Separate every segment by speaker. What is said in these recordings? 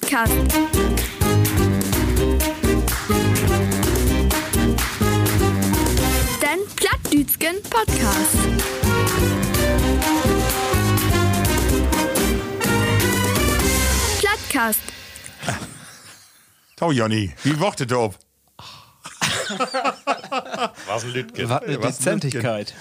Speaker 1: Plattcast. Dein Plattdütschen Podcast. Plattcast.
Speaker 2: Tau, Oh, Jonny, wie wortet du ob?
Speaker 3: Was ein Lütgen.
Speaker 4: Was eine
Speaker 2: was
Speaker 4: Dezentigkeit.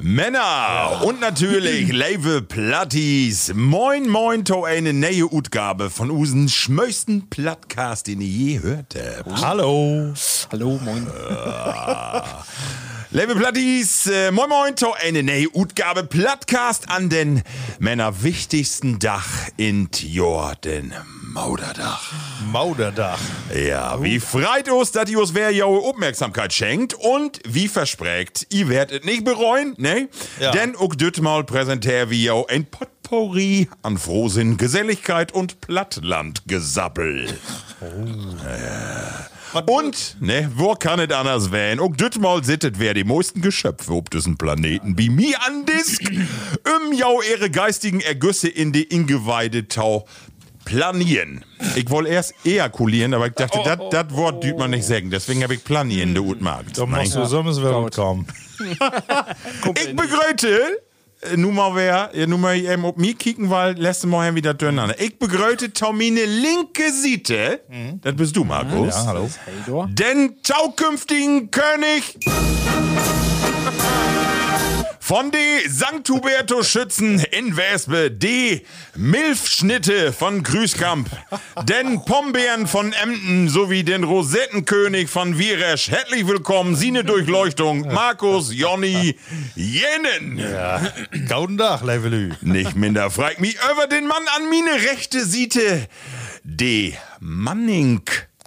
Speaker 2: Männer und natürlich Leve Plattis. Moin, moin, to eine neue Utgabe von usen schmöchsten Plattcast, den ihr je hörte.
Speaker 3: Hallo.
Speaker 4: Hallo, moin.
Speaker 3: Oh.
Speaker 2: Leve Plattis, äh, moin, moin, to eine neue Utgabe Plattcast an den Männer wichtigsten Dach in Tjor, den Mauderdach.
Speaker 3: Mauderdach.
Speaker 2: Ja, wie freit us, dat ihr us wer joe Aufmerksamkeit schenkt und wie versprecht, ihr werdet nicht bereuen, ne?
Speaker 3: Ja.
Speaker 2: Denn uck düt mal präsentär wie jo ein Potpourri an Frohsinn, Geselligkeit und Plattlandgesappel.
Speaker 3: Was-
Speaker 2: Und, ne, wo kann et anders wählen? Und düt mal sittet wer die meisten Geschöpfe ob diesen Planeten wie mi an Disk, im jau ihre geistigen Ergüsse in die ingeweide Tau planieren. Ich wollte erst ejakulieren, aber ich dachte,
Speaker 3: Oh,
Speaker 2: dat dat Wort düt man nicht sagen. Deswegen habe ich planieren, der Utmarkt.
Speaker 3: Da musst oh. du so müssen wir kommen.
Speaker 2: Ich begrüße äh, nun mal wer, ja, nun mal eben ob mir kicken, weil letzte Mal haben wir das durcheinander. Ich begrüße Tomine linke Seite. Das bist du, Markus.
Speaker 3: Mhm. Ja, hallo.
Speaker 4: Heidor.
Speaker 2: Den taukünftigen König von die St. Huberto Schützen in Wespe, die Milfschnitte von Grüßkamp, den Pombeeren von Emden sowie den Rosettenkönig von Wieresch. Herzlich willkommen, Sine Durchleuchtung, Markus Jonny Jenen.
Speaker 3: Guten Tag, Levelü.
Speaker 2: Nicht minder fragt mich über den Mann an meine rechte Seite. D. Manning.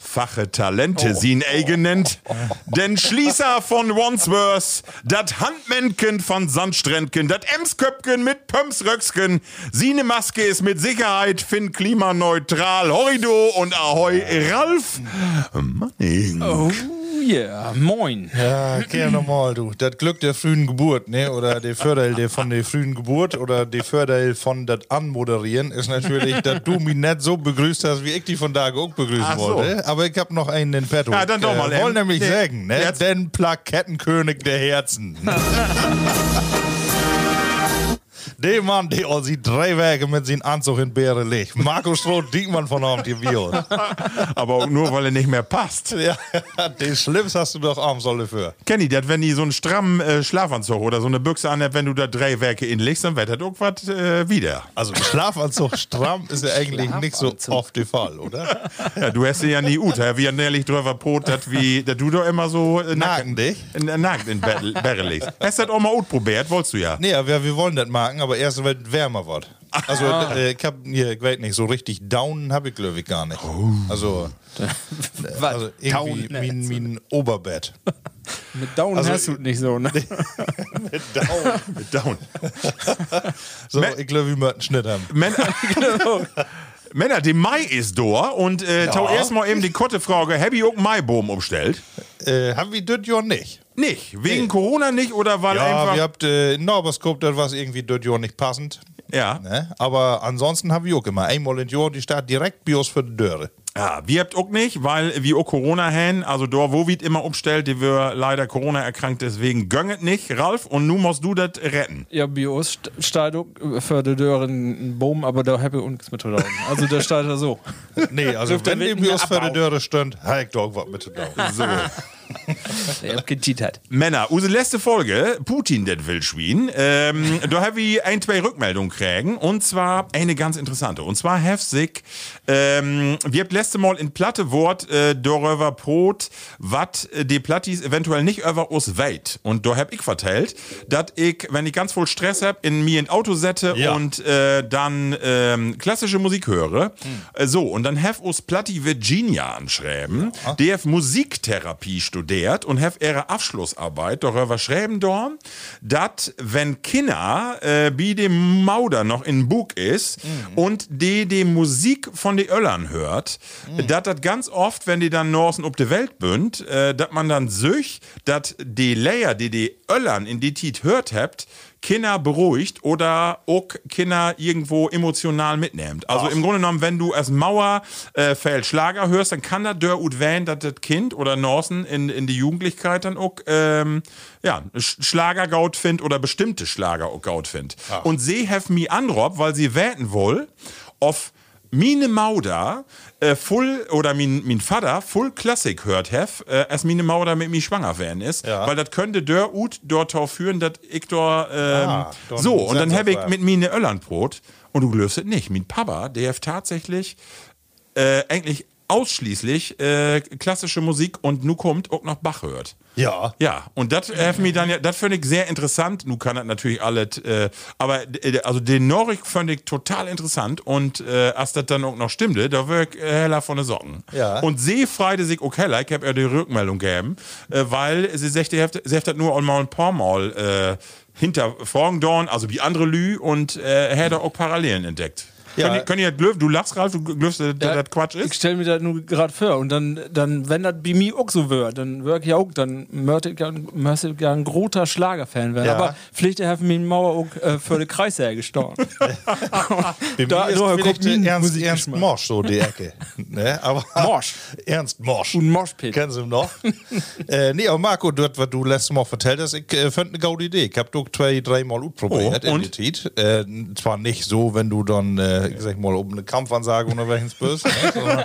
Speaker 2: Fache Talente sin eigenent, den Schließer von Wandsworth, dat Handmännken von Sandsträndken, dat Emsköpken mit Pömsröcksken, sine Maske ist mit Sicherheit Finn klimaneutral, Horrido und Ahoi Ralf Manning.
Speaker 4: Oh yeah, moin.
Speaker 3: Ja, kehr nochmal, du. Das Glück der frühen Geburt, ne? Oder der Vorteil der von der frühen Geburt oder der Vorteil von das Anmoderieren ist natürlich, dass du mich nicht so begrüßt hast, wie ich die von Tage auch begrüßen
Speaker 2: Ach so.
Speaker 3: wollte. Aber ich hab noch einen in petto. Eh,
Speaker 2: Ja, dann doch mal,
Speaker 3: Ich
Speaker 2: ähm,
Speaker 3: wollte nämlich
Speaker 2: nee,
Speaker 3: sagen, ne?
Speaker 2: jetzt-
Speaker 3: Den Plakettenkönig der Herzen. Der Mann, der all sie drei Werke mit seinem Anzug in Beere legt. Marco Stroh, Diekmann von Abend, hier Bios.
Speaker 2: Aber auch nur, weil er nicht mehr passt.
Speaker 3: Ja, den Schlips hast du doch abends alle für.
Speaker 2: Kenny, das, wenn die so einen strammen äh, Schlafanzug oder so eine Büchse anhat, wenn du da drei Werke inlegst, dann wird das irgendwas äh, wieder.
Speaker 3: Also ein Schlafanzug stramm ist ja eigentlich nicht so oft der Fall, oder?
Speaker 2: Ja, du hast sie ja nie ut, wie ein ehrlich drüber Brot, dat wie, dat du doch immer so äh,
Speaker 3: Nagen dich?
Speaker 2: in, äh, nackt in Bett Bett legst. Hast das auch mal ut probiert, wolltest du ja.
Speaker 3: Nee, ja, wir, wir wollen das marken, aber erst weil es wärmer wird. Also äh, ich hab, hier, ich weiß nicht, so richtig down habe ich glaube ich gar nicht.
Speaker 2: Oh.
Speaker 3: Also, äh, also
Speaker 4: Down,
Speaker 3: irgendwie mein, mein Oberbett.
Speaker 4: Mit Down
Speaker 3: Also-
Speaker 4: hast du es nicht so, ne?
Speaker 3: down.
Speaker 2: Down.
Speaker 3: So, ich glaube, wir möchten einen Schnitt haben.
Speaker 2: Männer, Männer, die Mai ist da und äh, tau erstmal eben die Kottefrage, hab ich auch Maibohm umstellt?
Speaker 3: Äh, haben wir das ja nicht?
Speaker 2: Nicht. Wegen Corona nicht oder weil
Speaker 3: Ja, wir
Speaker 2: einfach.
Speaker 3: habt äh, in Norberskop, das war irgendwie dort ja nicht passend.
Speaker 2: Ja.
Speaker 3: Ne? Aber ansonsten haben wir auch immer einmal in Jahr die Stadt direkt Bios für die Dörre.
Speaker 2: Ja, wir habt auch nicht, weil wir auch Corona haben. Also da, wo wir immer umstellt, die wir leider Corona erkrankt, deswegen gönnet nicht, Ralf. Und nun musst du das retten.
Speaker 4: Ja, Bios Stadion für die Dörren Boom, aber da habe ich nichts mit zu tun. Also der startet so.
Speaker 3: Nee, also
Speaker 4: Dürft ihr
Speaker 3: wenn die
Speaker 4: mitten
Speaker 3: Bios für die
Speaker 4: abbauen.
Speaker 3: Dörre stönt, halt doch was mit da.
Speaker 2: So.
Speaker 4: Der hat gecheatert.
Speaker 2: Männer, unsere letzte Folge, Putin, das will schwien. Ähm, da haben wir ein, zwei Rückmeldungen kriegen. Und zwar eine ganz interessante. Und zwar heftig. Ähm, wir habt letzte Mal in Platte Wort äh, darüber Brot, wat äh, die Plattis eventuell nicht über us weit. Und da hab ich vertellt, dass ich, wenn ich ganz voll Stress hab, in mir ein Auto sette
Speaker 3: Ja.
Speaker 2: und und äh, dann ähm, klassische Musik höre. Äh, so, und dann have us Platti Virginia anschreiben. Die have Musiktherapie studiert und have ihre Abschlussarbeit darüber schreiben dorn, dass wenn Kinder äh, wie dem Mauder noch in Bug ist und die die Musik von den Öllern hört, dass das ganz oft, wenn die dann Norsen ob de Welt bünd, äh, dass man dann söch, dass die Layer, die die Öllern in die Tiet hört habt, Kinder beruhigt oder auch Kinder irgendwo emotional mitnimmt. Also im Grunde genommen, wenn du als Mauer äh, Feld Schlager hörst, dann kann das der und wählen, dass das Kind oder Norsen in, in die Jugendlichkeit dann auch ähm, ja, Sch- Schlagergaut findet oder bestimmte Schlager auch gaut findet. Und sie have me anrob, weil sie wählen wohl, auf Mine Mauder äh, full oder min, min Vater full Classic hört hef, äh, als Mine Mauder mit mir schwanger werden ist,
Speaker 3: Ja.
Speaker 2: weil das könnte der ut dort drauf führen, dass ich dort ähm,
Speaker 3: Ah, dort
Speaker 2: so und dann
Speaker 3: Sensor
Speaker 2: hab ich
Speaker 3: war.
Speaker 2: mit Mine Öllernbrot und du löst es nicht. Min Papa, der hef tatsächlich äh, eigentlich ausschließlich äh, klassische Musik und nu kommt auch noch Bach hört.
Speaker 3: Ja.
Speaker 2: Ja, und das hat mich dann ja, das fand ich sehr interessant. Nu kann das natürlich alles, äh, aber äh, also den Norik fand ich total interessant und äh, als das dann auch noch stimmte, da war ich äh, heller von den Socken.
Speaker 3: Ja.
Speaker 2: Und sie freite sich auch heller, ich hab ihr die Rückmeldung gegeben, äh, weil sie sagte, ihr habt- sie hat das nur einmal ein paar Mal äh, hinter Frauendorn, also wie andere Lü und äh, hätte auch Parallelen entdeckt.
Speaker 3: Ja.
Speaker 2: Können, ihr- können ihr das glöf, du lachst Ralf, du glöfst, dass
Speaker 4: Ja,
Speaker 2: das Quatsch ist?
Speaker 4: Ich stelle mir das nur gerade vor. Und dann, dann wenn das bei mir auch so wird, dann wäre ich ja auch, dann möchte ich ja möchte ich ja ein großer Schlagerfan werden.
Speaker 3: Ja.
Speaker 4: Aber vielleicht haben mir die Mauer auch äh, für die Kreissäge gestorben. Da-
Speaker 3: Bei mir ist
Speaker 4: da
Speaker 3: vielleicht
Speaker 4: kommt nie
Speaker 3: der
Speaker 4: ein
Speaker 3: Ernst,
Speaker 4: Musikgeschmack.
Speaker 3: Ernst Morsch so die Ecke. ne? aber
Speaker 4: Morsch.
Speaker 3: Ernst Morsch.
Speaker 4: Und Moshpit.
Speaker 3: Kennst du ihn noch? äh, nee, aber Marco, das, was du letztes Mal erzählt hast, ich äh, fand eine gute Idee. Ich hab doch zwei, dreimal
Speaker 2: Oh,
Speaker 3: probiert in
Speaker 2: und?
Speaker 3: der Zeit. Äh, zwar nicht so, wenn du dann, äh, ich sag mal, um eine Kampfansage oder welches bist, ne? sondern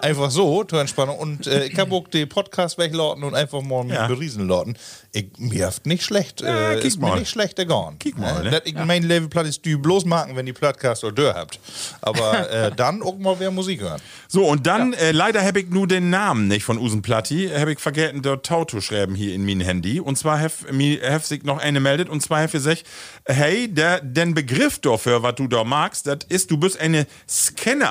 Speaker 3: einfach so zur Entspannung. Und äh, ich hab auch den Podcast weglauten und einfach mal
Speaker 2: Ja.
Speaker 3: ja. beriesen lauten. Ich, mir hat nicht schlecht,
Speaker 2: Ja,
Speaker 3: äh,
Speaker 2: kick
Speaker 3: ist
Speaker 2: mal.
Speaker 3: mir nicht schlecht ergangen.
Speaker 2: Kick mal,
Speaker 3: Äh,
Speaker 2: ne?
Speaker 3: das- Ich mein Levelplatt ist die bloß machen, wenn die Podcast oder Dörr habt. Aber äh, dann auch mal wer Musik hören.
Speaker 2: So, und dann, äh, leider habe ich nur den Namen nicht von Usen Platti, habe ich vergessen, dort Tau zu schreiben hier in mein Handy. Und zwar hef mi- hef sich noch eine meldet, und zwar hef gesagt, hey, der, den Begriff dafür, was du da magst, das ist, du bist eine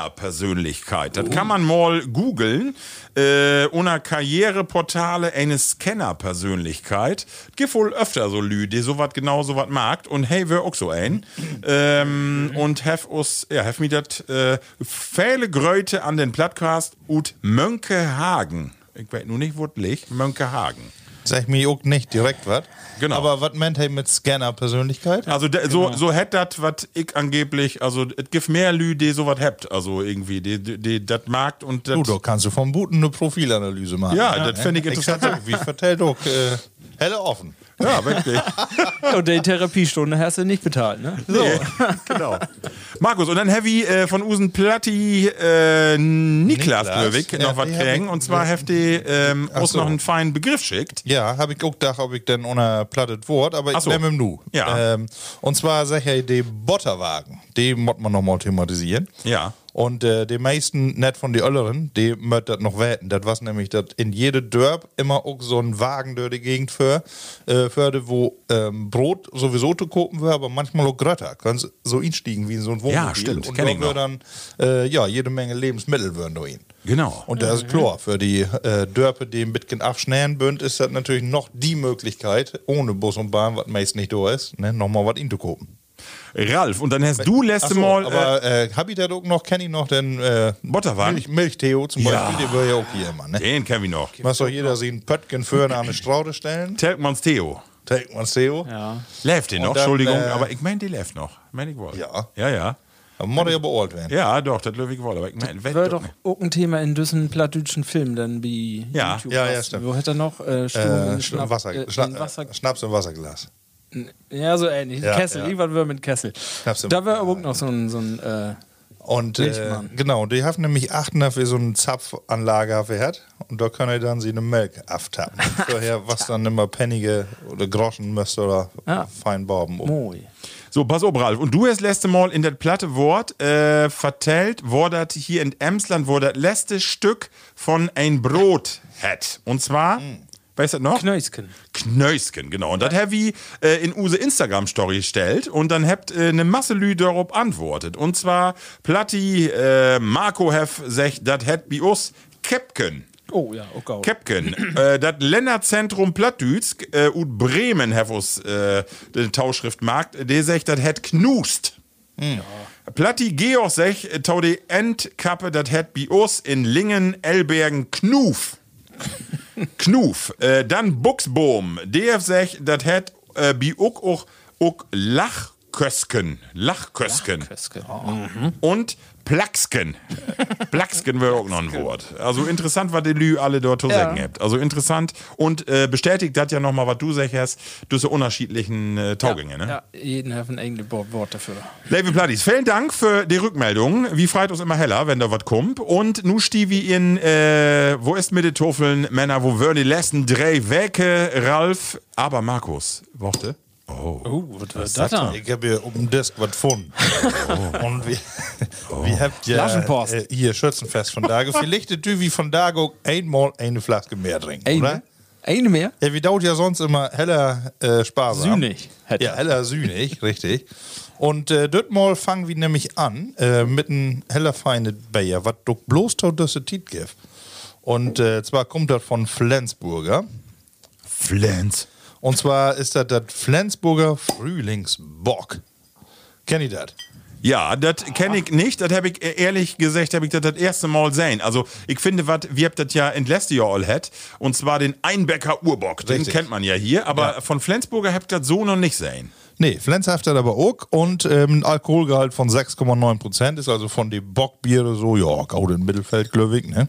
Speaker 2: Scanner-Persönlichkeit. Das kann man mal googeln, äh, ohne Karriereportale, eine Scanner-Persönlichkeit. Gibt wohl öfter so Lü, die sowas genau sowas magt, und hey, wir auch so ein. ähm, und hef us, ja, hef mir das, äh, viele Gröte an den Plattcast ut Mönkehagen. Ich weiß nur nicht, wo lich. Mönkehagen.
Speaker 3: Sag mir auch nicht direkt was.
Speaker 2: Genau.
Speaker 3: Aber was meint er mit Scanner-Persönlichkeit?
Speaker 2: Also de, so, so hätt dat, wat ich angeblich, also es gibt mehr Lü, die sowas hebt, also irgendwie, die, die, die das magt und dat,
Speaker 3: Du, da kannst du vom Booten eine Profilanalyse machen.
Speaker 2: Ja, das fänd ich interessant.
Speaker 3: sag doch, Wie vertellt doch äh, helle offen.
Speaker 2: Ja, wirklich.
Speaker 4: Und die Therapiestunde hast du nicht bezahlt, ne?
Speaker 2: So, genau. Markus, und dann Heavy äh, von Usen Platti äh, Niklas
Speaker 3: Niklas.
Speaker 2: Löwig
Speaker 3: Ja,
Speaker 2: noch was
Speaker 3: die hab
Speaker 2: kriegen.
Speaker 3: ich-
Speaker 2: Und zwar heftig ähm,
Speaker 3: Ach
Speaker 2: uns
Speaker 3: so.
Speaker 2: noch einen feinen Begriff schickt.
Speaker 3: Ja, habe ich auch gedacht, ob ich denn ohne plattet Wort, aber ich
Speaker 2: Ach so.
Speaker 3: nehme im Nu.
Speaker 2: Ja.
Speaker 3: Ähm, und zwar sag ich, den Botterwagen, den muss man nochmal thematisieren.
Speaker 2: Ja.
Speaker 3: Und äh, die meisten, nicht von die Ölleren, die möcht das noch werten. Das was nämlich, dass in jede Dörp immer auch so ein Wagen durch die Gegend für, äh, förde, wo ähm, Brot sowieso zu kopen wird, aber manchmal auch Grötter. Kannst so instiegen wie in so ein Wohnmobil.
Speaker 2: stimmt,
Speaker 3: Und
Speaker 2: kenn ich
Speaker 3: da wär dann, äh, ja, jede Menge Lebensmittel würden da hin.
Speaker 2: Genau.
Speaker 3: Und das ist
Speaker 4: Mhm.
Speaker 3: klar, für die äh, Dörpe, die ein bisschen abschnähen bünd, ist das natürlich noch die Möglichkeit, ohne Bus und Bahn, was meist nicht da ist, ne, nochmal was inzukopen.
Speaker 2: Ralf, und dann hast du
Speaker 3: Ach
Speaker 2: letzte
Speaker 3: so,
Speaker 2: Mal. äh,
Speaker 3: aber äh, hab ich da doch noch, kenne ich noch den äh,
Speaker 2: Botterwagen?
Speaker 3: Milch, Milchteo zum
Speaker 2: Ja.
Speaker 3: Beispiel, der wäre ja auch hier immer. Ne?
Speaker 2: den kennen wir noch.
Speaker 3: Was soll jeder sehen? Pöttgen für an eine Straude stellen?
Speaker 2: Telkmans Theo.
Speaker 3: Take man Theo.
Speaker 4: Ja.
Speaker 2: Läuft den
Speaker 3: Und
Speaker 2: noch,
Speaker 3: dann,
Speaker 2: Entschuldigung,
Speaker 3: äh,
Speaker 2: aber ich meine, die läuft noch. Mein ich wohl.
Speaker 3: Ja.
Speaker 2: Ja, ja.
Speaker 3: Da muss er ja beurteilt werden.
Speaker 2: Ja, doch, das Löwig wohl. Aber ich meine,
Speaker 4: Wäre doch auch ein Thema in düssen plattdütschen Film, dann wie
Speaker 2: Ja,
Speaker 3: ja, ja,
Speaker 4: was-
Speaker 3: stimmt.
Speaker 4: Wo hätte er noch? Äh, Sturm
Speaker 3: Äh,
Speaker 4: in Schnapp,
Speaker 3: Wasser,
Speaker 4: äh,
Speaker 3: Schna
Speaker 4: in Wasser,
Speaker 3: äh, Schnaps im Wasserglas.
Speaker 4: ja, so ähnlich.
Speaker 3: Ja,
Speaker 4: Kessel,
Speaker 3: ja.
Speaker 4: irgendwann wäre mit Kessel.
Speaker 3: Schnaps im-
Speaker 4: Da wäre aber auch noch so ein, so ein äh,
Speaker 3: Und äh,
Speaker 4: Milchmann.
Speaker 3: genau, die haben nämlich achten dafür so eine Zapfanlage dafür hat und da können die dann sie eine Milch aftappen. Daher, was dann immer Pennige oder Groschen müsste oder
Speaker 4: Ja.
Speaker 3: Feinbauben um.
Speaker 4: Moi.
Speaker 2: So, pass auf, Ralf. Und du hast letzte Mal in das platte Wort äh, vertellt, wo das hier in Emsland, wo das letzte Stück von ein Brot hat. Und zwar, weißt du das noch?
Speaker 4: Knöisken.
Speaker 2: Knösken, genau. Und das hab ich äh, in Use Instagram-Story gestellt und dann habt äh, eine Masse Lü darauf antwortet. Und zwar Platti, äh, Marco hef sech, dat het bi us Kepken.
Speaker 4: Oh ja, okay.
Speaker 2: Kepken, äh, das Länderzentrum Plattdütsk äh, und Bremen hef us äh, den Tauschriftmarkt, de sech, dat het knust. Platti Georg sech, äh, tau de Endkappe, dat het bi us in Lingen, Elbergen, Knuf. Knuf, äh, dann Buxboom, DF6, das hat äh, bi ook och ook Lachkösken. Lachkösken. Mhm.
Speaker 4: Köske.
Speaker 2: Und Plaxken. Plaxken wäre auch noch ein Wort. Also interessant, was die Lü alle dort zu sagen habt. Also interessant und äh, bestätigt das ja nochmal, was du sagst, durch so unterschiedlichen äh, Taugänge. ne?
Speaker 4: Ja, jeden hat ein eigenes Wort dafür.
Speaker 2: Levi Plattis, vielen Dank für die Rückmeldung. Wie freit uns immer heller, wenn da was kommt. Und nu Stievi in, äh, wo ist mit den Tofeln, Männer, wo würden die letzten drei Wecke, Ralf, aber Markus, Worte? Oh.
Speaker 4: Oh, was war das denn?
Speaker 3: Ich habe hier oben Desk was gefunden. Und wir, wir habt ja
Speaker 4: Flaschenpost.
Speaker 3: äh, hier Schützenfest von Dago. Vielleicht du wie von Dago einmal eine Flasche mehr trinken, oder?
Speaker 4: Eine? Eine mehr?
Speaker 3: Ja, wir dauert ja sonst immer heller äh, sparsam.
Speaker 4: Sühnig. Hätte.
Speaker 3: Ja, heller sühnig, richtig. Und äh, dort mal fangen wir nämlich an äh, mit einem heller feinen Bayer, was du bloß tot das Tit gibt. Und äh, zwar kommt das von Flensburger.
Speaker 2: Flens.
Speaker 3: Und zwar ist das das Flensburger Frühlingsbock. Kennt ihr das?
Speaker 2: Ja, das kenne ich nicht. Das habe ich äh, ehrlich gesagt, habe ich das das erste Mal sehen. Also ich finde, wat, wir habt das ja in letzter Jahr all hat. Und zwar den Einbecker Urbock. Den
Speaker 3: Richtig.
Speaker 2: kennt man ja hier. Aber von Flensburger habt ihr das so noch nicht sehen.
Speaker 3: Nee, Flensafter aber auch und ähm, ein Alkoholgehalt von 6,9% ist also von den Bockbiere so, ja, gerade im Mittelfeld, glaube ich, ne?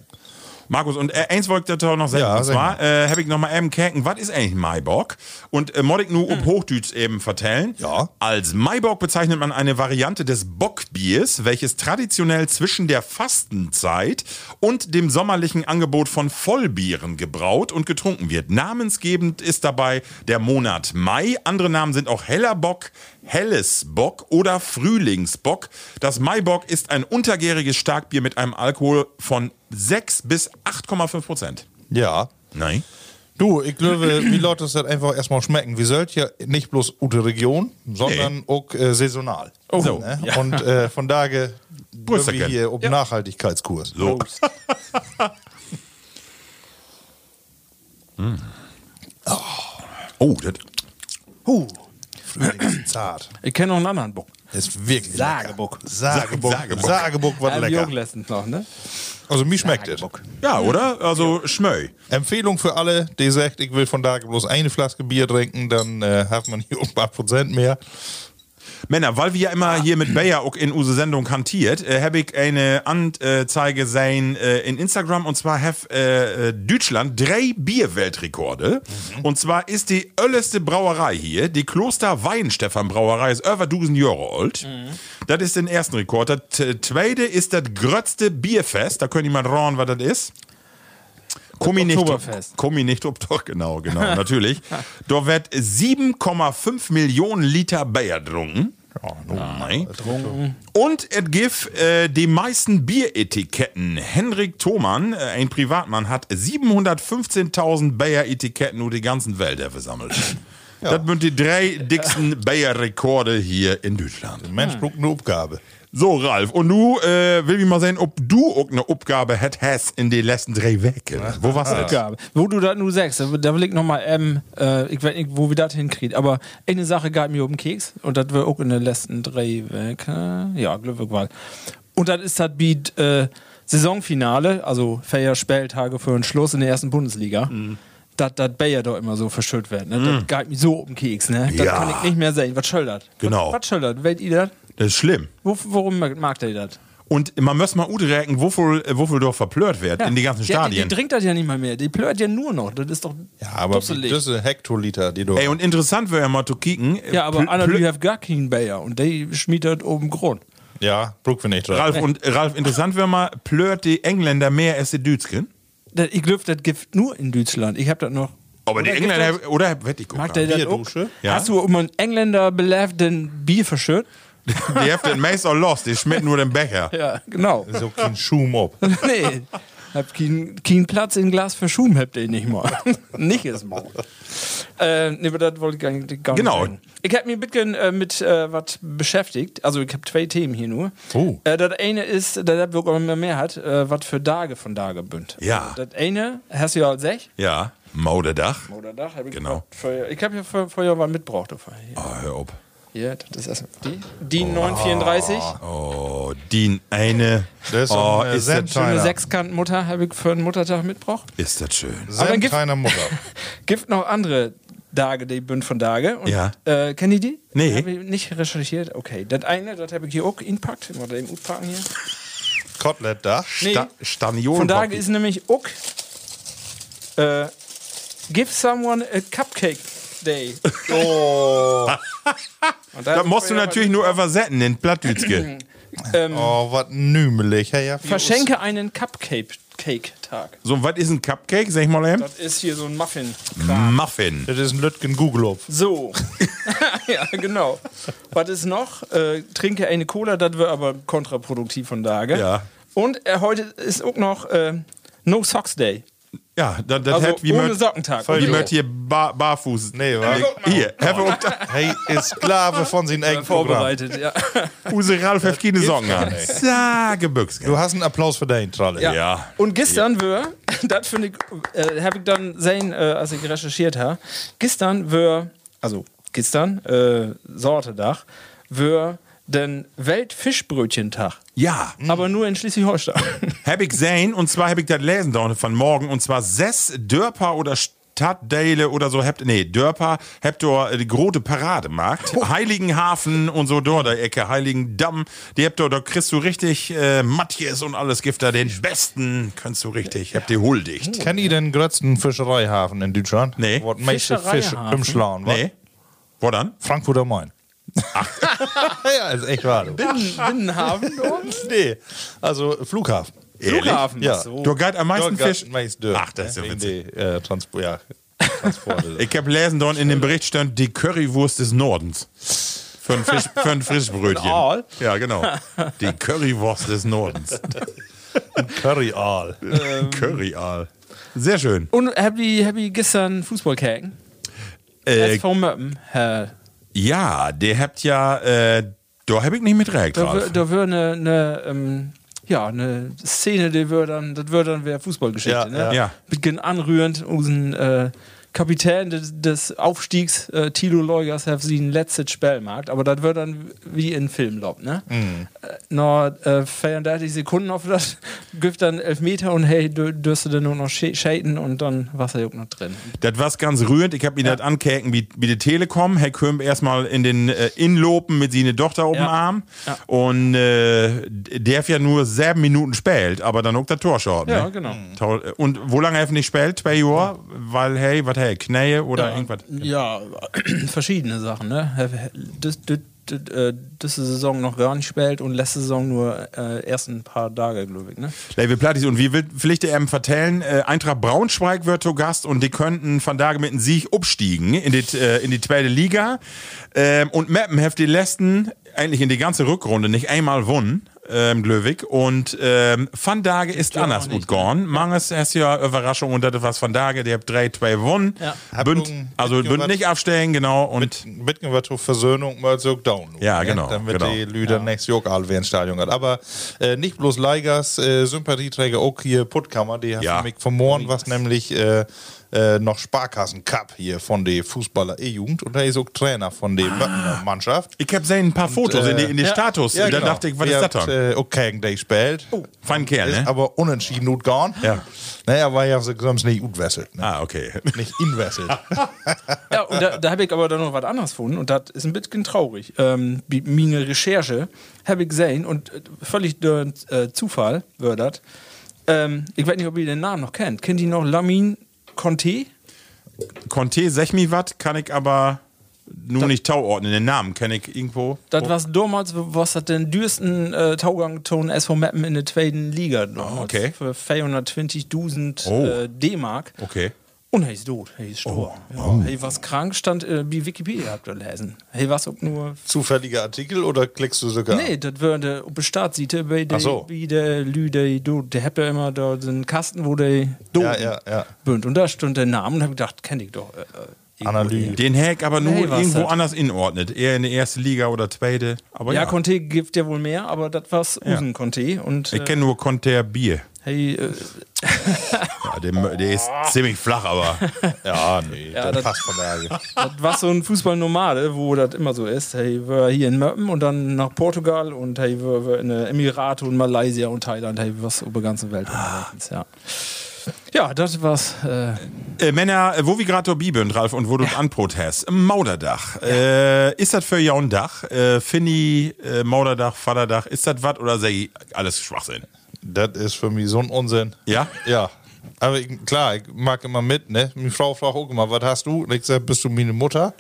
Speaker 2: Markus, und äh, eins wollte ich dir auch noch sagen.
Speaker 3: Ja,
Speaker 2: und
Speaker 3: sag
Speaker 2: zwar äh, habe ich noch mal eben kerken, was ist eigentlich Maibock? Und äh, Modik nur um Hochdütsch eben vertellen.
Speaker 3: Ja.
Speaker 2: Als Maibock bezeichnet man eine Variante des Bockbiers, welches traditionell zwischen der Fastenzeit und dem sommerlichen Angebot von Vollbieren gebraut und getrunken wird. Namensgebend ist dabei der Monat Mai. Andere Namen sind auch heller Bock, helles Bock oder Frühlingsbock. Das Maibock ist ein untergäriges Starkbier mit einem Alkohol von 6 bis 8,5 Prozent.
Speaker 3: Ja.
Speaker 2: Nein.
Speaker 3: Du, ich glaube, wie Leute das einfach erstmal schmecken. Wir sollt ja nicht bloß gute Region, sondern auch äh, saisonal.
Speaker 2: Oh. So.
Speaker 3: Ne? Und äh, von daher
Speaker 2: Prost,
Speaker 3: wir
Speaker 2: Herr
Speaker 3: hier um Nachhaltigkeitskurs.
Speaker 2: So. Oh, das.
Speaker 3: Huh. Frühlingszart.
Speaker 4: Ich kenne noch einen anderen Bock.
Speaker 3: Ist wirklich.
Speaker 4: Sagebuck.
Speaker 3: lecker.
Speaker 2: Sagebuck.
Speaker 3: Sagebuck. Sagebuck. Sagebuck war
Speaker 4: Haben wir auch
Speaker 3: lecker.
Speaker 4: Äh, letztens noch, ne?
Speaker 3: Also mir schmeckt es.
Speaker 2: Ja, oder? Also Schmöi.
Speaker 3: Empfehlung für alle, die sagt, ich will von daher bloß eine Flasche Bier trinken, dann äh, hat man hier um ein paar Prozent mehr.
Speaker 2: Männer, weil wir ja immer hier mit Bayer auch in unsere Sendung hantiert, äh, habe ich eine Anzeige sein äh, in Instagram und zwar have äh, äh, Deutschland drei Bierweltrekorde. Und zwar ist die ölleste Brauerei hier, die Kloster Weinstefan Brauerei, ist über 1000 Jahre alt. Das ist den ersten Rekord. Das äh, zweite ist das grötzte Bierfest, da können die mal rauen, was das ist. Komm nicht,
Speaker 4: Oktoberfest.
Speaker 2: komm nicht ob doch, genau, genau, natürlich. Da wird 7,5 Millionen Liter Bier getrunken. Nein. Und es gibt äh, die meisten Bieretiketten. Henrik Thomann, äh, ein Privatmann, hat 715.000 Bayer-Etiketten über die ganzen Welt versammelt. Das sind die drei dicksten Bayer-Rekorde hier in Deutschland.
Speaker 3: Mensch, braucht eine Aufgabe.
Speaker 2: So, Ralf, und du äh, will ich mal sehen, ob du auch eine Aufgabe hätt hast in den letzten drei Wochen. Wo warst du?
Speaker 4: Aufgabe. Wo du das nur sagst, da- da will ich nochmal, ähm, äh, ich weiß nicht, wo wir das hinkriegen, aber eine Sache gab mir um den Keks und das war auch in den letzten drei Wochen. Ja, Glückwunsch mal. Und das ist das Beat äh, Saisonfinale, also vier Spieltage für den Schluss in der ersten Bundesliga.
Speaker 2: Mhm.
Speaker 4: Dass das Bayer doch immer so verschüttet wird. Ne? Das gab mir so um den Keks. Ne? Das
Speaker 2: Ja.
Speaker 4: kann ich nicht mehr sehen. Was schildert?
Speaker 2: Genau.
Speaker 4: Was, was schildert? Wählt ihr das?
Speaker 2: Das ist schlimm.
Speaker 4: Wo, worum mag, mag der das?
Speaker 2: Und man muss mal udrecken, wofür, wofür doch verplört wird in die ganzen
Speaker 4: Ja, die, die
Speaker 2: Stadien.
Speaker 4: trinkt das ja nicht mal mehr. Die plört ja nur noch. Das ist doch.
Speaker 3: Ja, aber
Speaker 4: dusselig.
Speaker 3: diese Hektoliter, die du.
Speaker 2: Ey, und interessant wäre ja mal zu kicken. äh,
Speaker 4: Ja, aber
Speaker 2: Pl-
Speaker 4: Anna
Speaker 2: Pl-
Speaker 4: Lü hat gar keinen Bayer und der schmiedet oben Grund.
Speaker 3: ja, braucht wir nicht dran.
Speaker 2: Ralf, und Ralf, interessant wäre mal, plört die Engländer mehr als die Dütschen?
Speaker 4: Das, ich glaube, das gibt nur in Deutschland. Ich hab das noch.
Speaker 2: Aber die
Speaker 4: Oder gibt
Speaker 2: Engländer, oder wette ich
Speaker 4: Das, mag der das auch?
Speaker 3: Bierdusche?
Speaker 2: Ja.
Speaker 4: Hast du um einen Engländer belebt, den Bier verschütt?
Speaker 2: Die haben den Mace or Lost, die schmecken nur den Becher.
Speaker 4: Ja, genau.
Speaker 3: So kein Schum ob.
Speaker 4: nee. Hab keinen keinen Platz in Glas für Schum, habt ihr nicht mal. nicht ist mal. Äh, nee, aber das wollte ich gar nicht. Gar
Speaker 2: Genau.
Speaker 4: Nicht sagen. ich hab mich ein bisschen äh, mit äh, was beschäftigt. Also, ich hab zwei Themen hier nur.
Speaker 3: Oh.
Speaker 4: Äh, das eine ist, da der Bürger immer mehr hat, äh, was für Tage von Tage bünd.
Speaker 2: Ja.
Speaker 4: Das eine, hast du ja als Sech.
Speaker 2: Ja, Mauderdach.
Speaker 4: Oder Dach? Hab ich
Speaker 2: Genau.
Speaker 4: gesagt, Feuer. Ich habe hier Feuer, Feuer was mitgebracht. davon. Hier.
Speaker 2: Oh, hör ob.
Speaker 4: hier, das ist erstmal die. Die 934.
Speaker 2: Oh, die eine.
Speaker 3: Das ist
Speaker 2: oh,
Speaker 3: ein, äh,
Speaker 2: ist, das,
Speaker 3: Senf.
Speaker 4: Eine
Speaker 3: Kleiner.
Speaker 4: Sechskantmutter habe ich für einen Muttertag mitgebracht.
Speaker 2: ist das schön.
Speaker 4: dann
Speaker 3: Sein
Speaker 4: gibt's-
Speaker 3: kleiner Mutter.
Speaker 4: Gibt noch andere Dage, die Bünd von Dage. Und,
Speaker 2: Ja.
Speaker 4: Äh, kennt ihr die?
Speaker 2: Nee.
Speaker 4: Hab ich nicht recherchiert. Okay. Das eine, das habe ich hier auch inpackt. Ich muss da eben utpacken hier.
Speaker 3: Kotelett da.
Speaker 4: Nee.
Speaker 2: Sta Staniol
Speaker 4: Von Dage
Speaker 2: Papi.
Speaker 4: ist nämlich auch äh, Give someone a Cupcake Day.
Speaker 3: Oh,
Speaker 4: Und
Speaker 2: Das musst du natürlich nur übersetzen in Plattdütske.
Speaker 3: oh was nümelig. Hey, ja, wie
Speaker 4: ähm, Verschenke einen Cupcake-Tag.
Speaker 2: so, was ist ein Cupcake, sag ich mal eben?
Speaker 4: Das ist hier so ein muffin
Speaker 2: Mm. Muffin.
Speaker 3: Das ist ein Lütgen Gugelop.
Speaker 4: So. ja, genau. Was ist noch? Äh, trinke eine Cola, das wäre aber kontraproduktiv von Dage.
Speaker 2: Ja.
Speaker 4: Und äh, heute ist auch noch äh, No Socks Day.
Speaker 2: Ja, das, das
Speaker 4: Also
Speaker 2: hat wie
Speaker 4: ohne
Speaker 2: möcht-
Speaker 4: Sockentag.
Speaker 2: Wie
Speaker 4: Jo.
Speaker 2: möcht hier bar, barfuß.
Speaker 3: Nee, wa?
Speaker 2: Hier, Hefe und
Speaker 3: Hey, ist Sklave von seinem eigenen Programm.
Speaker 4: Vorbereitet, ja.
Speaker 2: Huse Ralf hat keine Socken an.
Speaker 3: nicht.
Speaker 2: Sage Büchse.
Speaker 3: Du hast einen Applaus für deinen Tralle.
Speaker 4: Ja.
Speaker 2: Ja.
Speaker 4: Und gestern wir, das finde ich, äh, habe ich dann sehen, äh, als ich recherchiert habe, gestern wir, also gestern, äh, Sortedach, wir den Weltfischbrötchentag.
Speaker 2: Ja,
Speaker 4: Aber nur in Schleswig-Holstein.
Speaker 2: hab ich gesehen und zwar hab ich das lesen da von morgen und zwar sechs Dörper oder Stadtdeile oder so, habt, nee, Dörper, habt ihr äh, die große Parademarkt,
Speaker 4: Oh.
Speaker 2: Heiligenhafen und so dort, der Ecke, Heiligendamm, die habt ihr, da kriegst du richtig äh, Matthias und alles Gifter, den besten kannst du richtig, habt ihr huldigt.
Speaker 3: Kennt ihr den größten Fischereihafen in Deutschland?
Speaker 2: Nee.
Speaker 3: Wo meiste Fisch
Speaker 4: Fischereihafen?
Speaker 3: im Schlauen, wa?
Speaker 2: Nee, wo dann?
Speaker 3: Frankfurt am Main. ja, ist echt wahr. Du.
Speaker 4: Binnenhafen dort?
Speaker 3: Nee, also Flughafen.
Speaker 2: Ehrlich?
Speaker 4: Flughafen.
Speaker 3: Ja.
Speaker 4: Ach so.
Speaker 2: Du gehst am meisten
Speaker 3: Dort
Speaker 2: Fisch.
Speaker 3: gab's meist Dörr,
Speaker 2: Ach, das ist ja
Speaker 3: ne? Wegen
Speaker 2: witzig.
Speaker 3: die, äh, Transpo ja, Transporte.
Speaker 2: Ich hab lesen dort in dem Bericht stand die Currywurst des Nordens. Für ein, Fisch, für ein Frischbrötchen.
Speaker 4: Aal?
Speaker 2: Ja, genau. Die Currywurst des Nordens.
Speaker 3: Curry Aal.
Speaker 2: Curryaal. Sehr schön.
Speaker 4: Und hab ich, hab ich gestern Fußball gehackt?
Speaker 2: Äh,
Speaker 4: SV Möppen. Herr.
Speaker 2: ja, der habt ja, äh, da hab ich nicht mitrecht
Speaker 4: Da wär-
Speaker 2: drauf.
Speaker 4: da wäre eine ne, ähm, ja, ne Szene, die wär dann, das würde dann wäre Fußballgeschichte.
Speaker 3: Ja,
Speaker 4: ne?
Speaker 3: ja.
Speaker 2: Ja.
Speaker 4: Beginn anrührend, unseren äh, Kapitän des, des Aufstiegs, äh, Thilo Leugers, hat sie ein letztes Spiel gemacht, aber das wird dann wie in Film laufen. Ne?
Speaker 3: Mhm.
Speaker 4: Äh, noch äh, 34 Sekunden auf das, gibt dann Elfmeter und hey, du dürst du denn nur noch schä- schäden und dann warst du auch noch drin.
Speaker 2: Das war ganz rührend. Ich hab ihn das ankäken wie, wie die Telekom. Herr Köhm erstmal in den äh, Inlopen mit seiner Tochter auf dem
Speaker 4: Ja.
Speaker 2: Arm. Und äh, der hat ja nur sieben Minuten spielt, aber dann auch der Torschort.
Speaker 4: Ja,
Speaker 2: ne?
Speaker 4: genau.
Speaker 2: Toll. Und wo lange er nicht spielt? Zwei Jahre? Weil, hey, was, hey, Knähe oder irgendwas?
Speaker 4: Ja, verschiedene Sachen, ne? Das, das, das, äh, diese Saison noch gar nicht spielt und letzte Saison nur äh, erst ein paar Tage, glaube ich, ne?
Speaker 2: Level Plattis und wie will Pflichte er vertellen? Äh, Eintracht Braunschweig wird zu Gast und die könnten von da mit einem Sieg abstiegen in die, äh, in die zweite Liga. Ähm, und Meppen hat die letzten, eigentlich in die ganze Rückrunde, nicht einmal gewonnen. Ähm, Glöwig und ähm, Van Dage ist anders gut gone. Manges ist ja Überraschung und das ist was Van Dage, der hat 3-2 gewonnen.
Speaker 3: Hat
Speaker 2: Bünd,
Speaker 3: nun-
Speaker 2: also
Speaker 3: hat nun
Speaker 2: Bünd
Speaker 3: was-
Speaker 2: nicht abstellen, genau. Und
Speaker 3: Mitgen wir zur Versöhnung mal so down.
Speaker 2: Ja, genau,
Speaker 3: Damit
Speaker 2: genau.
Speaker 3: die Lüder nächstes Jahr alle wieder ins Stadion hat. Aber äh, nicht bloß Leigers, äh, Sympathieträger auch hier Puttkammer, die haben
Speaker 2: Ja.
Speaker 3: mich vermoren, was nämlich äh, äh, noch Sparkassen Cup hier von der Fußballer E-Jugend und da ist auch Trainer von der Möppener Mannschaft.
Speaker 2: Ah. ich habe sehen ein paar Fotos
Speaker 3: äh,
Speaker 2: in die, in die Status. und da dachte ich, was
Speaker 3: Der
Speaker 2: ist das
Speaker 3: hat,
Speaker 2: denn?
Speaker 3: genau. Äh, okay, der spielt.
Speaker 2: Fein Kerl,
Speaker 3: Ist
Speaker 2: ne?
Speaker 3: aber unentschieden gut gone.
Speaker 2: Ja.
Speaker 3: Naja, weil ja sonst nicht gut wesselt. Ne?
Speaker 2: Ah, okay.
Speaker 3: Nicht inwesselt.
Speaker 4: Ja, und da, da habe ich aber dann noch was anderes gefunden und das ist ein bisschen traurig. Ähm, bi- meine Recherche habe ich gesehen und äh, völlig durch äh, Zufall wird das. Ähm, ich weiß nicht, ob ihr den Namen noch kennt. Kennt ihr noch Lamin Conte?
Speaker 2: Conte Sechmiwatt kann ich aber nur nicht tauordnen. Den Namen kenne ich irgendwo.
Speaker 4: Das war damals, was hat den dürsten äh, Taugang-Ton SV Meppen in der zweiten Liga damals.
Speaker 2: Ah, okay.
Speaker 4: Für 420.000
Speaker 2: Oh.
Speaker 4: äh, D-Mark.
Speaker 2: Okay.
Speaker 4: Und er ist tot, er ist
Speaker 3: Oh,
Speaker 4: gestorben. Ja. Hey, was krank stand, äh, wie Wikipedia habt ihr lesen. Hey, was ob nur.
Speaker 3: Zufälliger Artikel oder klickst du sogar?
Speaker 4: Nee, das würde der Bestaatsiete bei der,
Speaker 3: Ach so.
Speaker 4: wie der Lüde, der habt ja immer da so einen Kasten, wo der Doten
Speaker 3: Ja, ja, ja.
Speaker 4: bünd. Und da stand der Name und hab gedacht, kenn ich doch. Äh, äh, irgendwo
Speaker 3: Analyse.
Speaker 4: her.
Speaker 2: Den Hack aber nur
Speaker 4: Nee, was
Speaker 2: irgendwo
Speaker 4: das?
Speaker 2: anders inordnet. Eher in der ersten Liga oder zweite. Aber
Speaker 4: Ja,
Speaker 2: ja,
Speaker 4: Conte gibt ja wohl mehr, aber das war's Usen Conte. Und
Speaker 2: ich
Speaker 4: äh,
Speaker 2: kenne nur Conte Bier.
Speaker 4: hey, äh,
Speaker 2: Ja, der, der ist ziemlich flach, aber
Speaker 3: Ja, nee, das
Speaker 4: Ah. das-
Speaker 3: passt von daher.
Speaker 4: Das war so ein Fußballnomade, wo das immer so ist. Hey, wir hier in Möppen und dann nach Portugal und hey, wir, wir in den Emirate und Malaysia und Thailand. Hey, was über die ganze Welt unterwegs, ja. Ja, das war's. Äh,
Speaker 2: Äh, Männer, äh, wo wir gerade Bibeln, Ralf, und wo du ja. Anbrot hast. Ein Mauderdach. Äh, ist das für jaun Dach? Äh, Finny, äh, Mauderdach, Vaterdach, ist das was oder sei alles Schwachsinn?
Speaker 3: Das ist für mich so ein Unsinn.
Speaker 2: Ja?
Speaker 3: Ja. Aber ich, klar, ich mag immer mit, ne? Meine Frau fragt auch immer, was hast du? Und ich sag, bist du meine Mutter?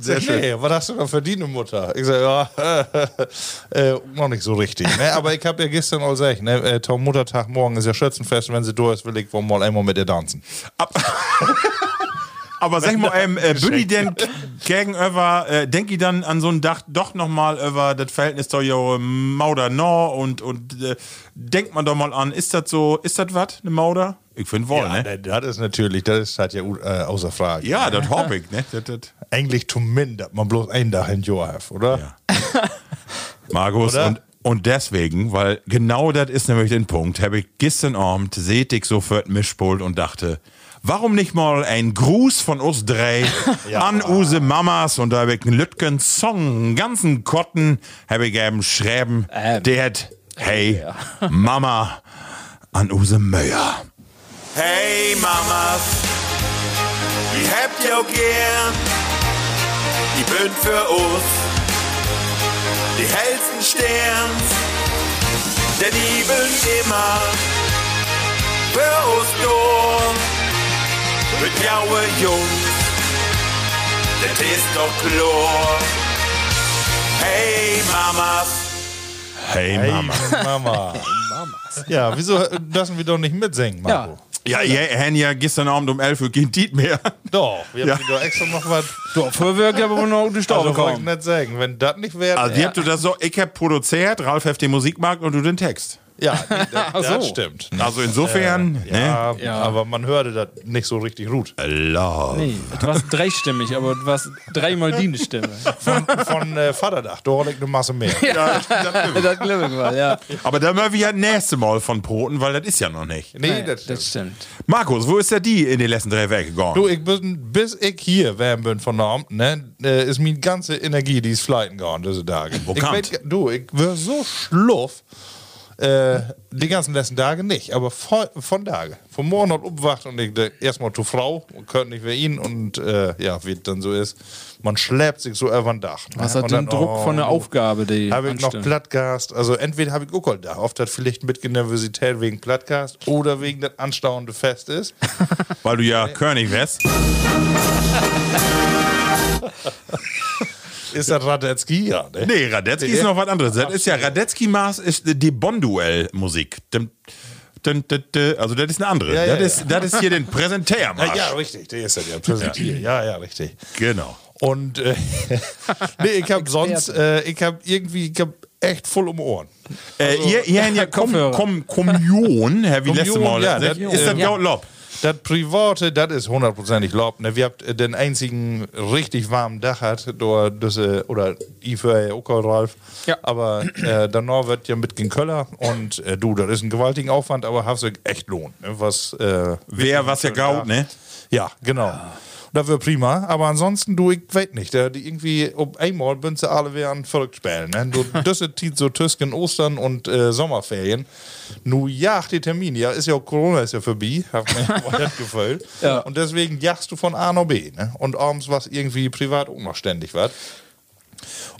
Speaker 3: Sehr schön. Nee, was hast du denn für deine Mutter? Ich sag, ja, äh, noch nicht so richtig. Ne? Aber ich habe ja gestern auch gesagt, ne, äh, Tom Muttertag morgen ist ja Schützenfest und wenn sie durch ist, will ich wohl mal einmal mit ihr tanzen.
Speaker 2: Ab Aber sag mal, ähm, äh, bin ich denn gegenüber, äh, denk ich dann an so ein Dach doch nochmal über das Verhältnis zu jo Mauder no und, und äh, denkt man doch mal an, ist das so, ist das was, eine Mauder? Ich finde wohl, ne?
Speaker 3: Ja, Das ist natürlich, das ist halt ja äh, außer Frage.
Speaker 2: ja, das hoffe ich, ne? Das, das.
Speaker 3: Eigentlich zum Min, dass man bloß einen Tag in Joa hat, oder?
Speaker 2: Ja. Markus,
Speaker 3: Oder?
Speaker 2: und, und deswegen, weil genau das ist nämlich den Punkt, habe ich gestern Abend sehtig so für den Mischpult und dachte, warum nicht mal ein Gruß von uns drei an use Mamas und da habe ich einen Lütgen Song, einen ganzen Kotten, habe ich eben schreiben,
Speaker 4: Ähm.
Speaker 2: der hat, hey, Mama, an use Möyer. Hey Mamas, ich habt ihr gern, die bünd für uns die hellsten Sterns, der lieben immer für uns durch. Mit jaue Jungs, das ist doch klar. Hey Mamas. Hey,
Speaker 3: Hey,
Speaker 2: Mama.
Speaker 3: Mama. Ja, wieso äh, lassen wir doch nicht mitsingen, Marco?
Speaker 4: Ja.
Speaker 2: Ja, ihr habt ja gestern Abend um 11 Uhr kein Tiet mehr.
Speaker 3: Doch, wir
Speaker 2: Ja.
Speaker 3: haben doch extra noch was.
Speaker 4: so, Feuerwerk aber wohl noch die Staube
Speaker 3: Also wollte ich
Speaker 4: kommen.
Speaker 3: nicht sagen, wenn das nicht wäre.
Speaker 2: Also, ihr habt du das so, ich hab produziert, Ralf hat den Musikmarkt und du den Text.
Speaker 3: ja, nee, das,
Speaker 4: Ach so.
Speaker 3: das stimmt.
Speaker 2: Also insofern, ne?
Speaker 3: Ja, aber man hörte das nicht so richtig gut.
Speaker 2: Love.
Speaker 4: Nee, du warst dreistimmig, aber du warst dreimal die Stimme.
Speaker 3: Von, von äh, Vaterdach, da hatte ich eine Masse mehr.
Speaker 2: Ja, das stimmt.
Speaker 4: das glaube ich mal, ja.
Speaker 2: Aber da müssen wir ja nächste Mal von Broten, weil das ist ja noch nicht.
Speaker 3: Nee, das
Speaker 4: Das,
Speaker 3: stimmt.
Speaker 4: stimmt.
Speaker 2: Markus, wo ist der die in den letzten drei Wochen gegangen?
Speaker 3: Du, ich bin, bis ich hier wärm bin von Abend, ne, äh, ist meine ganze Energie, die ist flighten gegangen diese Tage.
Speaker 2: Wo
Speaker 3: ich
Speaker 2: kam's?
Speaker 3: werd- Du, ich war so schluff, äh, die ganzen letzten Tage nicht, aber von, von Tage. Von morgen und umwacht und ich denk, erstmal zur Frau, könnte nicht mehr ihn und äh, ja, wie es dann so ist, man schleppt sich so über den Dach. Ne?
Speaker 4: Was hat
Speaker 3: Und
Speaker 4: den
Speaker 3: dann,
Speaker 4: Druck
Speaker 3: oh,
Speaker 4: von der
Speaker 3: du,
Speaker 4: Aufgabe, die
Speaker 3: Habe ich noch
Speaker 4: ansteht?
Speaker 3: Plattgast? Also entweder habe ich auch da, oft hat vielleicht mit Nervosität wegen Plattgast oder wegen das anstauende Fest ist.
Speaker 2: Weil du ja König wärst.
Speaker 3: Ist das Radetzky? Ja, ne?
Speaker 2: Nee, Radetzky ist noch was anderes. Das ist ja Radetzky Maß ist die Bonduell-Musik. Dum, dum, dum, dum. Also das ist eine andere.
Speaker 3: Ja, ja,
Speaker 2: das, ist, das ist hier den
Speaker 3: Ja,
Speaker 2: Präsentärmarsch.
Speaker 3: Ah, ja, richtig, der ist das ja präsentiert. Ja, ja, richtig.
Speaker 2: Genau.
Speaker 3: Und äh, nee, ich habe sonst, äh, ich habe irgendwie, ich habe echt voll um Ohren.
Speaker 2: Äh, ihr, ihr habt ja Kom,
Speaker 4: Kopfhörer.
Speaker 2: Kom, Kommunion, Herr, wie
Speaker 3: Kommunion,
Speaker 2: letzte Mal.
Speaker 3: ja,
Speaker 2: ne?
Speaker 3: das-
Speaker 2: ist das
Speaker 3: ja.
Speaker 2: ja. Lob?
Speaker 3: Das Private, das ist hundertprozentig Lob. Ne? Wir habt äh, den einzigen richtig warmen Dach hat, da das, äh, oder ich für äh, okay, Ralf.
Speaker 4: Ja.
Speaker 3: Aber äh, danach wird ja mit den Köller und äh, du, das ist ein gewaltigen Aufwand, aber hast du echt Lohn. Ne? Was, äh,
Speaker 2: Wer was ja gaut, ne?
Speaker 3: Ja, genau.
Speaker 2: Ah.
Speaker 3: Das wäre prima, aber ansonsten, du, ich weiß nicht, äh, die irgendwie, um einmal bin sie alle wieder an verrückt spielen. Ne? Du, das ist die so Tüsken, Ostern und äh, Sommerferien. Nu jagt die Termine, ja, ist ja auch Corona ist ja vorbei, hab mir mal das gefällt.
Speaker 4: Ja.
Speaker 3: Und deswegen jagst du von A nach B, ne? Und abends was irgendwie privat auch noch ständig was.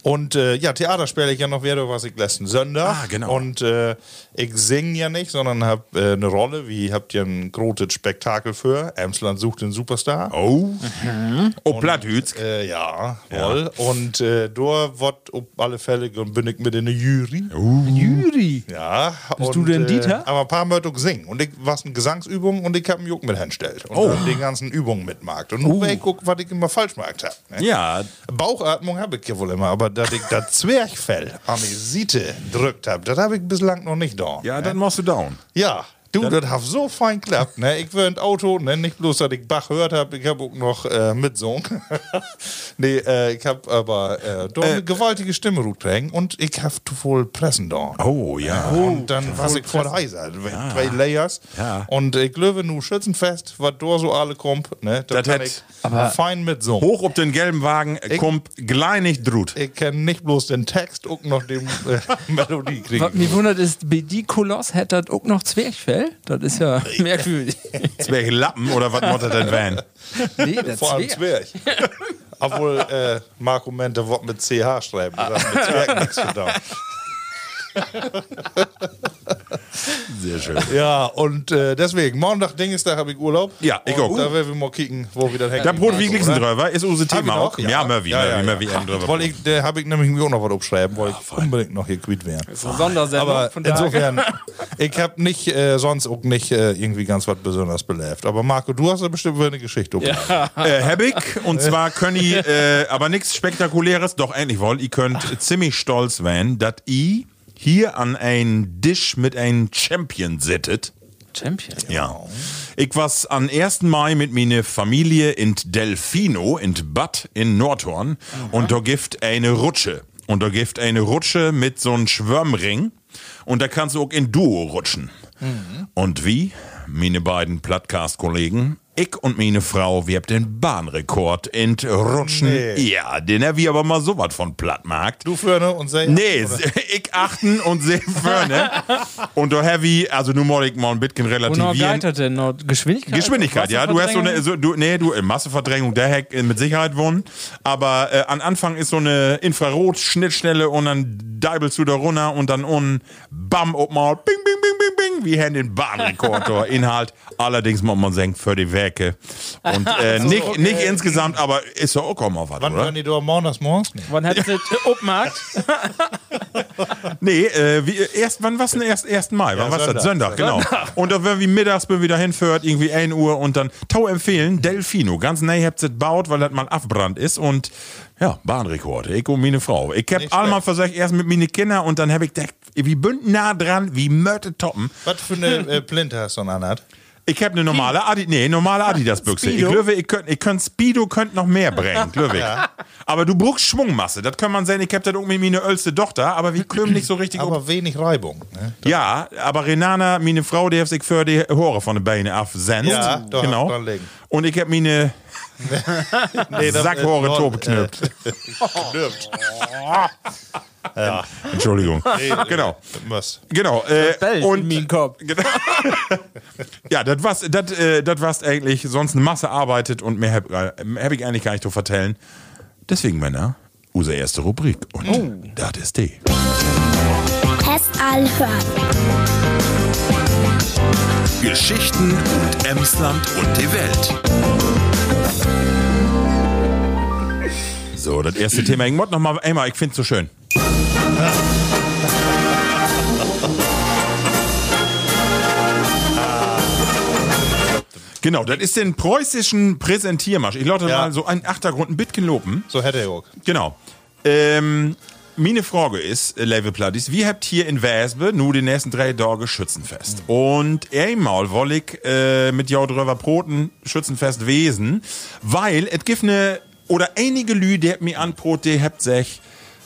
Speaker 3: Und äh, ja, Theater spiele ich ja noch wieder, was ich letzten Sonntag.
Speaker 2: Ah, genau.
Speaker 3: Und äh, ich singe ja nicht, sondern habe äh, eine Rolle, wie habt ihr ein großes Spektakel für? Emsland sucht den Superstar.
Speaker 2: Oh.
Speaker 3: Mhm.
Speaker 2: Oh, Plattütz.
Speaker 3: Äh, ja, wohl. Und äh, da wird auf alle Fälle und bin ich mit in der Jury.
Speaker 2: Uh.
Speaker 4: Jüri.
Speaker 3: Ja.
Speaker 4: Bist
Speaker 3: und,
Speaker 4: du denn Dieter?
Speaker 3: Äh, aber ein paar Mal doch singen. Und ich war eine Gesangsübung und ich habe einen Juck mit hinstellt.
Speaker 2: Oh.
Speaker 3: Und dann die ganzen Übungen mitmacht. Und nur ich guck, was ich immer falsch gemacht habe. Ne?
Speaker 2: Uh. Ja,
Speaker 3: Bauchatmung habe ich ja wohl immer, aber dass ich das Zwerchfell an die Siete drückt habe, das habe ich bislang noch nicht da.
Speaker 2: ja, dann machst du down.
Speaker 3: Ja, Du, das hat so fein geklappt. Ne? Ich war ein Auto, ne? nicht bloß, dass ich Bach gehört habe, ich habe auch noch äh, mitgesungen. nee, äh, ich habe aber äh, doch eine gewaltige Stimme rutbringen und ich habe voll Pressen da.
Speaker 2: Oh, ja.
Speaker 3: und dann war ich voll heiser. also, Drei Layers.
Speaker 2: Ja.
Speaker 3: Und ich glaube, nur schützenfest, was da so alle kommt, ne? da
Speaker 2: Das
Speaker 3: kann
Speaker 2: hätt- Oh.
Speaker 3: ich fein mitsingen.
Speaker 2: Hoch ob den gelben Wagen kommt gleich nicht drut.
Speaker 3: Ich kenne nicht bloß den Text, auch noch die äh, Melodie kriegen.
Speaker 4: Was mich wundert ist, bei die Koloss hätte das auch noch Zwerchfell? Das ist ja merkwürdig.
Speaker 2: Zwerg Lappen oder was macht er denn Van?
Speaker 4: nee, das
Speaker 3: Vor allem Zwerg. Obwohl äh, Marco meint, der Wort mit CH schreiben. Das hat mit Zwerg nichts zu tun.
Speaker 2: Sehr schön.
Speaker 3: Ja, und äh, deswegen, Montag, Dienstag habe ich Urlaub.
Speaker 2: Ja, ich
Speaker 3: Und
Speaker 2: auch.
Speaker 3: Da werden wir mal kicken, wo wir dann hängen.
Speaker 2: Der Brot wie Glixen
Speaker 3: Oder?
Speaker 2: drüber ist unser
Speaker 3: Hab ich
Speaker 2: Thema auch.
Speaker 3: noch?
Speaker 2: Ja, Mervi,
Speaker 3: ja, ja,
Speaker 2: Mervi,
Speaker 3: ja.
Speaker 2: Mervi, M drüber.
Speaker 3: Weil ich, da habe ich nämlich mir auch noch was abschreiben, weil ich unbedingt noch hier quitt werden.
Speaker 4: ist eine Sondersendung.
Speaker 3: Aber
Speaker 4: von daher.
Speaker 3: insofern, ich habe nicht, äh, sonst auch nicht äh, irgendwie ganz was besonders belebt. Aber Marco, du hast ja bestimmt wieder eine Geschichte. Ja.
Speaker 2: äh, hab ich. Und zwar können ich, äh, aber nichts Spektakuläres, doch endlich wohl, ihr könnt ziemlich stolz werden, dass ihr hier an einen Tisch mit einem Champion sittet.
Speaker 4: Champion.
Speaker 2: Ja. Genau. Ich was am 1. Mai mit meine Familie in Delfino, in Bad in Nordhorn. Und da gibt eine Rutsche. Und da gibt eine Rutsche mit so einem Schwimmring. Und da kannst du auch in Duo rutschen. Und wie? Meine beiden Plattcast-Kollegen, ich und meine Frau, wir haben den Bahnrekord in Rutschen. Ja, den haben wir aber mal so was von plattmarkt.
Speaker 3: Du Förne und sei.
Speaker 2: Nee, ich achten und sehe vorne. und da heavy, also nur mal ich mal ein bisschen
Speaker 4: Und noch
Speaker 2: relativieren.
Speaker 4: geitert denn noch Geschwindigkeit? also
Speaker 2: Geschwindigkeit, ja. Du hast so eine,
Speaker 4: Wasserverdrängung?
Speaker 2: so, du, nee, du, äh, Masseverdrängung, der Heck äh, mit Sicherheit wohnen. Aber äh, an Anfang ist so eine Infrarot-Schnittstelle und dann deibelst du da runter und dann unten, bam, ob mal, bing, bing, bing, bing, bing, wie Hand in Bahnrekorder. Inhalt, allerdings muss man sagen, für die Werke. Und äh, nicht, nicht insgesamt, aber ist doch auch kaum auf was,
Speaker 3: Wann
Speaker 2: oder?
Speaker 3: können die da morgens morgens? Nee.
Speaker 4: Wann hättest du das äh, Upmarkt?
Speaker 2: Nee, äh, wie, erst, wann war's denn erst 1. Mai? Wann
Speaker 3: Ja,
Speaker 2: war's das? Sonntag,
Speaker 3: Sonntag.
Speaker 2: genau. Und dann, wenn wir mittags bin wieder hinfährt, irgendwie 1 Uhr und dann Tau empfehlen, Delfino. Ganz neu habt ihr baut, weil das mal abbrand ist und ja, Bahnrekord. Ich und meine Frau. Ich hab
Speaker 3: Nicht
Speaker 2: einmal
Speaker 3: schlecht.
Speaker 2: versucht, erst mit meine Kinder und dann hab ich gedacht, wie bünd nah dran, wie Mörte toppen.
Speaker 3: Was für eine äh, Plinte hast du an hat?
Speaker 2: Ich hab eine normale Adi, nee, normale Adidas-Büchse. Ich
Speaker 4: Speedo.
Speaker 2: glaube, ich könnt, ich könnt Speedo könnt noch mehr bringen, glaube ich. Aber du brauchst Schwungmasse. Das kann man sehen. Ich hab das irgendwie meine älteste Tochter, aber wir können nicht so richtig um
Speaker 3: Aber wenig Reibung. Ne?
Speaker 2: ja, aber Renana, meine Frau, die hat sich für die Haare von den Beinen absenzt.
Speaker 3: Ja, da
Speaker 2: genau.
Speaker 3: dran legen.
Speaker 2: Und ich habe meine Sackhaare tobknöpft.
Speaker 3: Knirpt.
Speaker 2: Entschuldigung. genau.
Speaker 3: Was?
Speaker 2: Genau. Äh,
Speaker 4: Und
Speaker 2: und
Speaker 4: mein Kopf.
Speaker 2: ja, das war's, das, äh, das war's eigentlich. Sonst eine Masse arbeitet und mehr habe hab ich eigentlich gar nicht zu vertellen. Deswegen, Männer, unsere erste Rubrik. Und das ist die.
Speaker 1: Test Alpha.
Speaker 2: Geschichten und Emsland und die Welt. So, das erste Thema. Ich noch mal, einmal, ich find's so schön. Genau, das ist den preußischen Präsentiermarsch. Ich laute
Speaker 3: Ja.
Speaker 2: mal so einen Achtergrund ein bisschen loben.
Speaker 3: So hätte er auch.
Speaker 2: Genau. Ähm, meine Frage ist, äh, liebe Plattis, wir habt hier in Wäsbe nur die nächsten drei Tage Schützenfest. Und einmal woll ich äh, mit jou drüber broten Schützenfest wesen, weil et gibt ne, oder einige Lü, die habt mir anbrot, die habt sech,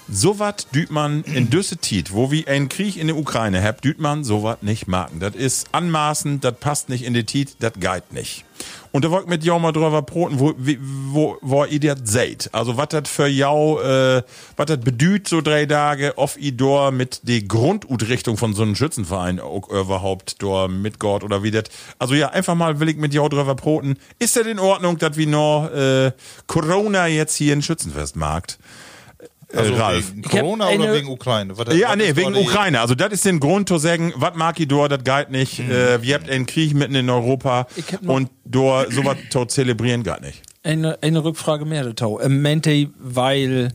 Speaker 2: so wat düht man in Düssetit, wo wie ein Krieg in der Ukraine habt, düht man so wat nicht marken. Das ist anmaßend, das passt nicht in die Tit, das geht nicht. Und da wollt ich mit jou mal drüber broten, wo, wie- wo, wo ihr das seht. Also was das für jou, äh, was das bedüht so drei Tage auf i dor mit der Grundutrichtung von so einem Schützenverein auch überhaupt dor mit Gott oder wie das. Also ja, einfach mal will ich mit jou drüber broten. Ist das in Ordnung, dass wir noch äh, Corona jetzt hier in Schützenfest markt? Äh,
Speaker 3: Also
Speaker 2: Ralf.
Speaker 3: wegen
Speaker 4: Ich hab
Speaker 3: Corona
Speaker 4: eine-
Speaker 3: oder wegen Ukraine? Was-
Speaker 2: Ja,
Speaker 3: was
Speaker 2: nee,
Speaker 3: ist
Speaker 2: wegen
Speaker 3: da die-
Speaker 2: Ukraine. Also das ist den Grund zu sagen, was mag ich dort, das geht nicht.
Speaker 3: Hm.
Speaker 2: Äh, wir habt einen Krieg mitten in Europa
Speaker 4: Ich hab noch-
Speaker 2: und dort sowas zu zelebrieren geht nicht.
Speaker 4: Eine, eine Rückfrage mehr, der Tau. Ähm, meint ihr, weil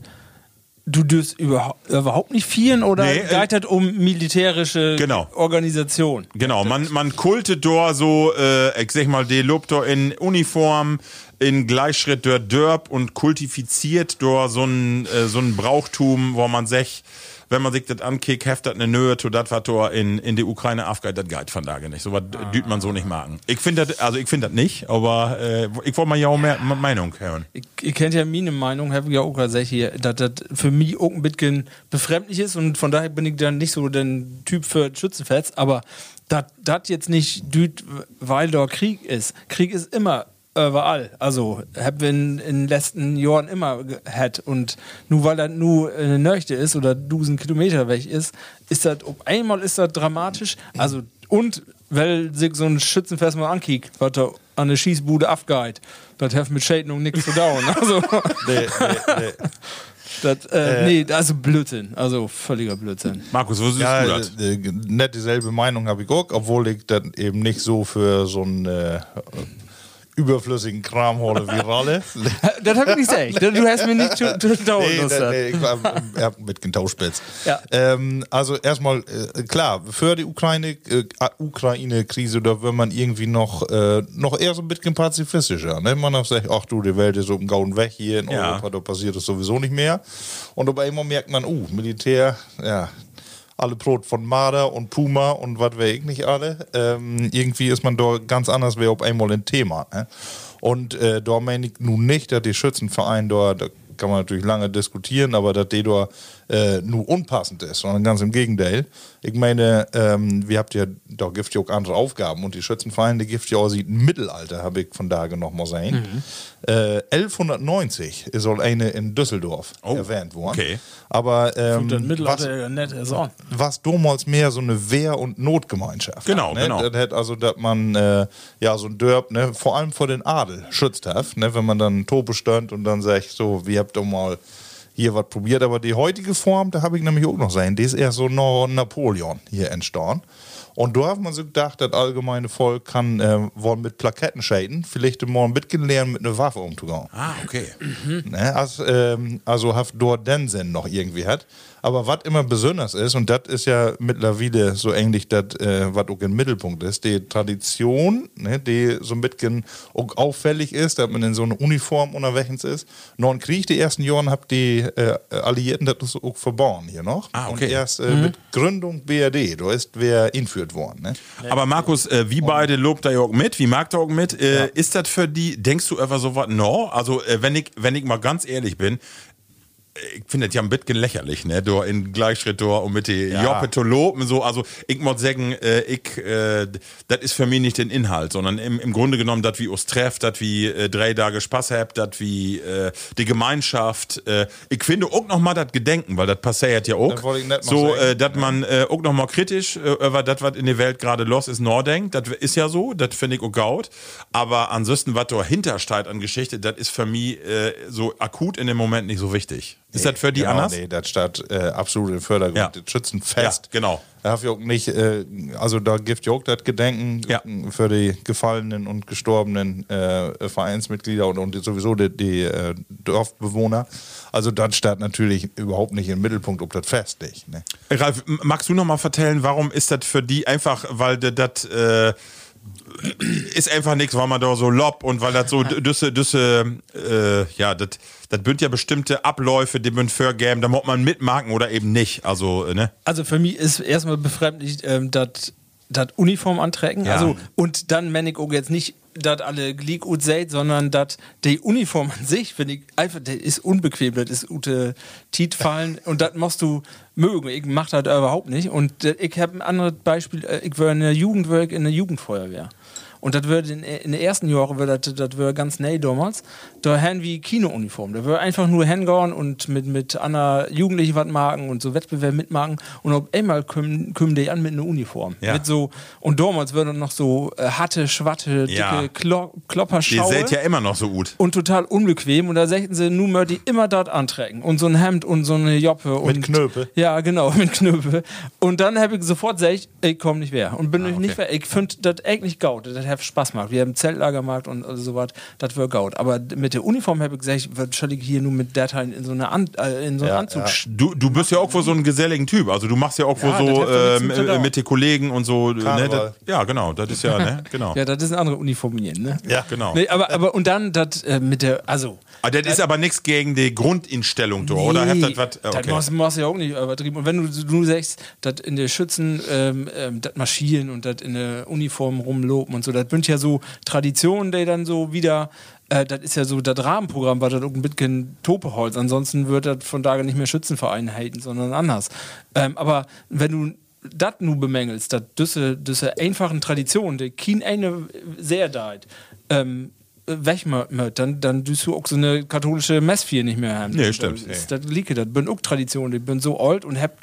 Speaker 4: du dürfst überha überhaupt nicht vieren oder
Speaker 2: Nee,
Speaker 4: nee,
Speaker 2: äh,
Speaker 4: geitert um militärische
Speaker 2: Genau.
Speaker 4: Organisation?
Speaker 2: Genau, man, man kultet dort so, äh, ich sag mal, die lobt dort in Uniform, in Gleichschritt dort Dörp und kultifiziert dort so ein äh, so ein Brauchtum, wo man sagt, wenn man sich das ankickt, heftet eine Nöhe zu das, was da in, in der Ukraine aufgeht, das geht von daher nicht. So was
Speaker 3: Ah.
Speaker 2: düht man so nicht machen. Ich finde das, also ich finde das nicht, aber äh, ich wollte mal ja auch mehr me- Meinung hören.
Speaker 4: Ich- Ihr kennt ja meine Meinung, habe ich ja auch gesagt hier, dass das für mich auch ein bisschen befremdlich ist und von daher bin ich dann nicht so der Typ für Schützenfest, aber das das jetzt nicht düt, weil da Krieg ist. Krieg ist immer überall. Also haben wir in, in den letzten Jahren immer gehabt und nur weil das nur eine Nöchte ist oder dusen Kilometer weg ist, ist das, auf einmal ist das dramatisch. Also und weil sich so ein Schützenfest mal ankickt, was da an der Schießbude abgeht, das hat mit Schädigung nichts zu dauern. Also,
Speaker 3: Nee, nee, nee.
Speaker 4: das, äh, nee, also Blödsinn. Also völliger Blödsinn.
Speaker 2: Markus, wo siehst
Speaker 3: Ja,
Speaker 2: du
Speaker 3: äh,
Speaker 2: das?
Speaker 3: äh, nicht dieselbe Meinung habe ich auch, obwohl ich dann eben nicht so für so einen äh, überflüssigen Kram hole wie Ralle.
Speaker 4: Das hab ich nicht gesagt. Du hast mir nicht zu, zu dauern
Speaker 3: Nee,
Speaker 4: lassen.
Speaker 3: da- nee, ich war ich hab mit Gentauspitz.
Speaker 4: Genau, Ja.
Speaker 3: Ähm, also erstmal, äh, klar, für die Ukraine, äh, Ukraine-Krise, da wird man irgendwie noch, äh, noch eher so ein bisschen pazifistischer. Ne? Man hat gesagt, ach du, die Welt ist oben gaun weg hier in
Speaker 2: Ja.
Speaker 3: Europa, da passiert es sowieso nicht mehr. Und auf einmal merkt man, uh, Militär, ja. Alle Brot von Marder und Puma und was weiß ich nicht alle. Ähm, irgendwie ist man da ganz anders, wäre auf einmal ein Thema. Ne? Und äh, da meine ich nun nicht, dass die Schützenverein da, da kann man natürlich lange diskutieren, aber dass die da äh, nur unpassend ist, sondern ganz im Gegenteil. Ich meine, ähm, wir habt ja, da gibt ja auch andere Aufgaben und die Schützenvereine, die gibt ja auch sieht Mittelalter, habe ich von da noch mal sein.
Speaker 2: Mhm.
Speaker 3: Äh, 1190 soll eine in Düsseldorf
Speaker 2: Oh,
Speaker 3: erwähnt worden.
Speaker 2: okay.
Speaker 3: Aber ähm,
Speaker 4: Das
Speaker 3: was,
Speaker 4: Mittelalter, nett also. ist auch.
Speaker 3: was damals mehr so eine Wehr- und Notgemeinschaft.
Speaker 2: Genau,
Speaker 3: ne?
Speaker 2: genau.
Speaker 3: Das hätte also, dass man äh, ja so ein Dörp, ne, vor allem vor den Adel schützt hat, ne, wenn man dann Tobe stand und dann sagt, so, wir habt doch mal hier was probiert, aber die heutige Form, da habe ich nämlich auch noch sein, die ist eher so nach Napoleon hier entstanden. Und da hat man so gedacht, das allgemeine Volk kann äh, wollen mit Plaketten schäden, vielleicht mal ein bisschen lernen, mit einer Waffe umzugehen.
Speaker 2: Ah, okay.
Speaker 3: Ne? Also, ähm, also haft dort den Sinn noch irgendwie hat. Aber was immer besonders ist, und das ist ja mittlerweile so ähnlich das, äh, was auch im Mittelpunkt ist, die Tradition, ne, die so ein bisschen auch auffällig ist, dass man in so einer Uniform unterwegs ist. Noch im Krieg, die ersten Jahren, habt die äh, Alliierten das auch verborgen hier noch.
Speaker 2: Ah,
Speaker 3: Und
Speaker 2: okay.
Speaker 3: erst äh, mit Gründung BRD, da ist wer inführt worden. Ne?
Speaker 2: Aber Markus, äh, wie beide lobt der Jörg mit, wie mag der Jörg mit? Äh, Ist das für die, denkst du etwa so was? No, also äh, wenn ich, wenn ich mal ganz ehrlich bin, äh, ich finde das ja ein bisschen lächerlich, ne? Du in Gleichschritt du und mit die
Speaker 3: Ja.
Speaker 2: Joppe zu loben, so. Also ich muss sagen, äh, ich, äh, das ist für mich nicht den Inhalt, sondern im, im Grunde genommen, das wie uns trefft, das wie äh, drei Tage Spaß habt, das wie äh, die Gemeinschaft. Äh, ich finde auch nochmal das Gedenken, weil das passiert ja auch.
Speaker 3: Das wollte ich nicht mal
Speaker 2: so,
Speaker 3: sagen.
Speaker 2: äh, dass man äh, auch nochmal kritisch äh, über das, was in der Welt gerade los ist, nachdenkt. Das ist ja so, das finde ich auch gaut. Aber ansonsten, was dahinter steht an Geschichte, das ist für mich äh, so akut in dem Moment nicht so wichtig. Ist das für die
Speaker 3: genau,
Speaker 2: anders?
Speaker 3: Nee, das steht äh, absolut im Fördergrund.
Speaker 2: Ja.
Speaker 3: Das Schützenfest.
Speaker 2: Ja, genau.
Speaker 3: Da darf ich auch nicht, äh, also da gibt ja auch das Gedenken
Speaker 2: Ja.
Speaker 3: für die gefallenen und gestorbenen äh, Vereinsmitglieder und, und sowieso die, die äh, Dorfbewohner. Also das steht natürlich überhaupt nicht im Mittelpunkt, ob das Fest nicht. Ne?
Speaker 2: Ralf, m- magst du nochmal vertellen, warum ist das für die einfach, weil das äh, ist einfach nichts, weil man da so lob und weil das so d- düsse, düsse, äh, ja, das bünd ja bestimmte Abläufe, die bünd vergeben, da muss man mitmachen oder eben nicht. Also, äh, ne?
Speaker 4: Also für mich ist erstmal befremdlich, ähm, dass das Uniform anträgen.
Speaker 2: Ja.
Speaker 4: Also, und dann meine ich auch jetzt nicht, dass alle Glied und seht, sondern dass die Uniform an sich, finde ich, einfach, das ist unbequem, das ist gute Tiet fallen und das musst du mögen. Ich mach das überhaupt nicht. Und äh, ich habe ein anderes Beispiel, äh, ich war in der Jugendwerk, in der Jugendfeuerwehr. Und das würde in, äh, in den ersten Jahren, wär das, das wär ganz neu damals, da haben wir Kinouniform. Da würde einfach nur hingehen und mit, mit einer Jugendlichen was machen und so Wettbewerb mitmachen. Und auf einmal kommen, kommen die an mit einer Uniform.
Speaker 2: Ja.
Speaker 4: Mit so, und damals würde noch so äh, hatte, schwatte, dicke
Speaker 2: Ja.
Speaker 4: Klo
Speaker 2: Ihr
Speaker 4: Klopperschaue
Speaker 2: seht ja immer noch so gut.
Speaker 4: und total unbequem. Und da sagten sie, nun möchte ich immer dort anträgen. Und so ein Hemd und so eine Joppe. Und,
Speaker 3: Knöpfe.
Speaker 4: Ja, genau, mit
Speaker 2: Ah,
Speaker 4: Knöpfe. Und dann habe ich sofort gesagt, ich komme nicht mehr. Und bin nicht weg. Ich finde das echt nicht gaut. Das heft Spaß macht. Wir haben Zeltlagermarkt und also so was, das wird gut. Aber mit der Uniform habe ich gesagt, ich würde hier nur mit der Teil in so, eine An äh, in so einen
Speaker 3: Ja,
Speaker 4: Anzug
Speaker 3: ja.
Speaker 4: sch-
Speaker 2: Du, du bist ja auch wohl so ein geselligen Typ. Also du machst ja auch wohl
Speaker 4: Ja, das
Speaker 2: so
Speaker 4: hat ja nichts
Speaker 2: ähm,
Speaker 4: mit zu
Speaker 2: äh,
Speaker 4: tun.
Speaker 2: mit den Kollegen und so. Ne, das,
Speaker 3: Karneval.
Speaker 2: ja, genau. Das ist ja, ne? Genau.
Speaker 4: Ja, das ist ein anderer Uniformieren, ne?
Speaker 2: Ja, genau.
Speaker 4: Nee, aber, aber und dann das äh, mit der, also.
Speaker 2: Ah, das ist aber nichts gegen die Grundinstellung, du, oder? Habt das was?
Speaker 4: Das
Speaker 2: Okay.
Speaker 4: machst, machst du ja auch nicht übertrieben. Und wenn du, du sagst, dass in der Schützen ähm, ähm, das Marschieren und das in der Uniform rumloben und so, das sind ja so Traditionen, die dann so wieder, äh, das ist ja so das Rahmenprogramm, war das auch ein bisschen Topeholz. Ansonsten wird das von daher nicht mehr Schützenverein halten, sondern anders. Ähm, aber wenn du das nur bemängelst, dass diese, diese einfachen Traditionen, die kein eine sehr da ist, ähm, wegmört, dann, dann düst du auch so eine katholische Messfeier nicht mehr haben.
Speaker 2: Nee, stimmt.
Speaker 4: Das, das liegt, das bin auch Tradition. Ich bin so alt und hab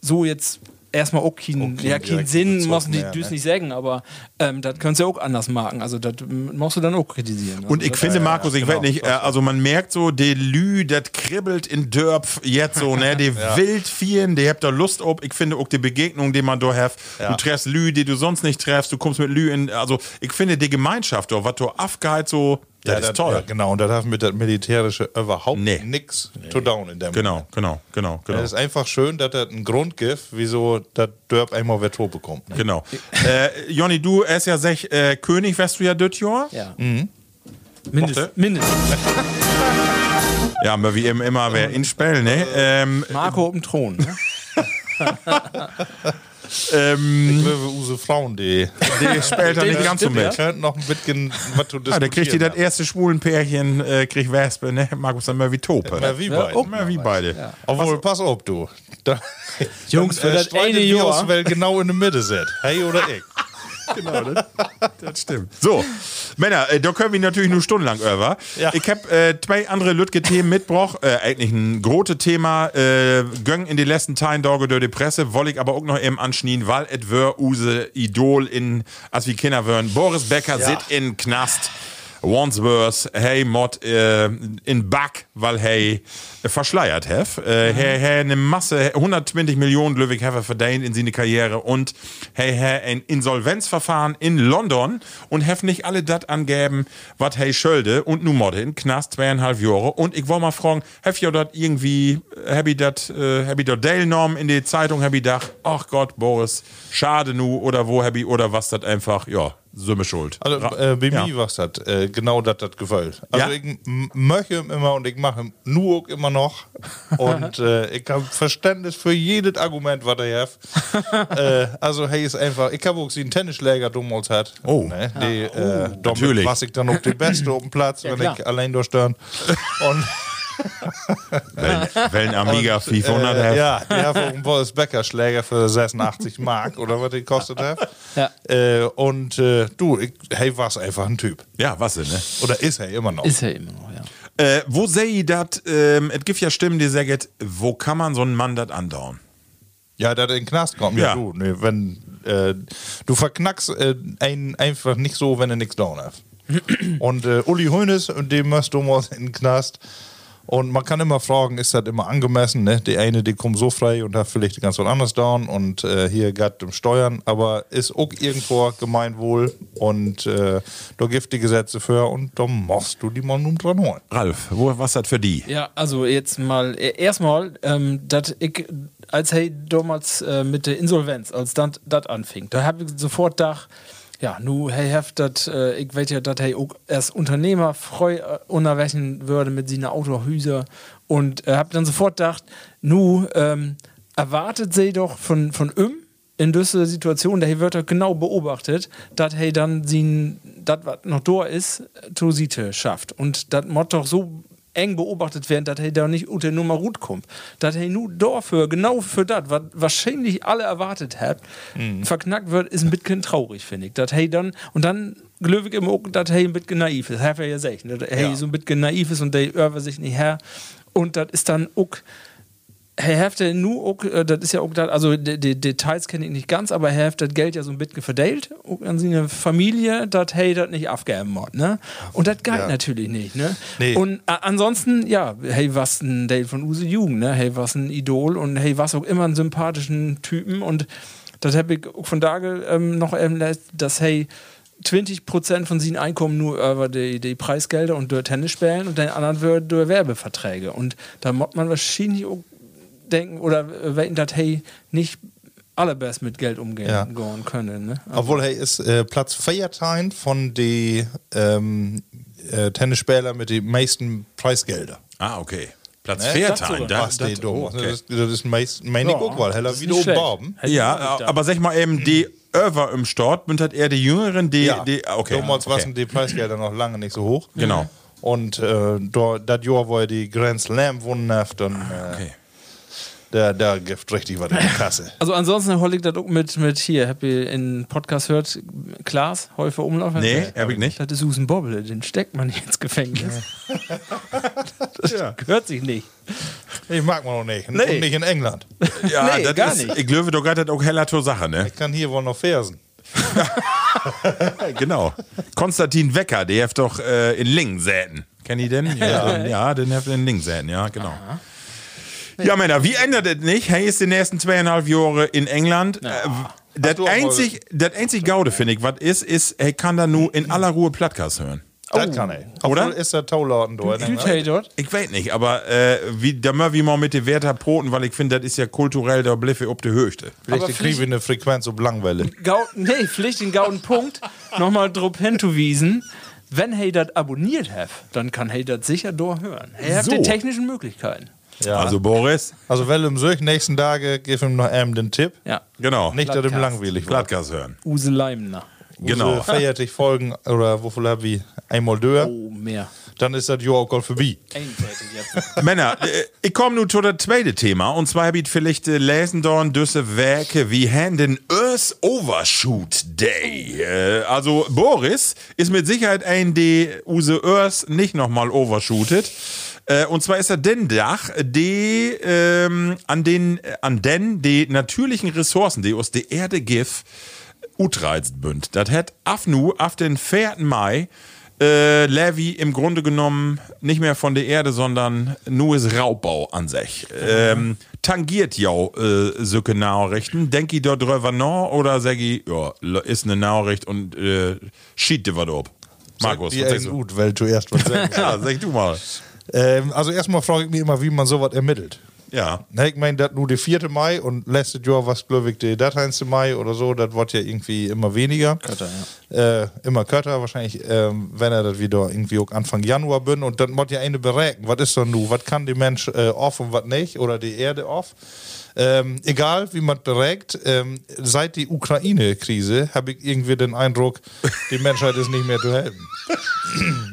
Speaker 4: so jetzt erstmal auch keinen
Speaker 3: keinen
Speaker 4: ja, keinen
Speaker 3: direkten
Speaker 4: Sinn,
Speaker 3: Bezug
Speaker 4: muss ich
Speaker 3: mehr, ne?
Speaker 4: nicht sagen, aber ähm, das kannst du ja auch anders machen. Also das m- musst du dann auch kritisieren.
Speaker 2: Und
Speaker 4: also,
Speaker 2: ich finde, Markus, ich weiß nicht, äh, also man merkt so, die Lü, das kribbelt in Dörpf jetzt so, ne? Die wild vielen, die habt da Lust ob. Ich finde auch die Begegnung, die man da hat.
Speaker 3: Ja.
Speaker 2: Du treffst Lü, die du sonst nicht treffst. Du kommst mit Lü in, also ich finde die Gemeinschaft, da, was du aufgeheizt so, das
Speaker 3: Ja,
Speaker 2: ist
Speaker 3: dat-
Speaker 2: toll.
Speaker 3: Ja, genau, und das hat mit das Militärische überhaupt
Speaker 2: Nee.
Speaker 3: nix to down in dem.
Speaker 2: Genau, genau, genau, genau.
Speaker 3: Es ist einfach schön, dass das einen Grund gibt, wieso das Dörp einmal Veto bekommt. Ne?
Speaker 2: Genau. äh, Jonny, du, er ist ja sech, äh, König, wärst du ja das Jahr?
Speaker 4: Ja. Mindest,
Speaker 2: Mochte?
Speaker 4: mindestens.
Speaker 2: Ja, aber wie eben immer, wer in Spell, ne? Ähm,
Speaker 4: Marco auf dem Thron. Ne?
Speaker 2: ähm,
Speaker 3: Ich will Use Frauen, die,
Speaker 2: der spielt da nicht ganz so
Speaker 3: die
Speaker 2: mit.
Speaker 3: könnten noch ein bisschen was zu diskutieren.
Speaker 2: Ja, der kriegt die das
Speaker 3: haben.
Speaker 2: erste schwulen Pärchen, äh, kriegt Wespe, ne? Markus dann mal wie Tope.
Speaker 3: Immer wie
Speaker 4: Ja,
Speaker 3: beide.
Speaker 4: oh.
Speaker 2: Mal wie beide. Ja.
Speaker 3: Obwohl, pass auf, du. Da, Äh,
Speaker 4: Jungs, wenn das
Speaker 3: streitet
Speaker 4: eine
Speaker 3: wir
Speaker 4: Jahr-
Speaker 3: uns, wer genau in der Mitte sitzt. Hey oder ich.
Speaker 2: Das stimmt. So, Männer, äh, da können wir natürlich nur stundenlang über.
Speaker 3: Ja.
Speaker 2: Ich habe äh, zwei andere lütge Themen mitgebracht. Äh, eigentlich ein großes Thema. Äh, Gönn in die letzten Teilen Dorge durch die Presse. Woll ich aber auch noch eben anschnien, weil et wör use Idol in, als wie Kinder wören. Boris Becker sit in Knast. Wandsworth, hey Mod äh, in Back, weil hey äh, verschleiert hef. Äh, Hey, hey, eine Masse, 120 Millionen Löwig Heffer verdient in seine Karriere und hey, hey, ein Insolvenzverfahren in London und hef nicht alle dat angeben, wat hey Schölde und nu Modde in Knast zweieinhalb Jahre. Und ich wollte mal fragen, hef ihr dat irgendwie, hab ich dat, äh, hab ich dat teilgenommen in die Zeitung, hab ich gedacht, ach Gott, Boris, schade nu oder wo hab ich, oder was dat einfach, ja, Summe schuld.
Speaker 3: Also
Speaker 2: Ra-
Speaker 3: äh, bei
Speaker 2: ja.
Speaker 3: mir was das, äh, genau das das gefällt. Also
Speaker 2: Ja.
Speaker 3: ich m- möchte ihm immer und ich mache ihm nur auch immer noch. Und äh, ich habe Verständnis für jedes Argument, was er hat. äh, also hey, ist einfach, ich habe auch den Tennisschläger damals hat.
Speaker 2: Oh.
Speaker 3: Ne? Die, äh, damit
Speaker 2: Natürlich.
Speaker 3: Was ich dann auch die Beste auf dem Platz, wenn
Speaker 4: klar.
Speaker 3: ich allein durchstören. Und
Speaker 2: Wellen, Wellen Amiga 500
Speaker 3: äh,
Speaker 2: Heft.
Speaker 3: Ja, die haben einen Boris Becker Schläger für 86 Mark oder was die kostet hat.
Speaker 4: Ja.
Speaker 3: Äh, und äh, du, ich, hey, war's einfach ein Typ.
Speaker 2: Ja, was denn, ne?
Speaker 3: Oder ist er immer noch.
Speaker 4: Ist ja immer noch, ja.
Speaker 2: Äh, wo sehe ich das? Ähm, es gibt ja Stimmen, die sagen, wo kann man so einen Mann das andauen?
Speaker 3: Ja, der in den Knast kommt. Ja,
Speaker 2: Ja.
Speaker 3: du, nee, wenn äh, du verknackst äh, einen einfach nicht so, wenn er nichts down hat. und äh, Uli Hoeneß, und dem musst du mal in den Knast. Und man kann immer fragen, ist das immer angemessen? Ne? Die eine, die kommt so frei und hat vielleicht ganz was anderes down und äh, hier gerade im Steuern, aber ist auch irgendwo Gemeinwohl und äh, da gibt die Gesetze für und da musst du die mal nun dran holen.
Speaker 2: Ralf, wo, was das für die?
Speaker 4: Ja, also jetzt mal, e- erstmal, ähm, dass ich, als hey damals äh, mit der Insolvenz, als das anfing, da habe ich sofort gedacht, ja, nu, hey, heft, dat, äh, ich weiß ja, dass hey auch als Unternehmer freu äh, unterwechen würde mit seiner Autohüse und äh, habe dann sofort gedacht, nu, ähm, erwartet sie doch von, von ihm, in dieser Situation, der wird doch genau beobachtet, dass hey dann sie das, was noch da ist, zu Siete schafft. Und das muss doch so eng beobachtet werden, dass hey da nicht unter Nummer gut kommt. Dass hey nur dafür, genau für das, was wahrscheinlich alle erwartet hat, verknackt wird, ist ein bisschen traurig, finde ich. Dass hey dann, und dann Glöwig im Ocken, dass hey ein bisschen naiv ist. Hat er ja gesagt, dass hey
Speaker 3: Ja.
Speaker 4: so ein bisschen naiv ist und der über sich nicht her. Und das ist dann auch Herr Hefte, nu, ook, äh, das ist ja auch, dat, also die, die Details kenne ich nicht ganz, aber Herr Hefte, das Geld ja so ein bisschen verdeilt ook an seine Familie, dat hey, das nicht abgeben wird, ne? Und das galt
Speaker 3: Ja.
Speaker 4: natürlich nicht, ne?
Speaker 3: Nee.
Speaker 4: Und a- ansonsten, ja, hey, was ein Date von Use Jugend, ne? Hey, was ein Idol und hey, was auch immer einen sympathischen Typen und das habe ich auch von da ähm, noch eben, dass hey, 20% von seinem Einkommen nur über die, die Preisgelder und durch Tennis spielen und den anderen wird durch Werbeverträge. Und da muss man wahrscheinlich auch denken oder äh, wetten, dass hey nicht allerbest mit Geld umgehen
Speaker 3: Ja.
Speaker 4: gehen können. Ne?
Speaker 3: Obwohl, hey, ist äh, Platz 14 von den ähm, äh, Tennisspielern mit den meisten Preisgelder.
Speaker 2: Ah, okay. Platz
Speaker 3: Ne?
Speaker 2: 14.
Speaker 4: Das
Speaker 2: da-
Speaker 3: Was
Speaker 2: da-
Speaker 3: die dumm.
Speaker 2: oh, okay.
Speaker 3: Das, das ist meist, meine ich auch, weil heller
Speaker 4: das ist
Speaker 3: wie
Speaker 4: nicht
Speaker 3: du
Speaker 4: schlecht.
Speaker 3: Baben.
Speaker 4: Hätte Also ich hm. auch
Speaker 2: Ja,
Speaker 4: nicht
Speaker 2: aber sag mal eben, die Över im Stort bündelt eher die Jüngeren, die. die okay.
Speaker 3: Damals
Speaker 2: okay.
Speaker 3: waren die Preisgelder noch lange nicht so hoch.
Speaker 2: Genau.
Speaker 3: Und äh, da- das Jahr, wo er die Grand Slam gewonnen hat, dann, äh,
Speaker 2: Ah, Okay.
Speaker 3: da, da gibt richtig was in die Kasse.
Speaker 4: Also ansonsten hol ich das auch mit, mit hier, habt ihr in Podcast hört, Klaas, Häufer Umlauf?
Speaker 2: Nee,
Speaker 4: Hat-
Speaker 2: hab ich nicht.
Speaker 4: Das ist Susan Bobble, den steckt man hier ins Gefängnis. das gehört sich nicht.
Speaker 3: Ich mag man noch nicht.
Speaker 4: Nee.
Speaker 3: Und nicht in England.
Speaker 2: Ja,
Speaker 4: Nee,
Speaker 2: das
Speaker 4: gar
Speaker 2: ist,
Speaker 4: nicht.
Speaker 2: Ich glaube, du hat auch heller zur Sache, ne?
Speaker 3: Ich kann hier wohl noch versen.
Speaker 2: genau. Konstantin Wecker, der hat doch äh, in Lingen säten. Kennt ihr den? Ja, den, ja, den hat in Lingen säten, ja, genau. Ja, Männer, wie ändert das nicht? Hey, ist die nächsten zweieinhalb Jahre in England. Äh, das,
Speaker 3: du auch
Speaker 2: einzig, das einzig Gaude, finde ich, was ist, ist, er kann da nur in aller Ruhe Plattcast hören.
Speaker 3: Das kann ich.
Speaker 2: Oh. Oder?
Speaker 3: Obwohl ist der Tauladen dort. ne? in England.
Speaker 4: Hey, dort.
Speaker 2: Ich weiß nicht, aber äh, wie, da mal wie mal mit den Werther Poten, weil ich finde, das ist ja kulturell der Bliffe ob der Höchste.
Speaker 3: Vielleicht kriegen wir eine Frequenz um Langwelle.
Speaker 4: Gau, nee, Pflicht den gauden Punkt, nochmal drauf hinzuwiesen. Wenn hey das abonniert hat, dann kann hey das sicher durchhören. Hey hat
Speaker 2: So.
Speaker 4: die technischen Möglichkeiten.
Speaker 3: Ja.
Speaker 2: Also Boris,
Speaker 3: Also wenn im solchen nächsten Tage gib ihm noch einem den Tipp.
Speaker 4: Ja,
Speaker 2: genau.
Speaker 3: Nicht, dass ihm
Speaker 4: Plattcast.
Speaker 3: langweilig wird.
Speaker 2: Plattcast hören.
Speaker 4: Use Leimner.
Speaker 2: Genau.
Speaker 3: Feiert dich Folgen oder wovon hab ich einmal durch,
Speaker 4: Oh, mehr.
Speaker 3: dann ist das Jahr auch gerade vorbei.
Speaker 4: Einseitig jetzt.
Speaker 2: Männer, äh, ich komme nun zu das zweite Thema. Und zwar habe ich vielleicht äh, lesen dorn düsse Werke wie Händen Earth Overshoot Day. Äh, also Boris ist mit Sicherheit ein, der Use Earth nicht nochmal overshootet. Äh, und zwar ist er den Dach, die ähm, an den, äh, an den, die natürlichen Ressourcen, die aus der Erde gif, utreizt bünd. Das hat af nu, af den 4. Mai, äh, Levi im Grunde genommen nicht mehr von der Erde, sondern nur ist Raubbau an sich. Ähm, tangiert ja äh, solche Nachrichten. Denk ich dort drüber nach oder sag ich, ja, lo- ist eine Nachricht und äh, schied dir was ab. Markus,
Speaker 3: Die
Speaker 2: was sagst
Speaker 3: ist
Speaker 2: du?
Speaker 3: gut, weil du erst was sagen willst.
Speaker 2: Ja, sag du mal.
Speaker 3: ähm, Also erstmal frage ich mich immer, wie man sowas ermittelt.
Speaker 2: Ja.
Speaker 3: Ne, Ich meine, das nur der 4. Mai und letztes Jahr war es, glaube ich, der 1. Mai oder so. Das wird ja irgendwie immer weniger. Kötter, ja. Äh, immer Kötter, wahrscheinlich, ähm, wenn er das wieder irgendwie auch Anfang Januar bin. Und dann wird ja eine berechnen. Was ist denn nun? Was kann der Mensch äh, off und was nicht? Oder die Erde off? Ähm, egal, wie man berechnet, ähm, seit die Ukraine-Krise habe ich irgendwie den Eindruck, die Menschheit ist nicht mehr zu helfen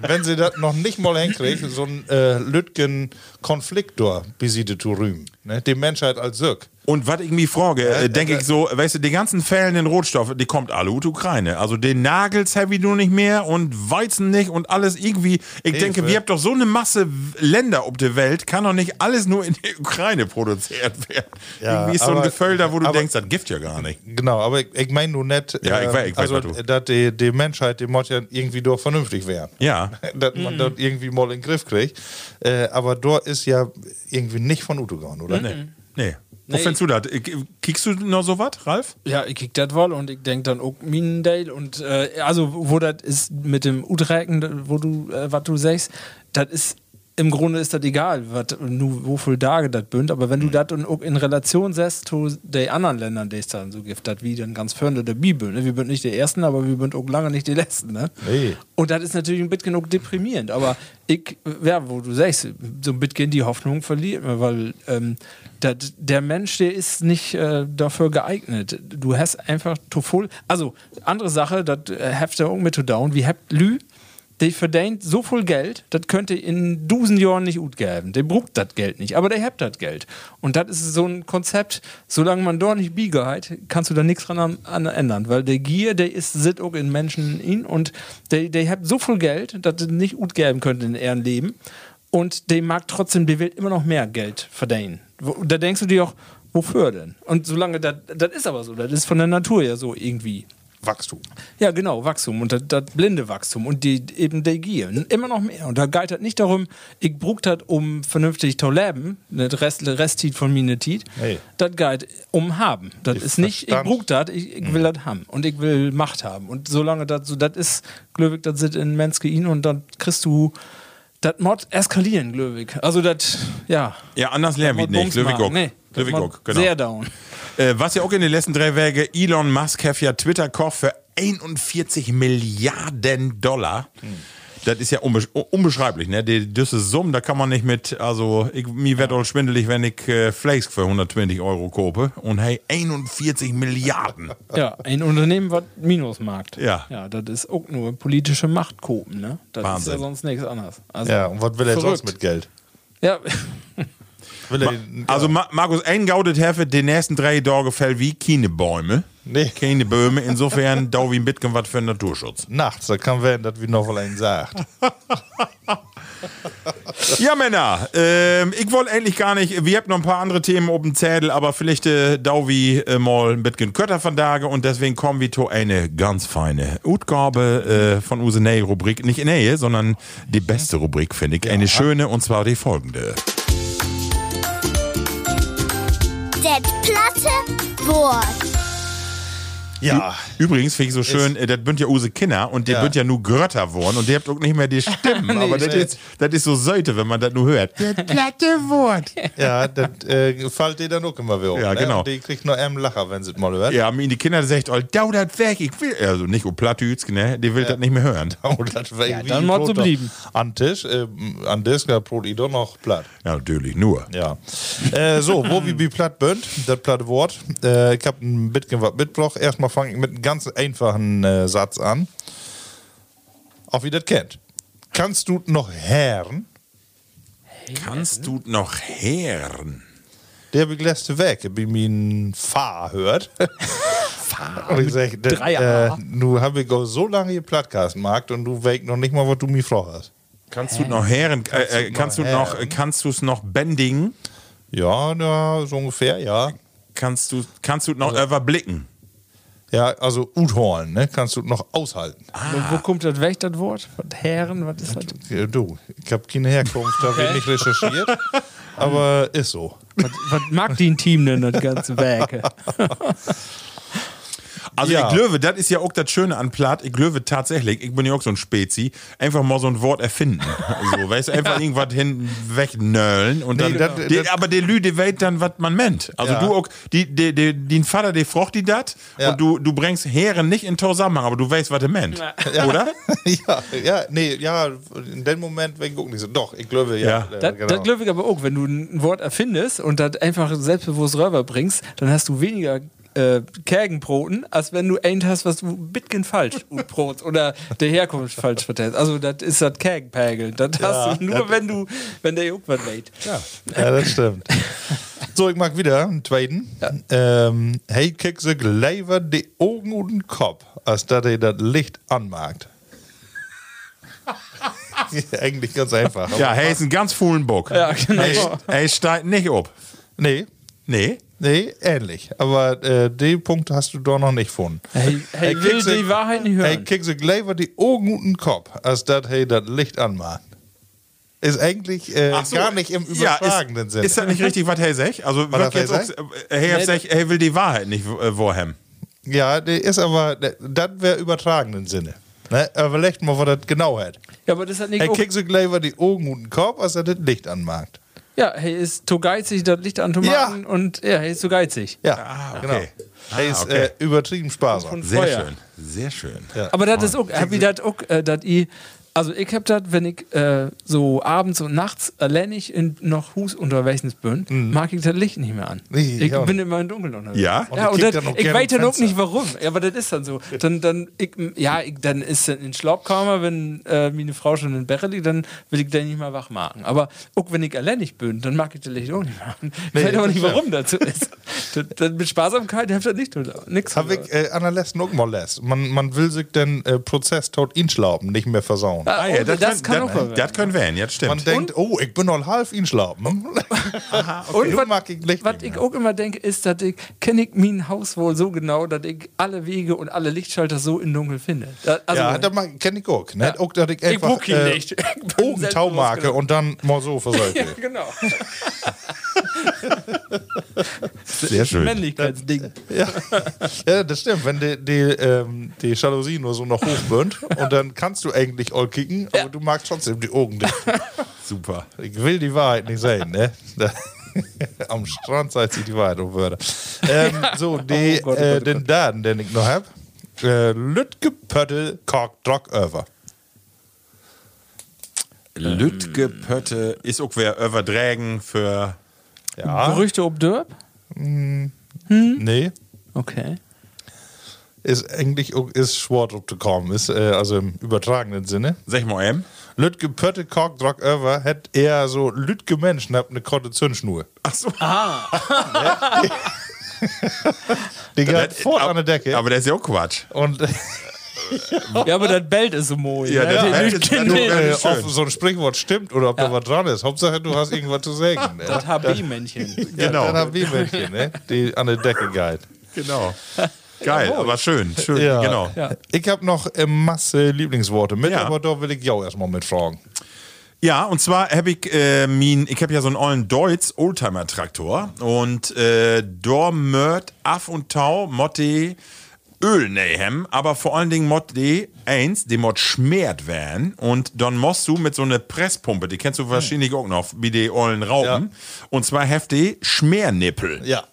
Speaker 3: wenn sie das noch nicht mal hinkriegt, so ein äh, Lütgen Konfliktor besiede zu rühmen. Ne? Die Menschheit als Sirk.
Speaker 2: Und was ich mich frage, äh, denke ich so, weißt du, die ganzen fehlenden Rohstoffe, die kommt alle aus Ukraine. Also den Nagels habe ich nur nicht mehr und Weizen nicht und alles irgendwie. Ich denke, wir haben doch so eine Masse Länder auf der Welt, kann doch nicht alles nur in der Ukraine produziert werden.
Speaker 3: Ja,
Speaker 2: irgendwie ist so ein
Speaker 3: aber-
Speaker 2: Gefühl da, wo du
Speaker 3: aber-
Speaker 2: denkst, das gibt ja gar nicht.
Speaker 3: Genau, aber ich, ich meine nur nicht,
Speaker 2: Ja, ich
Speaker 3: ähm,
Speaker 2: weiß- ich weiß,
Speaker 3: also,
Speaker 2: was du-
Speaker 3: dass die, die Menschheit, die muss ja irgendwie doch vernünftig werden.
Speaker 2: Ja.
Speaker 3: dass man das irgendwie mal in den Griff kriegt. Äh, aber dort ist ja irgendwie nicht von Utogan, oder?
Speaker 2: Nee. nee. Wo
Speaker 4: Mhm. Nee.
Speaker 2: findest du das? Äh, Kickst du noch so was, Ralf?
Speaker 4: Ja, ich kick das wohl und ich denk dann auch Minendale und äh, also wo das ist mit dem Utrecken, wo du, äh, was du sagst, das ist im Grunde ist das egal, wat, nu, wo viel Tage das bünd, aber wenn du das in, auch in Relation setzt zu den anderen Ländern, die es dann so gibt, dat wie dann ganz vorne der Bibel, ne? wir sind nicht die Ersten, aber wir sind auch lange nicht die Letzten, ne?
Speaker 3: Nee.
Speaker 4: Und das ist natürlich ein bisschen auch deprimierend, aber ich, ja, wo du sagst, so ein bisschen die Hoffnung verliert man, weil ähm, dat, der Mensch, der ist nicht äh, dafür geeignet. Du hast einfach zu voll. Also, andere Sache, das äh, habt ihr auch mit zu down. Wie habt Lü, der verdient so viel Geld, das könnte in Dusen Jahren nicht gut geben. Der braucht das Geld nicht, aber der habt das Geld. Und das ist so ein Konzept, solange man dort nicht Biege hat, kannst du da nichts dran am- an ändern, weil der Gier, der ist sit auch in Menschen in und der, der hat so viel Geld, dass es nicht gut geben könnte in ihrem Leben und der mag trotzdem, der will immer noch mehr Geld verdienen. Wo- Da denkst du dir auch, wofür denn? Und solange, das das ist aber so, das ist von der Natur ja so irgendwie.
Speaker 3: Wachstum.
Speaker 4: Ja, genau, Wachstum und das, das blinde Wachstum und die eben der Gier. Und Immer noch mehr. Und da geht das nicht darum, ich brug das um vernünftig zu leben, ne, das Rest, Restit von mir nicht tiet.
Speaker 3: Nee.
Speaker 4: Das geht um haben. Das ist nicht, ich
Speaker 3: Verstand.
Speaker 4: brug das, ich, ich will das haben und ich will Macht haben. Und solange das so, das ist, Glöwig, das sind in Menske ihn und dann kriegst du das Mod eskalieren, Glöwig. Also das, ja.
Speaker 2: Ja, anders lernen wir
Speaker 4: Mod
Speaker 2: nicht.
Speaker 4: Bums machen.
Speaker 2: Löwigok.
Speaker 4: Nee, das Mod
Speaker 2: Löwigok, genau.
Speaker 4: Sehr down.
Speaker 2: Äh, was ja auch in den letzten drei Wege, Elon Musk hat ja Twitter gekauft für 41 Milliarden Dollar. Das ist ja unbesch un- unbeschreiblich, ne? Die, diese Summe, da kann man nicht mit, also ich, mir wird auch schwindelig, wenn ich äh, Flakes für 120 Euro kope. Und hey, 41 Milliarden.
Speaker 4: Ja, ein Unternehmen, was Minus macht.
Speaker 2: Ja.
Speaker 4: Ja, das ist auch nur politische Machtkopen, ne? Das
Speaker 2: Wahnsinn.
Speaker 4: ist ja sonst nichts anderes. Also,
Speaker 3: Ja, und was will er
Speaker 4: Verrückt.
Speaker 3: sonst mit Geld?
Speaker 4: Ja.
Speaker 3: Will er den,
Speaker 2: Also Ma Markus, ein gaudet Hefe, den nächsten drei Tage fällt wie keine Bäume.
Speaker 3: Nee.
Speaker 2: Keine Bäume, insofern da wie ein Bitcoin was für Naturschutz.
Speaker 3: nachts, da kann werden, dass wir noch mal einen sagt.
Speaker 2: Ja, Männer, ähm, ich wollte eigentlich gar nicht, wir haben noch ein paar andere Themen auf dem Zettel, aber vielleicht äh, da wie äh, mal ein bisschen Kötter von Tage und deswegen kommen wir zu eine ganz feine Utgabe äh, von unsere neue Rubrik. Nicht neue, sondern die beste Rubrik, finde ich. Eine schöne und zwar die folgende.
Speaker 1: Das platte Wort.
Speaker 3: Ja.
Speaker 2: Übrigens finde ich so schön, äh, das bünd ja Use Kinder und die
Speaker 3: Ja.
Speaker 2: bünd ja nur Grötter worden und die habt auch nicht mehr die Stimmen, aber das
Speaker 3: nee.
Speaker 2: ist, das ist so Seite, wenn man das nur hört. Das platte Wort.
Speaker 3: Ja, das äh, fällt dir dann auch immer wieder auf,
Speaker 2: Ja,
Speaker 3: ne?
Speaker 2: genau.
Speaker 3: Und die kriegt nur einen Lacher, wenn sie es mal hört.
Speaker 2: Ja, haben ihn die Kinder gesagt, oh, dau das weg, ich will, also nicht oh Plattüts, ne, die will das nicht mehr hören.
Speaker 3: Oh, das war ja,
Speaker 4: dann mal so blieben.
Speaker 3: An Tisch, äh, an Tisch, da brot ich doch noch platt.
Speaker 2: Ja, natürlich nur.
Speaker 3: Ja. äh, so, wo wir wie platt bünd, das platte Wort. Äh, ich hab ein bisschen was mitgebracht. Erstmal fange ich mit einem ganz einfachen äh, Satz an. Auch wie ihr das kennt. Kannst du noch herren?
Speaker 2: Kannst du noch hören?
Speaker 3: Der habe ich letzte weg, wie mein Fahr hört. und ich sag, das,
Speaker 4: drei
Speaker 3: äh,
Speaker 4: A.
Speaker 3: nu hab ich auch so lange hier Plattcast gemacht und du weißt noch nicht mal, was du mir froh hast.
Speaker 2: Kannst du noch hören? Äh, äh, kannst du
Speaker 3: noch
Speaker 2: noch,
Speaker 3: hören?
Speaker 2: kannst du es noch bändigen?
Speaker 3: Ja, na, so ungefähr, ja.
Speaker 2: Kannst du, kannst du noch
Speaker 3: Also-
Speaker 2: überblicken?
Speaker 3: Ja, also Utholen, ne? Kannst du noch aushalten.
Speaker 4: Und wo kommt das weg, das Wort? Was Herren, was ist das?
Speaker 3: Äh, Du, ich hab keine Herkunft, da wird nicht recherchiert. aber ist so.
Speaker 4: Was, was mag die ein Team denn, das ganze Werke?
Speaker 2: Also
Speaker 3: Ja.
Speaker 2: ich glaube, das ist ja auch das Schöne an Platt. Ich glaube tatsächlich, ich bin ja auch so ein Spezi, einfach mal so ein Wort erfinden. so, weißt du, einfach irgendwas hin wegnöllen und dann,
Speaker 3: Nee, dat-
Speaker 2: die,
Speaker 3: dat-
Speaker 2: aber der Lü, die weiß dann, was man meint. Also
Speaker 3: Ja.
Speaker 2: du auch, die, die, die, den Vater, der frocht die dat
Speaker 3: Ja.
Speaker 2: und du, du bringst Herren nicht in Zusammenhang, aber du weißt, was er meint. Oder?
Speaker 3: ja, ja, nee, ja, in dem Moment wegen gucken die so. Doch, ich glaube, ja.
Speaker 2: Ja.
Speaker 3: äh,
Speaker 4: Das,
Speaker 3: genau.
Speaker 4: das glaube ich aber auch, wenn du ein Wort erfindest und das einfach selbstbewusst rüberbringst, dann hast du weniger äh, Kägenbroten, als wenn du eins hast, was du bitgen falsch brotst oder der Herkunft falsch vertest. Also das ist das Kägenpägel. Das hast du nur, wenn du, wenn der juckt was weht.
Speaker 3: ja. ja, das stimmt. so, ich mag wieder einen zweiten. Ähm, hey, kick sich leider die Augen und den Kopf, als dass ihr das Licht anmagt. Eigentlich ganz einfach. aber-
Speaker 2: Ja, hey, ist ein ganz foolen Bock.
Speaker 4: Ja, genau.
Speaker 2: Hey, hey, steigt nicht ob.
Speaker 3: Nee,
Speaker 2: Nee.
Speaker 3: nee, ähnlich. Aber äh, den Punkt hast du doch noch nicht gefunden.
Speaker 4: Hey, hey,
Speaker 3: Hey,
Speaker 4: will
Speaker 3: kick sich-
Speaker 4: die Wahrheit nicht hören.
Speaker 3: Hey, kick sich leider die Augen und den Kopf, als dass hey das Licht anmagt. Ist eigentlich äh,
Speaker 2: Ach so,
Speaker 3: gar nicht im
Speaker 2: ja,
Speaker 3: übertragenden
Speaker 2: ist,
Speaker 3: Sinne.
Speaker 2: Ist das nicht richtig, was hey sech? Also, was jetzt
Speaker 3: das Hey
Speaker 2: auch, äh, hey,
Speaker 4: Nee,
Speaker 2: sech, hey will die Wahrheit nicht, äh, Warham.
Speaker 3: Ja, der ist aber, der- das wäre übertragenen Sinne. Ne? Aber vielleicht mal, was das genau hat.
Speaker 4: ja, aber das hat nicht
Speaker 3: Er
Speaker 4: auch-
Speaker 3: kriegt so gleich über die Augen und den Kopf, als er das Licht anmacht.
Speaker 4: Ja, hey, ist zu geizig, das Licht an Tomaten
Speaker 3: Ja.
Speaker 4: und ja, hey, ist zu geizig.
Speaker 3: Ja,
Speaker 2: Ah,
Speaker 3: genau.
Speaker 2: okay.
Speaker 3: Er ist
Speaker 2: okay.
Speaker 3: äh, übertrieben sparsam.
Speaker 4: Und
Speaker 2: Sehr
Speaker 4: Feuer.
Speaker 2: schön, sehr schön.
Speaker 4: Aber das ist auch, hab ich das auch, äh, dass ich, also ich hab das, wenn ich äh, so abends und nachts allein ich in noch Hus unterwegs bin, mag ich das Licht nicht mehr an.
Speaker 3: Nee,
Speaker 4: ich
Speaker 3: ich auch
Speaker 4: bin
Speaker 3: nicht.
Speaker 4: immer im Dunkeln unterwegs.
Speaker 2: Ja?
Speaker 4: ja
Speaker 3: Und
Speaker 4: und
Speaker 3: ich kick
Speaker 4: das,
Speaker 3: dann auch
Speaker 4: ich
Speaker 3: gerne
Speaker 4: weiß dann
Speaker 3: im
Speaker 4: auch nicht
Speaker 3: Fenster.
Speaker 4: warum, ja, aber das ist dann so. Dann, dann, ich, ja, ich, dann ist dann in Schlaub komme, wenn äh, meine Frau schon in Berre liegt, dann will ich den nicht mal wach machen. Aber auch wenn ich allein ich bin, dann mag ich das Licht auch nicht mehr an. Ich weiß aber nicht, warum dazu ist. das, das mit Sparsamkeit hab ich das nicht, oder? Nix.
Speaker 3: Hab ich äh, an der letzten auch mal lässt. Man, man will sich den äh, Prozess tot inschlauben, nicht mehr versauen. kommt.
Speaker 4: Ah,
Speaker 2: ja,
Speaker 4: oh,
Speaker 2: das,
Speaker 4: das
Speaker 2: kann,
Speaker 4: kann auch
Speaker 2: das,
Speaker 4: mal
Speaker 2: das kann werden, jetzt
Speaker 3: Man
Speaker 2: stimmt.
Speaker 3: denkt, oh, ich bin noch halb ihn schlafen.
Speaker 4: Und
Speaker 3: Du
Speaker 4: wat-
Speaker 3: mag ich
Speaker 2: Genau.
Speaker 3: nicht
Speaker 4: Was ich auch immer denke, ist, dass ich, kenne ich mein Haus wohl so genau, dass ich alle Wege und alle Lichtschalter so in Dunkel finde. Da, also,
Speaker 3: ja, das mag, kenn ich auch. Ne? auch dass ich einfach, äh,
Speaker 4: buch
Speaker 2: äh,
Speaker 4: ihn nicht. Ich bin genau. selbstbewusst
Speaker 3: Augentaumarke
Speaker 4: genug.
Speaker 3: und dann mal so versäumt.
Speaker 4: ja, genau.
Speaker 2: Sehr schön.
Speaker 4: Männlichkeitsding.
Speaker 3: Ja. ja, das stimmt. Wenn die, die, ähm, die Jalousie nur so noch hochbrennt und dann kannst du eigentlich all kicken, aber du magst trotzdem die Augen nicht.
Speaker 2: Super.
Speaker 3: Ich will die Wahrheit nicht sehen, ne? Da- Am Strand zeigt sich die Wahrheit um Wörter. Ähm, so, die,
Speaker 4: Gott, oh
Speaker 3: äh,
Speaker 4: Gott, oh
Speaker 3: den Laden, den ich noch hab. Äh, Lütke Pöttel Kork Drock Över.
Speaker 2: Lütke Pötte ist auch wer Överdrägen für. Ah?
Speaker 3: Ja,
Speaker 4: Gerüchte ob Dörp?
Speaker 3: nee.
Speaker 4: Okay.
Speaker 3: Ist eigentlich auch- ist Schwort abzukommen, ist äh, also im übertragenen Sinne.
Speaker 2: Sag mal, M.
Speaker 3: Lütke Pötte Kork Drock Över hätte eher so Lütke Menschen hab eine ne korte Zündschnur.
Speaker 2: Ach so.
Speaker 4: Ah.
Speaker 3: Die geht
Speaker 2: Das-
Speaker 3: fort an der Decke.
Speaker 2: Aber der ist ja auch Quatsch.
Speaker 3: und
Speaker 4: Ja, aber das Belt ist so mooi. ne?
Speaker 2: Ja, das Belt ist-
Speaker 4: kennt
Speaker 2: das-
Speaker 3: du,
Speaker 4: den.
Speaker 3: äh,
Speaker 2: ist schön.
Speaker 3: ob so ein Sprichwort stimmt oder ob da was dran ist. Hauptsache, du hast irgendwas zu sagen. ne?
Speaker 4: das HB-Männchen.
Speaker 3: Ja,
Speaker 2: Genau.
Speaker 3: Dann haben wir welche, ne? Die an der Decke geht.
Speaker 2: Genau. Geil, aber schön. Schön, genau. Ja.
Speaker 3: Ich habe noch äh, Masse Lieblingsworte mit,
Speaker 2: Ja.
Speaker 3: aber da will ich ja auch erstmal mitfragen.
Speaker 2: und zwar habe ich äh, min, ich habe ja so einen ollen Deutz Oldtimer Traktor und äh, dor mört af und tau motte Öl nehem, aber vor allen Dingen Mod D eins, die Mod schmert werden und dann musst du mit so einer Presspumpe, die kennst du wahrscheinlich auch noch, wie die ollen Raupen, und zwar heftig Schmernippel.
Speaker 3: Ja.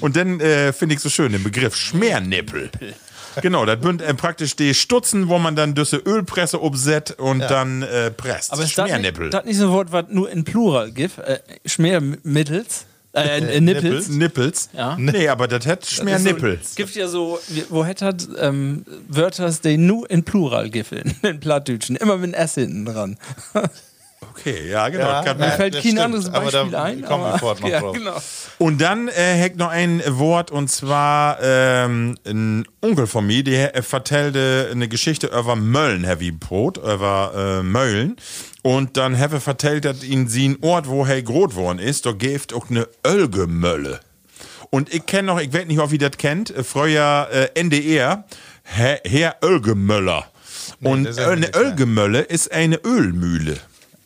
Speaker 2: Und dann äh, finde ich so schön den Begriff Schmernippel. Genau, das bünd äh, praktisch die Stutzen, wo man dann diese Ölpresse umsetzt und dann äh, presst.
Speaker 4: Aber ist das
Speaker 2: Schmernippel.
Speaker 4: nicht, das nicht so ein Wort, was nur in Plural gibt? Äh, Schmiermittels? Äh, in, in Nippels?
Speaker 2: Nippels?
Speaker 4: Ja.
Speaker 2: Nee, aber das hat Schmernippel.
Speaker 4: Es gibt ja so, wo hätte ähm, Wörter, die nur in Plural giffeln, in Plattdütschen, immer mit S hinten dran.
Speaker 2: Okay, ja, genau.
Speaker 3: Ja,
Speaker 2: Kann
Speaker 3: ja.
Speaker 2: man-
Speaker 4: Mir fällt
Speaker 3: das
Speaker 4: kein
Speaker 3: stimmt,
Speaker 4: anderes
Speaker 3: aber
Speaker 4: Beispiel
Speaker 3: da
Speaker 4: ein.
Speaker 3: kommen wir
Speaker 4: aber,
Speaker 3: sofort noch
Speaker 4: ja,
Speaker 3: drauf.
Speaker 4: Genau.
Speaker 2: Und dann äh, hängt noch ein Wort und zwar ähm, ein Onkel von mir, der äh, vertellte eine Geschichte über Mölln, Heavy Brot, über äh, Mölln. Und dann habe vertellt, dass ihn sie ein Ort, wo er groß worden ist, da gibt auch eine Ölgemölle. Und ich kenne noch, ich weiß nicht, ob ihr das kennt, äh, früher äh, NDR, Herr, Herr Ölgemöller. und
Speaker 3: das ist ja
Speaker 2: eine
Speaker 3: nichts mehr.
Speaker 2: Ölgemölle ist eine Ölmühle.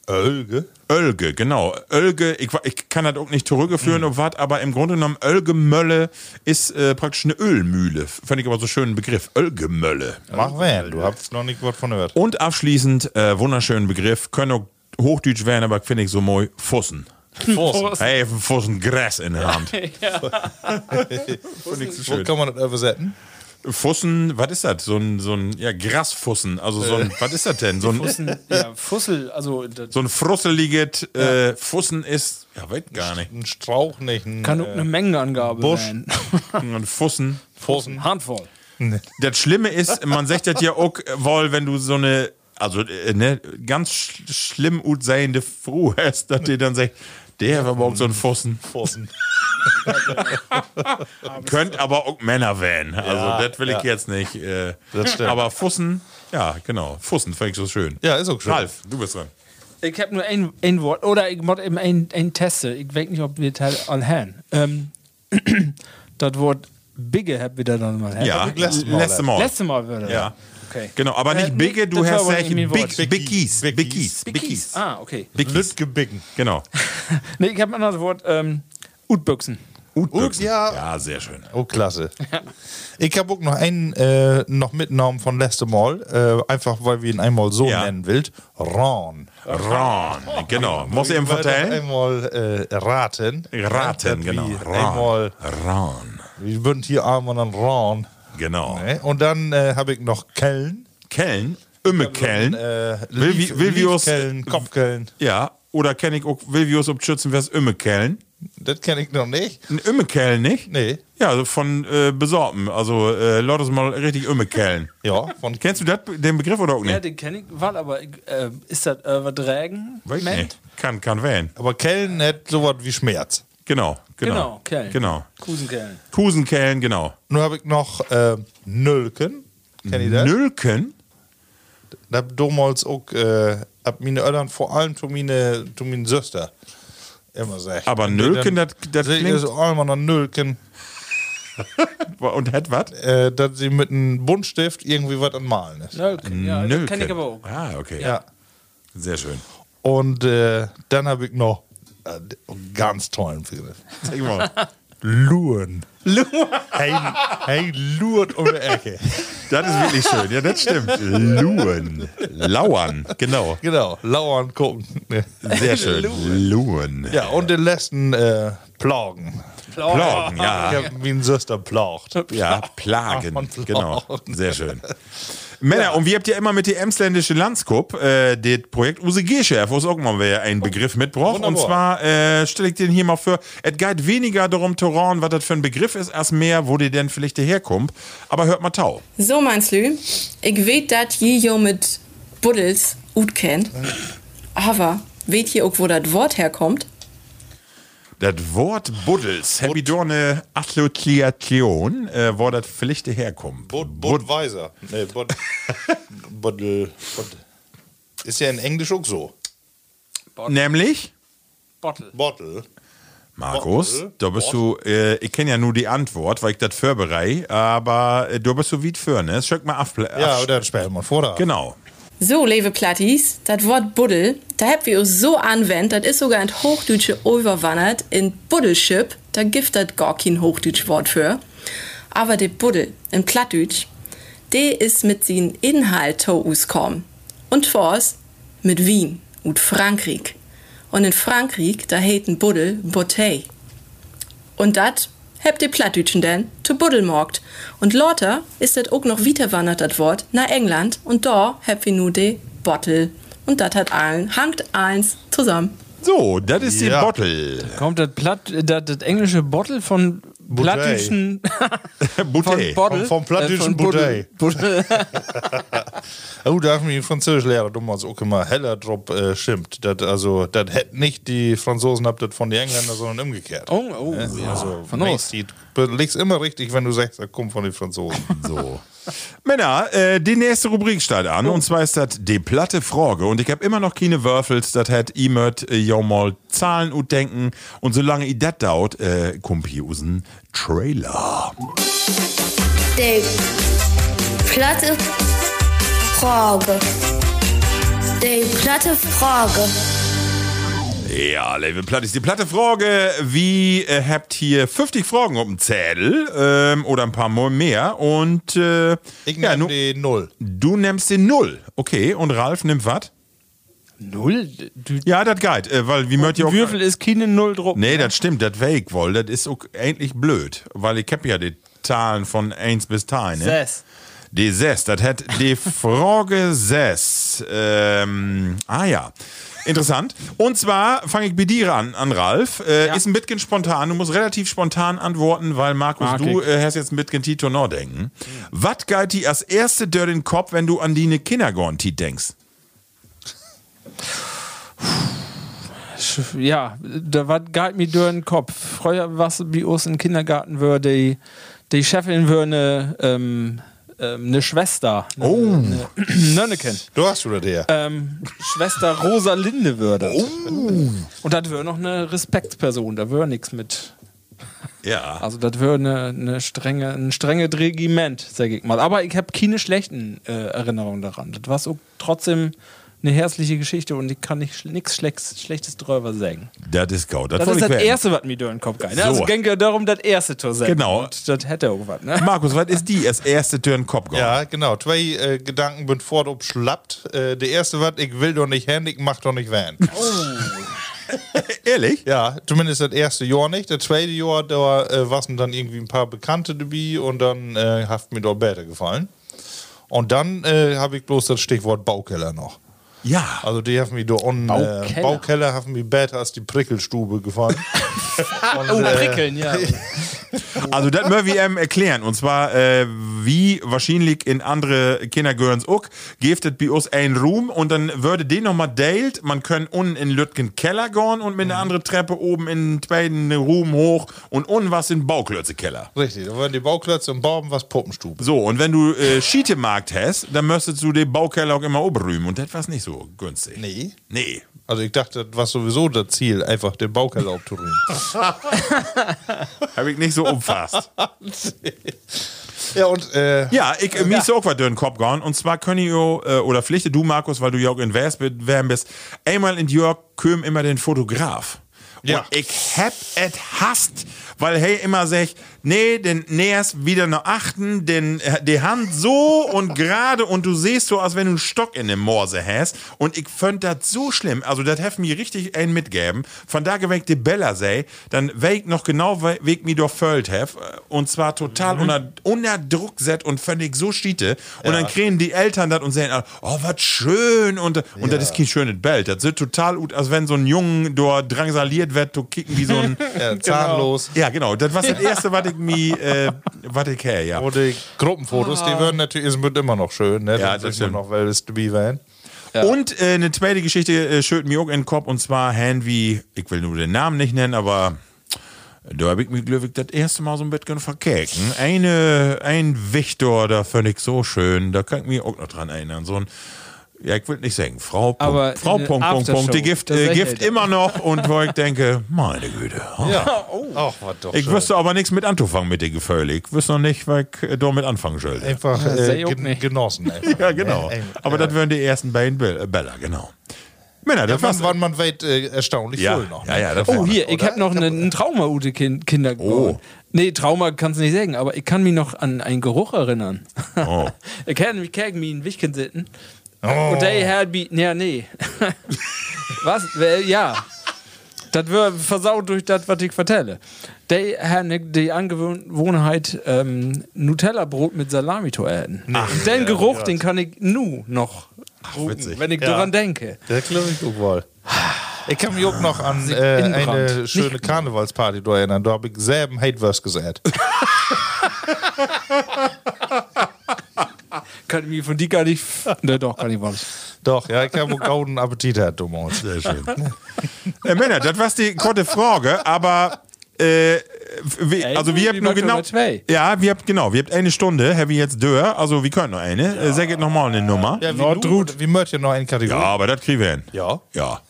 Speaker 3: Ölge?
Speaker 2: Ölge, genau. Ölge, ich, wa- ich kann das auch nicht zurückgeführen, ob was, aber im Grunde genommen, Ölgemölle ist äh, praktisch eine Ölmühle. Fand ich aber so schönen Begriff. Ölgemölle.
Speaker 3: Mach wen, du hast noch nicht was von gehört.
Speaker 2: Und abschließend, äh, wunderschönen Begriff, können auch Hochdeutsch werden, aber finde ich so mooi, Fussen.
Speaker 3: Wo
Speaker 2: Hey, Fussen Gras in der Hand.
Speaker 3: kann man das übersetzen?
Speaker 2: Fussen, was ist das? So ein, so ein ja, Grasfussen. Also so ein, was ist das denn? So ein,
Speaker 4: Fussen, ja, Fussel, also das
Speaker 2: so ein frusseliges äh, Fussen ist, ja, weiß gar nicht.
Speaker 3: Ein Strauch nicht, ein
Speaker 4: kann auch eine Mengenangabe
Speaker 3: Busch.
Speaker 4: sein.
Speaker 2: Ein Fussen.
Speaker 3: Pfosten.
Speaker 4: Handvoll.
Speaker 2: Das Schlimme ist, man sagt das ja auch wohl, wenn du so eine, also äh, ne, ganz sch schlimm gut seiende Frau hast, dass dir dann sagt, der war aber auch so ein Fossen.
Speaker 3: Pfosten.
Speaker 2: Könnt aber auch Männer werden. Also
Speaker 3: Ja,
Speaker 2: das will ich
Speaker 3: ja.
Speaker 2: jetzt nicht. Äh,
Speaker 3: Das stimmt.
Speaker 2: Aber Fussen, ja, genau. Fussen fand ich so schön.
Speaker 3: Ja, ist auch schön.
Speaker 2: Ralf, du bist dran.
Speaker 4: Ich habe nur ein, ein Wort, oder ich muss eben ein, ein Teste. Ich weiß nicht, ob wir Teil an haben. Ähm, das Wort Bigge habt wieder dann mal.
Speaker 2: Ja,
Speaker 3: hab ich letztes Mal
Speaker 2: letzte Mal.
Speaker 4: Letzte Mal würde.
Speaker 2: Ja.
Speaker 4: Okay.
Speaker 2: Genau, aber
Speaker 4: Äh,
Speaker 2: nicht Bigge,
Speaker 4: nee,
Speaker 2: du
Speaker 4: das war
Speaker 2: hast
Speaker 4: aber
Speaker 2: recht.
Speaker 4: nicht mein Wort.
Speaker 2: Big, Bickies. Bickies. Bickies.
Speaker 4: Ah, okay.
Speaker 2: Bickies.
Speaker 3: Lütgebicken.
Speaker 2: Genau.
Speaker 4: Nee, ich habe ein anderes Wort. Ähm, Utbüchsen.
Speaker 2: Utbüchsen.
Speaker 3: ja.
Speaker 2: ja, sehr schön.
Speaker 3: Oh, klasse. Ich habe auch noch einen äh, noch mitgenommen von letztem Mal, äh, einfach weil wir ihn einmal so
Speaker 2: Ja.
Speaker 3: nennen willst. Ron.
Speaker 2: Ron, genau. Muss ich ihm
Speaker 3: Weil
Speaker 2: vertellen?
Speaker 3: das Einmal äh, raten.
Speaker 2: Raten,
Speaker 3: Wie
Speaker 2: genau.
Speaker 3: Einmal,
Speaker 2: Ron.
Speaker 3: wir würden hier einmal dann Ron.
Speaker 2: Genau.
Speaker 3: Ne? Und dann äh, habe ich noch Kellen.
Speaker 2: Kellen, Ömme Kellen.
Speaker 3: Äh,
Speaker 2: Wilvi-
Speaker 3: Lief-
Speaker 2: Wilvius-
Speaker 3: Liefkellen, Kopfkellen.
Speaker 2: ja, oder kenne ich auch Vilvius ob Schützen, wer ist Ömme Kellen?
Speaker 3: Das kenne ich noch nicht.
Speaker 2: Ein Ömme Kellen, nicht?
Speaker 3: Nee.
Speaker 2: Ja, also von äh, Besorben. Also, äh, Leute, ist mal richtig Ömme Kellen.
Speaker 3: Ja, von
Speaker 2: Kennst du dat, den Begriff oder auch
Speaker 4: Ja,
Speaker 2: nicht?
Speaker 4: den kenne ich, weil aber äh, ist das äh, Verdrägen?
Speaker 2: Weiß ich
Speaker 4: Moment.
Speaker 2: nicht. Kann, kann wählen.
Speaker 3: Aber Kellen hat sowas wie Schmerz.
Speaker 2: Genau, genau.
Speaker 4: Genau, Kellen.
Speaker 2: Genau.
Speaker 4: Kusenkellen.
Speaker 2: Kusenkellen, genau.
Speaker 3: Nun habe ich noch äh, Nölken. Kennt ihr das?
Speaker 2: Nülken?
Speaker 3: Da hab damals auch, äh, hab meine Eltern vor allem zu meine, zu meinen Schwester immer gesagt.
Speaker 2: Aber Nölken, das- das
Speaker 3: klingt...
Speaker 2: klingt-
Speaker 3: ist einmal nach Nölken,
Speaker 2: Und hat was?
Speaker 3: äh, dass sie mit einem Buntstift irgendwie was anmalen ist.
Speaker 4: Nölken, ja. das
Speaker 2: Nölken.
Speaker 4: Kenn ich aber auch.
Speaker 2: Ah, okay.
Speaker 3: Ja.
Speaker 2: Sehr schön.
Speaker 3: Und äh, dann habe ich noch äh, einen ganz tollen Begriff.
Speaker 2: Zeig mal.
Speaker 3: Luren. Hey, hey Luren um die Ecke.
Speaker 2: Das ist wirklich schön. Ja, das stimmt. Luen. Lauern. Genau.
Speaker 3: Genau, lauern gucken.
Speaker 2: Sehr schön. Luen.
Speaker 3: Ja, und den letzten äh, Plagen.
Speaker 2: Plagen,
Speaker 3: Ich
Speaker 2: ja.
Speaker 3: habe meine Schwester plagt.
Speaker 2: Ah. Ja, Plagen.
Speaker 3: Ach, von
Speaker 2: genau.
Speaker 3: Plagen.
Speaker 2: Sehr schön. Männer, und wir habt ja immer mit die emsländische Landskup, äh, das Projekt UCG-Chef, wo es auch mal wieder einen Begriff mitbraucht. Und
Speaker 3: Wunderbar.
Speaker 2: zwar äh, stelle ich den hier mal für, es geht weniger darum zu rauen, was das für ein Begriff ist, als mehr, wo die denn vielleicht herkommt. Aber hört mal Tau.
Speaker 5: So, meins Lü, ich weet, dat je jo mit Buddels gut kennt. Aber weet je auch, wo das Wort herkommt?
Speaker 2: Das Wort Buddels, Happy Dorne Atlotliation, äh, wo das vielleicht herkommt.
Speaker 3: Bud, Budweiser. Nee, Bud, Buddel, Bud. Ist ja in Englisch auch so.
Speaker 2: Nämlich?
Speaker 4: Bottle.
Speaker 3: Bottle.
Speaker 2: Markus,
Speaker 3: Bottle,
Speaker 2: da bist
Speaker 3: Bottle.
Speaker 2: du, äh, ich kenne ja nur die Antwort, weil ich das vorbereite, aber äh, da bist du wie für, ne? Schau mal ab.
Speaker 3: Ja,
Speaker 2: ab-
Speaker 3: oder später mal vor.
Speaker 2: Genau.
Speaker 5: So, liebe Plattis, das Wort Buddel, da habt ihr uns so anwendet, das ist sogar in das Hochdeutsche überwandert, in Buddelschip, da gibt das gar kein Hochdeutsch-Wort für. Aber der Buddel, in Plattdeutsch, der ist mit seinem Inhalt to uns kommen. Und vor uns mit Wien und Frankreich. Und in Frankreich, da heet ein Buddel Bouteille. Und dat habt ihr Plattdütschen denn zu Buddelmorgt. Und lauter ist dat auch noch weiterwandert dat Wort nach England und da habt ihr nu de Bottle. Und dat hat allen, hangt eins zusammen.
Speaker 2: So, das ist
Speaker 3: Ja.
Speaker 2: die Bottle.
Speaker 4: Kommt das, Platt, das, das englische Bottle von plattischen Äh,
Speaker 2: Bouteille.
Speaker 3: Vom- vom plattdeutschen Bouteille.
Speaker 4: Buddel.
Speaker 3: Oh, da haben die Französischlehrer damals also auch immer heller Drop äh, schimpft. Das also, das hätten nicht die Franzosen habt das von den Engländern, sondern umgekehrt.
Speaker 4: Oh, oh, ja.
Speaker 3: also,
Speaker 4: von
Speaker 3: meinst
Speaker 4: uns.
Speaker 3: die- du legst immer richtig, wenn du sagst, das kommt von den Franzosen.
Speaker 2: So. Männer, äh, die nächste Rubrik steht an und zwar ist das die platte Frage und ich habe immer noch keine Würfels, das hat ihr mögt äh, ja mal Zahlen und denken und solange ihr das dauert, äh, kommt hier usen Trailer.
Speaker 1: Die platte Frage. Die platte Frage.
Speaker 2: Ja, liebe Platt ist die platte Frage. Wie äh, habt hier 50 Fragen auf dem Zettel ähm, oder ein paar Mal mehr und äh,
Speaker 3: Ich
Speaker 2: ja,
Speaker 3: nehme
Speaker 2: nu,
Speaker 3: die Null.
Speaker 2: du nimmst den Null. Okay, und Ralf nimmt was?
Speaker 4: Null? Du,
Speaker 2: Ja, das geht, äh, weil wie mögt ihr auch...
Speaker 4: Würfel ist keine Null drauf.
Speaker 2: Nee, das stimmt, das weg wohl, das ist auch eigentlich blöd, weil ich hab ja die Zahlen von 1 bis 3, ne?
Speaker 4: Sess.
Speaker 2: Die 6, das hat die Frage 6. Ähm, ah ja, interessant. Und zwar fange ich bei dir an, an Ralf. Äh,
Speaker 4: Ja.
Speaker 2: Ist ein bisschen spontan, du musst relativ spontan antworten, weil Markus,
Speaker 4: Mag
Speaker 2: du
Speaker 4: ich.
Speaker 2: äh, hast jetzt ein bisschen Tito Nord denken. Was geht dir als erste durch den Kopf, wenn du an die Kindergarten-Tit denkst?
Speaker 4: Sch- Ja, da war galt mir durch den Kopf. Früher was wie uns im Kindergarten würde die, die Chefin würde ähm, ähm, eine Schwester. Oh. Nönneken.
Speaker 3: Du hast wieder der.
Speaker 4: Ähm, Schwester Rosalinde würde. Und das wäre noch eine Respektsperson, da wäre nichts mit.
Speaker 2: Ja.
Speaker 4: Also das wäre eine, eine strenge, ein strenges Regiment, sag ich mal. Aber ich habe keine schlechten äh, Erinnerungen daran. Das war so trotzdem eine herzliche Geschichte und ich kann nichts Schlechtes, Schlechtes drüber sagen.
Speaker 2: Das ist gaut.
Speaker 4: Das
Speaker 2: wollt
Speaker 4: ist
Speaker 2: ich
Speaker 4: das
Speaker 2: werden.
Speaker 4: Erste, was mir durch den Kopf geht. Ne?
Speaker 2: So.
Speaker 4: Also ging ja darum, das Erste zu sagen.
Speaker 2: Genau.
Speaker 4: Und das hätte auch was, ne?
Speaker 2: Markus, was ist die als erste durch den Kopf gehauen?
Speaker 3: Ja, genau. Zwei äh, Gedanken bin fort obschlappt. Äh, der erste war, ich will doch nicht hin, ich mach doch nicht wen.
Speaker 2: E-, Ehrlich?
Speaker 3: ja, zumindest das erste Jahr nicht. Das zweite Jahr, da äh, waren dann irgendwie ein paar Bekannte dabei und dann äh, hat mir dort besser gefallen. Und dann äh, habe ich bloß das Stichwort Baukeller noch.
Speaker 2: Ja.
Speaker 3: Also die haben mir da unten, äh,
Speaker 4: Baukeller?
Speaker 3: Baukeller haben mir besser als die Prickelstube gefallen.
Speaker 4: Oh, prickeln, ja.
Speaker 2: Also das möchten wir ihm erklären. Und zwar, äh, wie wahrscheinlich in andere Kinder gehören's auch, gibt es bei uns einen Room und dann würde den nochmal dealt. Man können unten in Lütgen Keller gehen und mit einer anderen Treppe oben in den zweiten Room hoch und unten was in Bauklötze Keller.
Speaker 3: Richtig, da waren die Bauklötze und Baum was Puppenstube.
Speaker 2: So, und wenn du äh, Schietemarkt hast, dann müsstest du den Baukeller auch immer oberrühmen. Und das war nicht so günstig.
Speaker 3: Nee.
Speaker 2: Nee.
Speaker 3: Also ich dachte, das war sowieso das Ziel, einfach den Baukeller aufzuruhen.
Speaker 2: Habe ich nicht so umfasst.
Speaker 3: ja, und äh,
Speaker 2: Ja, ich äh, mies auch was durch den Kopf gehauen. Und zwar können jo, äh, oder pflichte du, Markus, weil du Jörg in West werden bist, einmal in Jörg köm immer den Fotograf.
Speaker 3: Ja.
Speaker 2: Und ich hab et hasst, weil hey immer sech, nee, den näherst wieder nur achten, den, äh, die Hand so und gerade und du siehst so, als wenn du einen Stock in dem Morse hast. Und ich fand das so schlimm, also das heft mir richtig ein mitgeben. Von da geweckt die Bella sei, dann weg noch genau, we- weg mir doch fölt hef. Und zwar total unter, unter Druck set und völlig so stiete. Und dann kriegen die Eltern das und sehen, oh, was schön. Und, und das ist kein schönes Bild. Das sieht total gut, als wenn so ein Jungen dort drangsaliert wird, zu kicken wie so ein.
Speaker 3: ja, zahnlos.
Speaker 2: ja, genau. Das war das Erste, was ich mir, äh, was ich her, ja.
Speaker 3: Und die Gruppenfotos, die würden natürlich, es wird immer noch schön, ne?
Speaker 2: Ah. Ja, das
Speaker 3: Dann sieht man
Speaker 2: stimmt.
Speaker 3: noch, weil es to be van.
Speaker 2: Und äh, eine zweite Geschichte äh, schüttet mir auch in den Kopf und zwar Henry, ich will nur den Namen nicht nennen, aber da habe ich mich glücklich das erste Mal so ein bisschen verkeken. Eine, ein Wichtor, da fand ich so schön, da kann ich mich auch noch dran erinnern. So ein, ja, ich will nicht sagen, Frau, Punkt,
Speaker 4: Aber in
Speaker 2: Frau,
Speaker 4: der
Speaker 2: Punkt, Punkt, Punkt, die
Speaker 4: Aftershow,
Speaker 2: Gift,
Speaker 4: das
Speaker 2: äh,
Speaker 4: lächelt
Speaker 2: Gift
Speaker 4: er.
Speaker 2: immer noch und wo ich denke, meine Güte. oh.
Speaker 3: Ja. Ach, was doch.
Speaker 2: Ich
Speaker 3: schön.
Speaker 2: wüsste aber nichts mit anzufangen mit dir gefällig. Ich wüsste noch nicht, weil ich äh, damit anfangen sollte.
Speaker 3: einfach
Speaker 4: seh
Speaker 3: äh,
Speaker 4: ich auch
Speaker 3: gen
Speaker 4: nicht.
Speaker 3: genossen. Einfach. ne?
Speaker 2: Ja, genau.
Speaker 3: Ey, ey,
Speaker 2: Aber
Speaker 3: ja.
Speaker 2: das wären die ersten beiden Bill- äh, Bella, genau. Männer, das
Speaker 3: Ja,
Speaker 2: war's.
Speaker 3: wann, wann man weit äh, erstaunlich
Speaker 2: Ja,
Speaker 3: wohl noch.
Speaker 2: ja,
Speaker 3: ne?
Speaker 2: ja, das war-
Speaker 3: Da
Speaker 4: Oh,
Speaker 3: vorne,
Speaker 4: hier, ich
Speaker 3: oder?
Speaker 4: habe noch einen einen Trauma, Ute kind, Kinder geboren. Nee, Trauma kannst du nicht sagen, aber ich kann mich noch an einen Geruch erinnern.
Speaker 2: Oh.
Speaker 4: ich kann mich kegen wie ein Wichkind sitten.
Speaker 3: Oh.
Speaker 4: Und der Herr bi- ja, nee. was? Well, ja. Das wird versaut durch das, was ich vertelle. Der Herr hat die Angewohnheit, ähm, Nutella-Brot mit Salami zu essen. Und den Geruch, den kann ich nu noch riechen,
Speaker 2: witzig.
Speaker 4: wenn ich
Speaker 3: Ja.
Speaker 4: daran denke.
Speaker 3: Der glaube ich auch wohl. Ich kann mich auch noch an äh,
Speaker 4: inbrannt.
Speaker 3: eine
Speaker 4: Nicht
Speaker 3: schöne Karnevalsparty da erinnern. Da habe ich selben Hateverse gesät.
Speaker 4: Ah, Kann ich mir von die gar nicht. ne, doch, kann ich wahr nicht.
Speaker 3: Doch, ja, ich habe einen gauden Appetit, Herr Dummholz.
Speaker 2: Sehr schön. äh, Männer, das war die kurze Frage, aber. Äh, wir,
Speaker 4: Ey,
Speaker 2: also wir
Speaker 4: wie
Speaker 2: haben nur
Speaker 4: bleibt
Speaker 2: genau
Speaker 4: noch zwei?
Speaker 2: ja wir haben genau wir haben eine Stunde haben wir jetzt Dörr also wir können noch eine ja. äh, sag jetzt noch mal eine Nummer ja,
Speaker 3: Ja, wie Nordrut. Wie möcht ihr noch eine Kategorie?
Speaker 2: aber das kriegen wir hin
Speaker 3: Ja.
Speaker 2: ja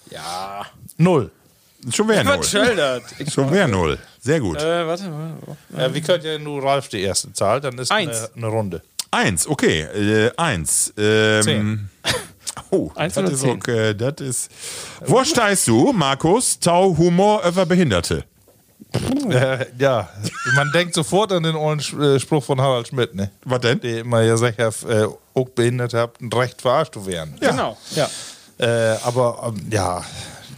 Speaker 3: Null.
Speaker 2: schon wäre null
Speaker 4: Was soll das? Ich,
Speaker 2: schon wäre null sehr gut
Speaker 4: äh, warte, warte.
Speaker 3: Ja, wir könnt ja nur Ralf die erste Zahl, dann ist
Speaker 4: Eins.
Speaker 3: Eine, eine Runde.
Speaker 2: eins okay äh, eins ähm,
Speaker 3: Zehn.
Speaker 2: oh
Speaker 4: Eins
Speaker 2: das
Speaker 4: oder
Speaker 2: ist
Speaker 4: zehn?
Speaker 2: okay das ist wo steigst du Markus Tau Humor über Behinderte
Speaker 3: Äh, ja, man denkt sofort an den alten Sch- äh, Spruch von Harald Schmidt, ne?
Speaker 2: was denn
Speaker 3: Der immer ja sicher äh, auch behindert habt, ein Recht verarscht zu werden.
Speaker 4: Genau, ja.
Speaker 3: Äh, aber ähm, ja,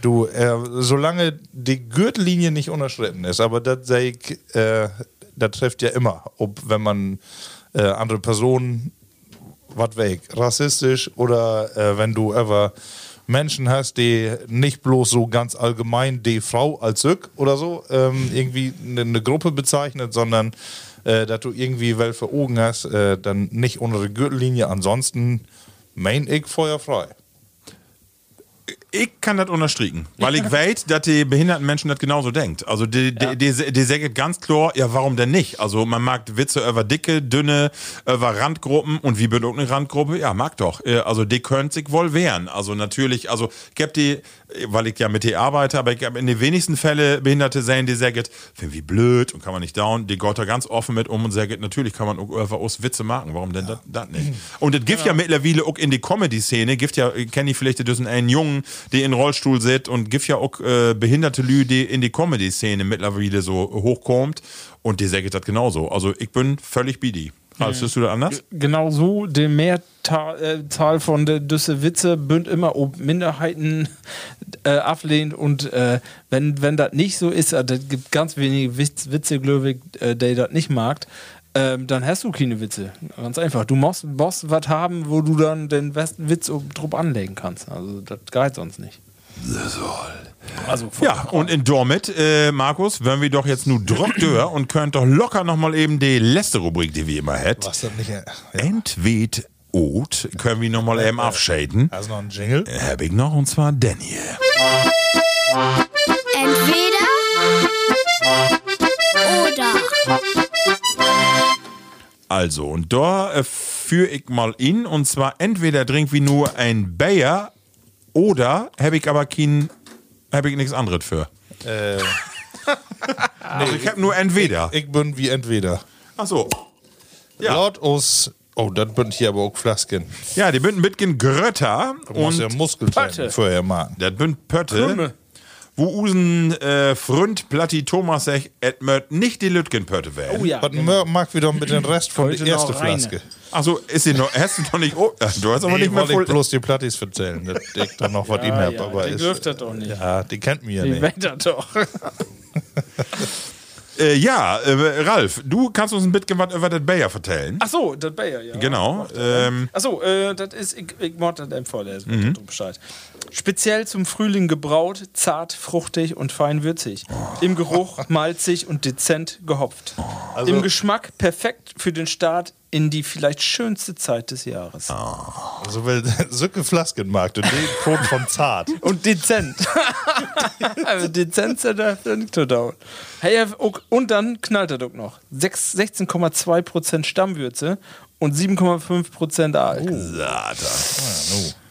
Speaker 3: du, äh, solange die Gürtellinie nicht unterschritten ist, aber das sag ich, äh, das trifft ja immer, ob wenn man äh, andere Personen, was weg, rassistisch oder äh, wenn du ever Menschen hast, die nicht bloß so ganz allgemein die Frau als Sück oder so ähm, irgendwie eine ne Gruppe bezeichnet, sondern äh, dass du irgendwie welche Augen hast, äh, dann nicht unter der Gürtellinie, ansonsten main ich feuerfrei.
Speaker 2: Ich kann das unterstrichen, weil ich weiß, dass die behinderten Menschen das genauso denkt. Also die, die, die, die sagen ganz klar, ja warum denn nicht? Also man mag Witze über dicke, dünne, über Randgruppen und wie bin auch eine Randgruppe? Ja, mag doch. Äh, Also die können sich wohl wehren. Also natürlich, also ich hab die, weil ich ja mit die arbeite, aber ich hab in den wenigsten Fällen Behinderte sehen, die sagen, find wie blöd und kann man nicht down. Die geht da ganz offen mit um und sagen, natürlich kann man auch über uns Witze machen. Warum denn das nicht? Und das gibt ja mittlerweile auch in die Comedy-Szene, gibt ja, kenne ich vielleicht, das einen Jungen, der in Rollstuhl sitzt und gibt ja auch äh, behinderte Lü, die in die Comedy-Szene mittlerweile so hochkommt und die sagen das genauso. Also ich bin völlig bidi. Ralf, siehst du das anders?
Speaker 4: Genau so, die Mehrzahl äh, Zahl von der Düsse Witze bünd immer ob Minderheiten äh, ablehnt und äh, wenn, wenn das nicht so ist, äh, das gibt ganz wenige Witz, Witze, glaube ich, äh, die das nicht mag, ähm, dann hast du keine Witze. Ganz einfach. Du musst, musst was haben, wo du dann den besten Witz ob- drauf anlegen kannst. Also das geht sonst nicht. Also von-
Speaker 2: Ja, und in Dormit, äh, Markus, wenn wir doch jetzt nur Drückdör und könnt doch locker nochmal eben die letzte Rubrik, die wir immer hätten.
Speaker 3: Was denn nicht? äh, Ja. Äh,
Speaker 2: Entweder Ot, können wir nochmal eben abschäden.
Speaker 3: Hast du noch einen Jingle?
Speaker 2: Hab ich noch, und zwar Daniel.
Speaker 1: Entweder oder.
Speaker 2: Also, und da äh, führe ich mal in, und zwar entweder trinken wir nur ein Bayer oder habe ich aber kein, habe ich nichts anderes für.
Speaker 3: Äh,
Speaker 2: also ich habe nur entweder.
Speaker 3: ich bin wie entweder.
Speaker 2: Ach so. Ja.
Speaker 3: Laut aus. Oh, das bin hier aber auch Flasken.
Speaker 2: Ja, die bünden Bitgen Grötter
Speaker 3: Du musst
Speaker 2: und
Speaker 3: ja Muskeln
Speaker 4: Pötte.
Speaker 3: vorher machen.
Speaker 2: das bünd Pötte.
Speaker 4: Krümme.
Speaker 2: Wo usen äh, Fründ, Platti, Thomasech, Edmund nicht die Lütgenpötte werden.
Speaker 4: Oh ja.
Speaker 3: Was mö- mag wieder mit dem Rest von der
Speaker 4: Heute noch
Speaker 3: ersten
Speaker 4: reine.
Speaker 3: Flaske?
Speaker 2: Achso, Also, ist sie noch, hast du noch nicht, oh, du hast aber
Speaker 3: Nee,
Speaker 2: nicht mehr
Speaker 3: wollte
Speaker 2: voll.
Speaker 3: ich bloß die Plattis erzählen, dass ich da noch was ihm hab.
Speaker 4: ja,
Speaker 3: aber
Speaker 4: die
Speaker 3: ist-
Speaker 4: dürft ihr doch nicht.
Speaker 3: Ja, die kennt mich ja
Speaker 4: Die
Speaker 3: nicht.
Speaker 4: Wetter doch.
Speaker 2: Äh, ja, äh, Ralf, du kannst uns ein bisschen was über das Bayer vertellen.
Speaker 4: Ach so, das Bayer, ja.
Speaker 2: Genau. Ähm,
Speaker 4: Achso, äh, das ist, ich, ich mord das eben vorlesen, mhm. Bescheid. Speziell zum Frühling gebraut, zart, fruchtig und fein würzig. Im Geruch malzig und dezent gehopft. Im Geschmack perfekt für den Start in die vielleicht schönste Zeit des Jahres.
Speaker 3: So will Also, Sücke Flasken mag und den Ton von Zart.
Speaker 4: Und dezent. also dezent sind da nicht so down. Hey, ok, und dann knallt er doch noch. Sechs- 16,2% Stammwürze und 7,5% Aal.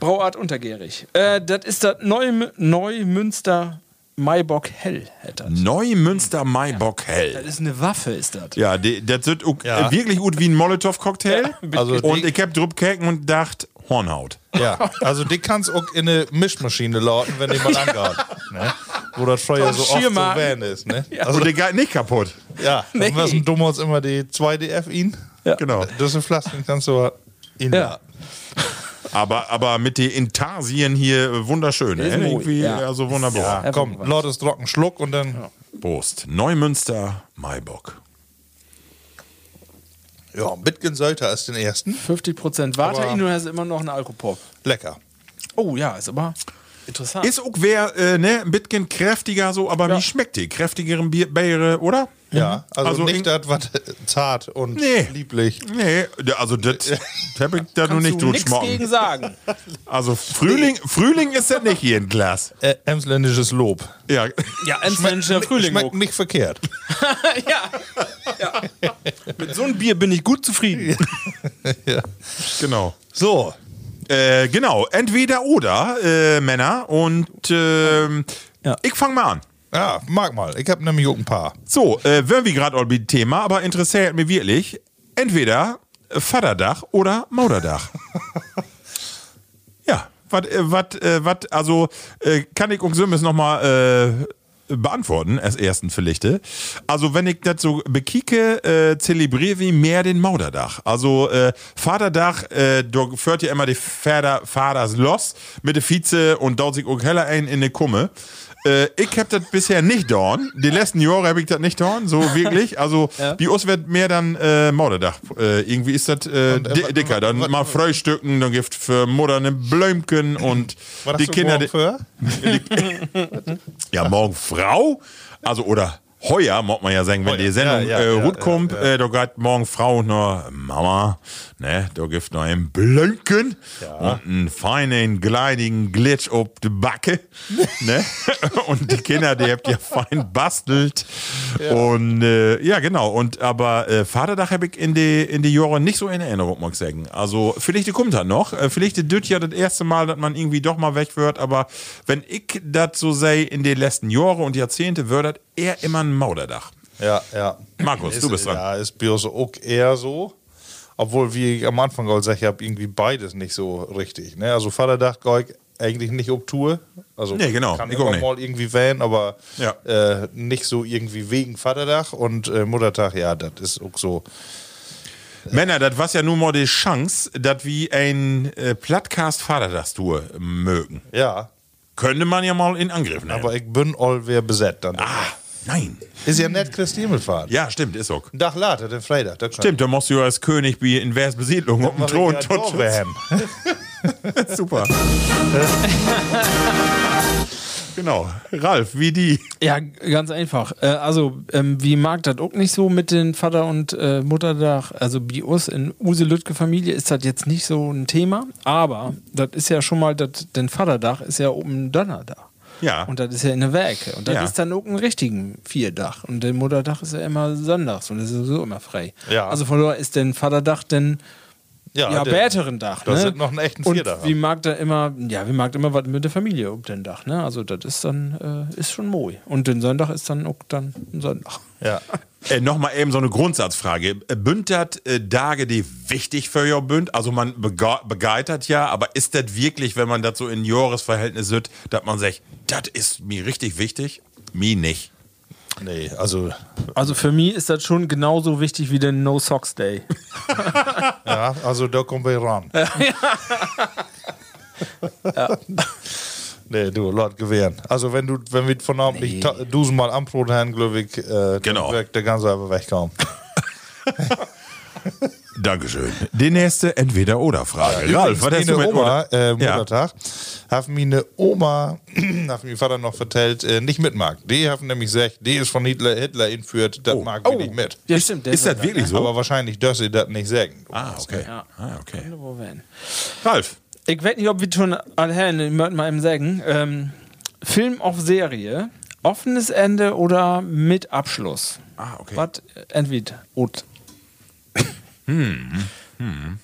Speaker 4: Brauart untergärig. Äh, das ist das Neum Neumünster Maibock Hell. hätt dat.
Speaker 2: Neumünster Maibock
Speaker 4: Das
Speaker 2: Hell.
Speaker 4: ist eine Waffe, ist das.
Speaker 2: Ja, die- das wird auch,
Speaker 3: Ja.
Speaker 2: äh, wirklich gut wie ein Molotow-Cocktail.
Speaker 3: Also
Speaker 2: und
Speaker 3: die-
Speaker 2: ich hab drüber gekeken und dacht, Hornhaut.
Speaker 3: Ja, also die kannst auch in eine Mischmaschine lauten, wenn die mal angeht. Ne? Wo das Feuer so oft zu
Speaker 4: Schiermagen.
Speaker 3: wählen ist. Ne?
Speaker 2: Also
Speaker 3: Also,
Speaker 2: der geht nicht kaputt.
Speaker 3: ja,
Speaker 4: Nee.
Speaker 3: nee. was ein Dummholz immer die 2DF ihn?
Speaker 4: Ja.
Speaker 2: Genau.
Speaker 3: Das sind Flasken, kannst du aber ihn
Speaker 4: Ja.
Speaker 2: Aber, aber mit den Intarsien hier äh, wunderschön.
Speaker 4: Ist
Speaker 2: Äh?
Speaker 4: mooi,
Speaker 2: Irgendwie ja.
Speaker 4: ja.
Speaker 2: so wunderbar.
Speaker 3: Ja, komm, lautes Trocken, Schluck und dann.
Speaker 2: Prost. Neumünster Maibock.
Speaker 3: Ja, Bitgen Sölter ist den ersten.
Speaker 4: 50% Water, ihn und hast immer noch einen Alkopop.
Speaker 3: Lecker.
Speaker 4: Oh ja, ist aber interessant.
Speaker 2: Ist auch wer, äh, ne, ein bisschen kräftiger so, aber wie schmeckt die? Kräftigeren Bier, Biere, oder?
Speaker 3: Ja, also,
Speaker 2: Also in-
Speaker 3: nicht das, was zart und
Speaker 2: Nee.
Speaker 3: lieblich.
Speaker 2: Nee, da- also das hab ich da nur nicht
Speaker 4: du
Speaker 2: drüber
Speaker 4: nichts gegen
Speaker 2: schmocken.
Speaker 4: sagen.
Speaker 2: Also Frühling, Frühling ist ja nicht hier ein Glas.
Speaker 3: Äh, emsländisches Lob.
Speaker 2: Ja,
Speaker 4: Ja, Emsländischer Frühling.
Speaker 3: Schmeckt
Speaker 4: Muck.
Speaker 3: nicht verkehrt.
Speaker 4: ja. ja. Mit so einem Bier bin ich gut zufrieden.
Speaker 3: ja.
Speaker 2: genau.
Speaker 3: So,
Speaker 2: Äh, genau, entweder oder, äh, Männer. Und ähm,
Speaker 4: Ja.
Speaker 2: ich fange mal an.
Speaker 3: ja, mag mal. Ich habe nämlich auch ein paar.
Speaker 2: So, äh, wenn wir gerade all mit Thema, aber interessiert mich wirklich, entweder Vaterdach oder Mauderdach. ja, was, äh, was, äh, was, also äh, kann ich und Sümmes nochmal äh, beantworten, als ersten vielleicht. Also, wenn ich das so bekieke, äh, zelebriere wie mehr den Mauderdach. Also, äh, Vaterdach, äh, da führt ja immer die Vater, Vaters los mit der Vize und daut sich auch heller ein in eine Kumme. Äh, ich hab das bisher nicht dorn. Die letzten Jahre hab ich das nicht dorn, so wirklich. Also die Us wird mehr dann äh, Morderdach. Äh, irgendwie ist das äh,
Speaker 3: äh,
Speaker 2: di-
Speaker 3: wat-
Speaker 2: dicker. Dann
Speaker 3: wat-
Speaker 2: mal Frühstücken, dann gibt für Mutter eine Blömken und
Speaker 3: War das
Speaker 2: die
Speaker 3: so
Speaker 2: Kinder.
Speaker 3: morgen
Speaker 2: die-
Speaker 3: für?
Speaker 2: ja, morgen Frau. Also oder heuer, mag man ja sagen, wenn
Speaker 3: Heuer.
Speaker 2: die Sendung
Speaker 3: Ja, ja,
Speaker 2: äh,
Speaker 3: ja,
Speaker 2: gut kommt,
Speaker 3: ja,
Speaker 2: äh, da geht morgen Frau noch Mama, ne, da gibt noch einen Blönken und einen feinen, gleidigen Glitch ob die Backe, ne, und die Kinder, die habt ihr fein bastelt und äh, ja, genau, und aber äh, Vaterdach habe ich in die, in die Jahre nicht so in Erinnerung, muss ich sagen, also vielleicht kommt das noch, Äh, vielleicht düt ja das erste Mal, dass man irgendwie doch mal weg wird, aber wenn ich das so sei, in den letzten Jahren und Jahrzehnte, wird das eher immer ein Mauderdach.
Speaker 3: Ja, ja.
Speaker 2: Markus,
Speaker 3: ist,
Speaker 2: du bist dran.
Speaker 3: Ja, ist Bios auch eher so. Obwohl, wie ich am Anfang gesagt habe, ich habe irgendwie beides nicht so richtig. Ne? Also Vaterdach gehe ich eigentlich nicht ob Tour. Also
Speaker 2: Nee, genau.
Speaker 3: kann
Speaker 2: Ich
Speaker 3: immer
Speaker 2: auch nicht.
Speaker 3: mal irgendwie wählen, aber
Speaker 2: Ja.
Speaker 3: äh, nicht so irgendwie wegen Vaterdach und äh, Muttertag, ja, das ist auch so.
Speaker 2: Männer, das war ja nur mal die Chance, dass wir ein äh, Plattcast Vatertagstour äh, mögen.
Speaker 3: Ja,
Speaker 2: Könnte man ja mal in Angriff nehmen.
Speaker 3: aber ich bin all wer besetzt dann.
Speaker 2: ah, nein.
Speaker 3: Ist ja nett Christi Himmelfahrt.
Speaker 2: Ja, stimmt, ist auch.
Speaker 3: Ein Tag later, den Freitag. Das
Speaker 2: Stimmt, da musst du ja als König wie in Vers Besiedlung auf dem Thron. tot-
Speaker 3: Thron.
Speaker 2: Super. Genau. Ralf, wie die.
Speaker 4: Ja, g- ganz einfach. Äh, also, ähm, wie mag das auch nicht so mit den Vater- und äh, Mutterdach, also Bios in Use Lüttke Familie ist das jetzt nicht so ein Thema, aber das ist ja schon mal, dat, den Vaterdach ist ja oben Donnerdach.
Speaker 2: Ja.
Speaker 4: Und das ist ja in der Werke. Und das
Speaker 2: Ja.
Speaker 4: ist dann auch ein richtigen Vierdach. Und der Mutterdach ist ja immer sonntags und das ist sowieso immer frei.
Speaker 3: Ja.
Speaker 4: Also von daher ist den Vaterdach denn
Speaker 3: Ja,
Speaker 4: ja,
Speaker 3: der-
Speaker 4: bärteren Dach.
Speaker 3: das
Speaker 4: ne?
Speaker 3: sind noch einen echten
Speaker 4: Und
Speaker 3: Vierdacher.
Speaker 4: wie mag da immer, ja, wie mag da immer was mit der Familie um den Dach, ne? Also das ist dann, äh, ist schon moi. Und den Sonntag ist dann auch dann ein Sonntag.
Speaker 3: Ja.
Speaker 2: Äh, Nochmal eben so eine Grundsatzfrage. Bündert äh, Dage die wichtig für ihr Bünd? Also man bega- begeitert ja, aber ist das wirklich, wenn man das so in Jahresverhältnis sieht, dass man sagt, das ist mir richtig wichtig? Mir nicht.
Speaker 3: Nee, also,
Speaker 4: Also für mich ist das schon genauso wichtig wie der No Socks Day.
Speaker 3: ja, also da kommen wir ran. Nee, du, Lord gewähren. Also wenn du, wenn wir von Abend nicht ta- dusenmal Ambrot haben, glaube ich, äh,
Speaker 2: Genau.
Speaker 3: dann wirkt der ganze aber wegkommen.
Speaker 2: Dankeschön. Die nächste Entweder-Oder-Frage. Ralf, was hast du
Speaker 3: meine
Speaker 2: mit
Speaker 3: Oma,
Speaker 2: Oder?
Speaker 3: äh,
Speaker 2: Ja.
Speaker 3: Muttertag, hat mir eine Oma, hat mir Vater noch vertellt, äh, nicht mitmag. Die haben nämlich gesagt, die ist von Hitler, Hitler entführt,
Speaker 2: Oh.
Speaker 3: das mag wir
Speaker 4: Oh.
Speaker 3: nicht mit.
Speaker 4: Ja, stimmt. Der
Speaker 2: Ist das wirklich so?
Speaker 3: ne? Aber wahrscheinlich dürfen sie das nicht sagen.
Speaker 2: ah, okay.
Speaker 4: Ja.
Speaker 2: Ah, okay.
Speaker 4: Wo wären?
Speaker 2: Ralf.
Speaker 4: Ich weiß nicht, ob wir schon alle Herren, ich möchte mal eben sagen, ähm, Film auf Serie, offenes Ende oder mit Abschluss?
Speaker 2: Ah, okay.
Speaker 4: Was entweder und.
Speaker 2: Hm,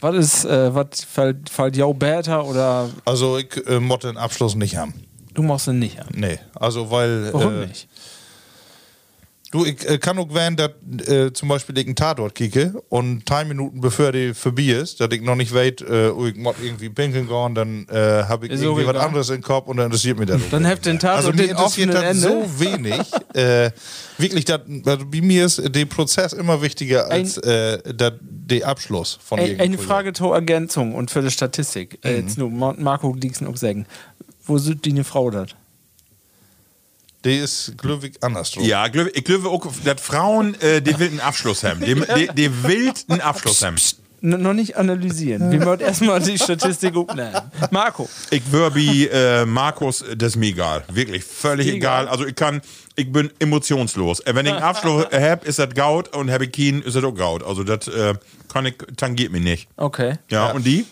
Speaker 4: Was ist, äh, was fällt, fällt jou besser oder
Speaker 3: Also ich äh, motte den Abschluss nicht haben.
Speaker 4: du machst ihn nicht an?
Speaker 3: Nee, also weil...
Speaker 4: Warum
Speaker 3: äh,
Speaker 4: nicht?
Speaker 3: Du, ich äh, kann auch wählen, dass äh, zum Beispiel ich einen Tatort kicke und drei Minuten bevor die vorbei ist, dass ich noch nicht weiß, äh, oh, ich muss irgendwie pinkeln gehen, dann äh, habe ich
Speaker 4: Ist
Speaker 3: irgendwie
Speaker 4: auch
Speaker 3: was
Speaker 4: egal.
Speaker 3: anderes im Kopf und dann interessiert mich das. auch
Speaker 4: Dann
Speaker 3: nicht
Speaker 4: habt den
Speaker 3: mehr.
Speaker 4: Tatort
Speaker 3: Also
Speaker 4: und
Speaker 3: mir
Speaker 4: den offenen
Speaker 3: interessiert das
Speaker 4: Ende.
Speaker 3: so wenig. äh, wirklich, dat, also bei mir ist der Prozess immer wichtiger als äh, dat, der Abschluss von
Speaker 4: Ey,
Speaker 3: irgendeinem
Speaker 4: eine
Speaker 3: Projekt.
Speaker 4: Frage zur Ergänzung und für die Statistik. Äh, jetzt nur Ma- Marco Dieksen sagen. Wo sind die eine Frau das?
Speaker 3: Die ist glücklich andersrum.
Speaker 2: Ja, glö- ich glaube auch, dass Frauen, äh, die will einen Abschluss haben. Die, die, die will einen Abschluss haben.
Speaker 4: N noch nicht analysieren. Wir wollen erstmal die Statistik umnehmen. Marco,
Speaker 2: Ich würde wie äh, Markus, äh, das ist mir egal. Wirklich, völlig egal.
Speaker 4: Egal.
Speaker 2: Also ich kann, ich bin emotionslos. Äh, Wenn ich einen Abschluss habe, ist das Gaut und habe ich keinen, ist das auch Gaut. Also das äh, kann ich, tangiert mich nicht.
Speaker 4: okay.
Speaker 2: Ja, und die?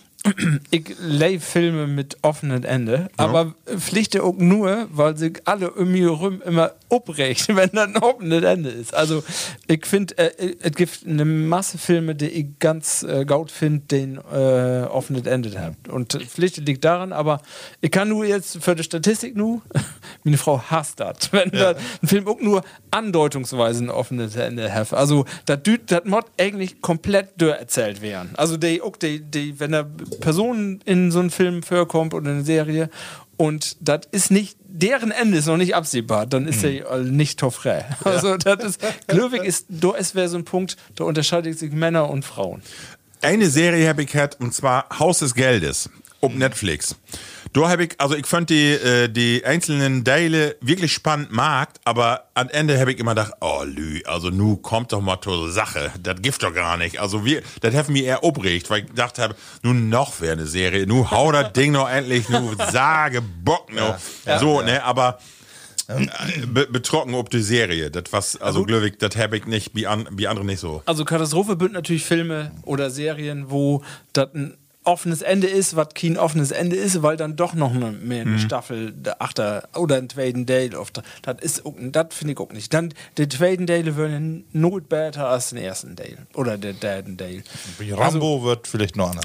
Speaker 4: Ich lei Filme mit offenem Ende, aber pflichte auch nur, weil sie alle um mich rum immer abbrechen, wenn dann ein offenes Ende ist. Also ich finde, äh, es gibt eine Masse Filme, die ich ganz äh, gaut finde, den äh, offenes Ende habt. Und Pflichte liegt daran, aber ich kann nur jetzt für die Statistik nur, meine Frau hasst das, wenn dat ein Film auch nur andeutungsweise ein offenes Ende hat. Also das das Mod eigentlich komplett dürr erzählt werden. Also die, auch die, die, wenn da Personen in so einen Film vorkommt oder eine Serie und das ist nicht, deren Ende ist noch nicht absehbar, dann ist sie äh, nicht toffrei. Also das ist, Glöwig ist, da ist wäre so ein Punkt, da unterscheidet sich Männer und Frauen.
Speaker 2: Eine Serie habe ich gehabt, und zwar Haus des Geldes, um Netflix. Da habe ich, also ich fand die, äh, die einzelnen Teile wirklich spannend markt, aber am Ende habe ich immer gedacht, oh Lü, also nu kommt doch mal zur Sache, das gibt doch gar nicht. Also wir, das hat mich eher obregt, weil ich gedacht habe, nun noch wäre eine Serie, nu hau das Ding noch endlich, nu sage Bock noch. so, ne, aber äh, be betrocken ob die Serie, das was, also Glöwig, das habe ich nicht, wie, an, wie andere nicht so.
Speaker 4: Also Katastrophe bünd natürlich Filme oder Serien, wo das ein offenes Ende ist, was kein offenes Ende ist, weil dann doch noch ne- mehr
Speaker 2: Mhm.
Speaker 4: eine Staffel der Achter oder ein Twaden Dale oft. Das ist auch- das finde ich auch nicht. Dann die Twaden Dale werden not better als den ersten Dale oder der Daden Dale.
Speaker 3: Bei Rambo
Speaker 4: Also-
Speaker 3: wird vielleicht noch anders.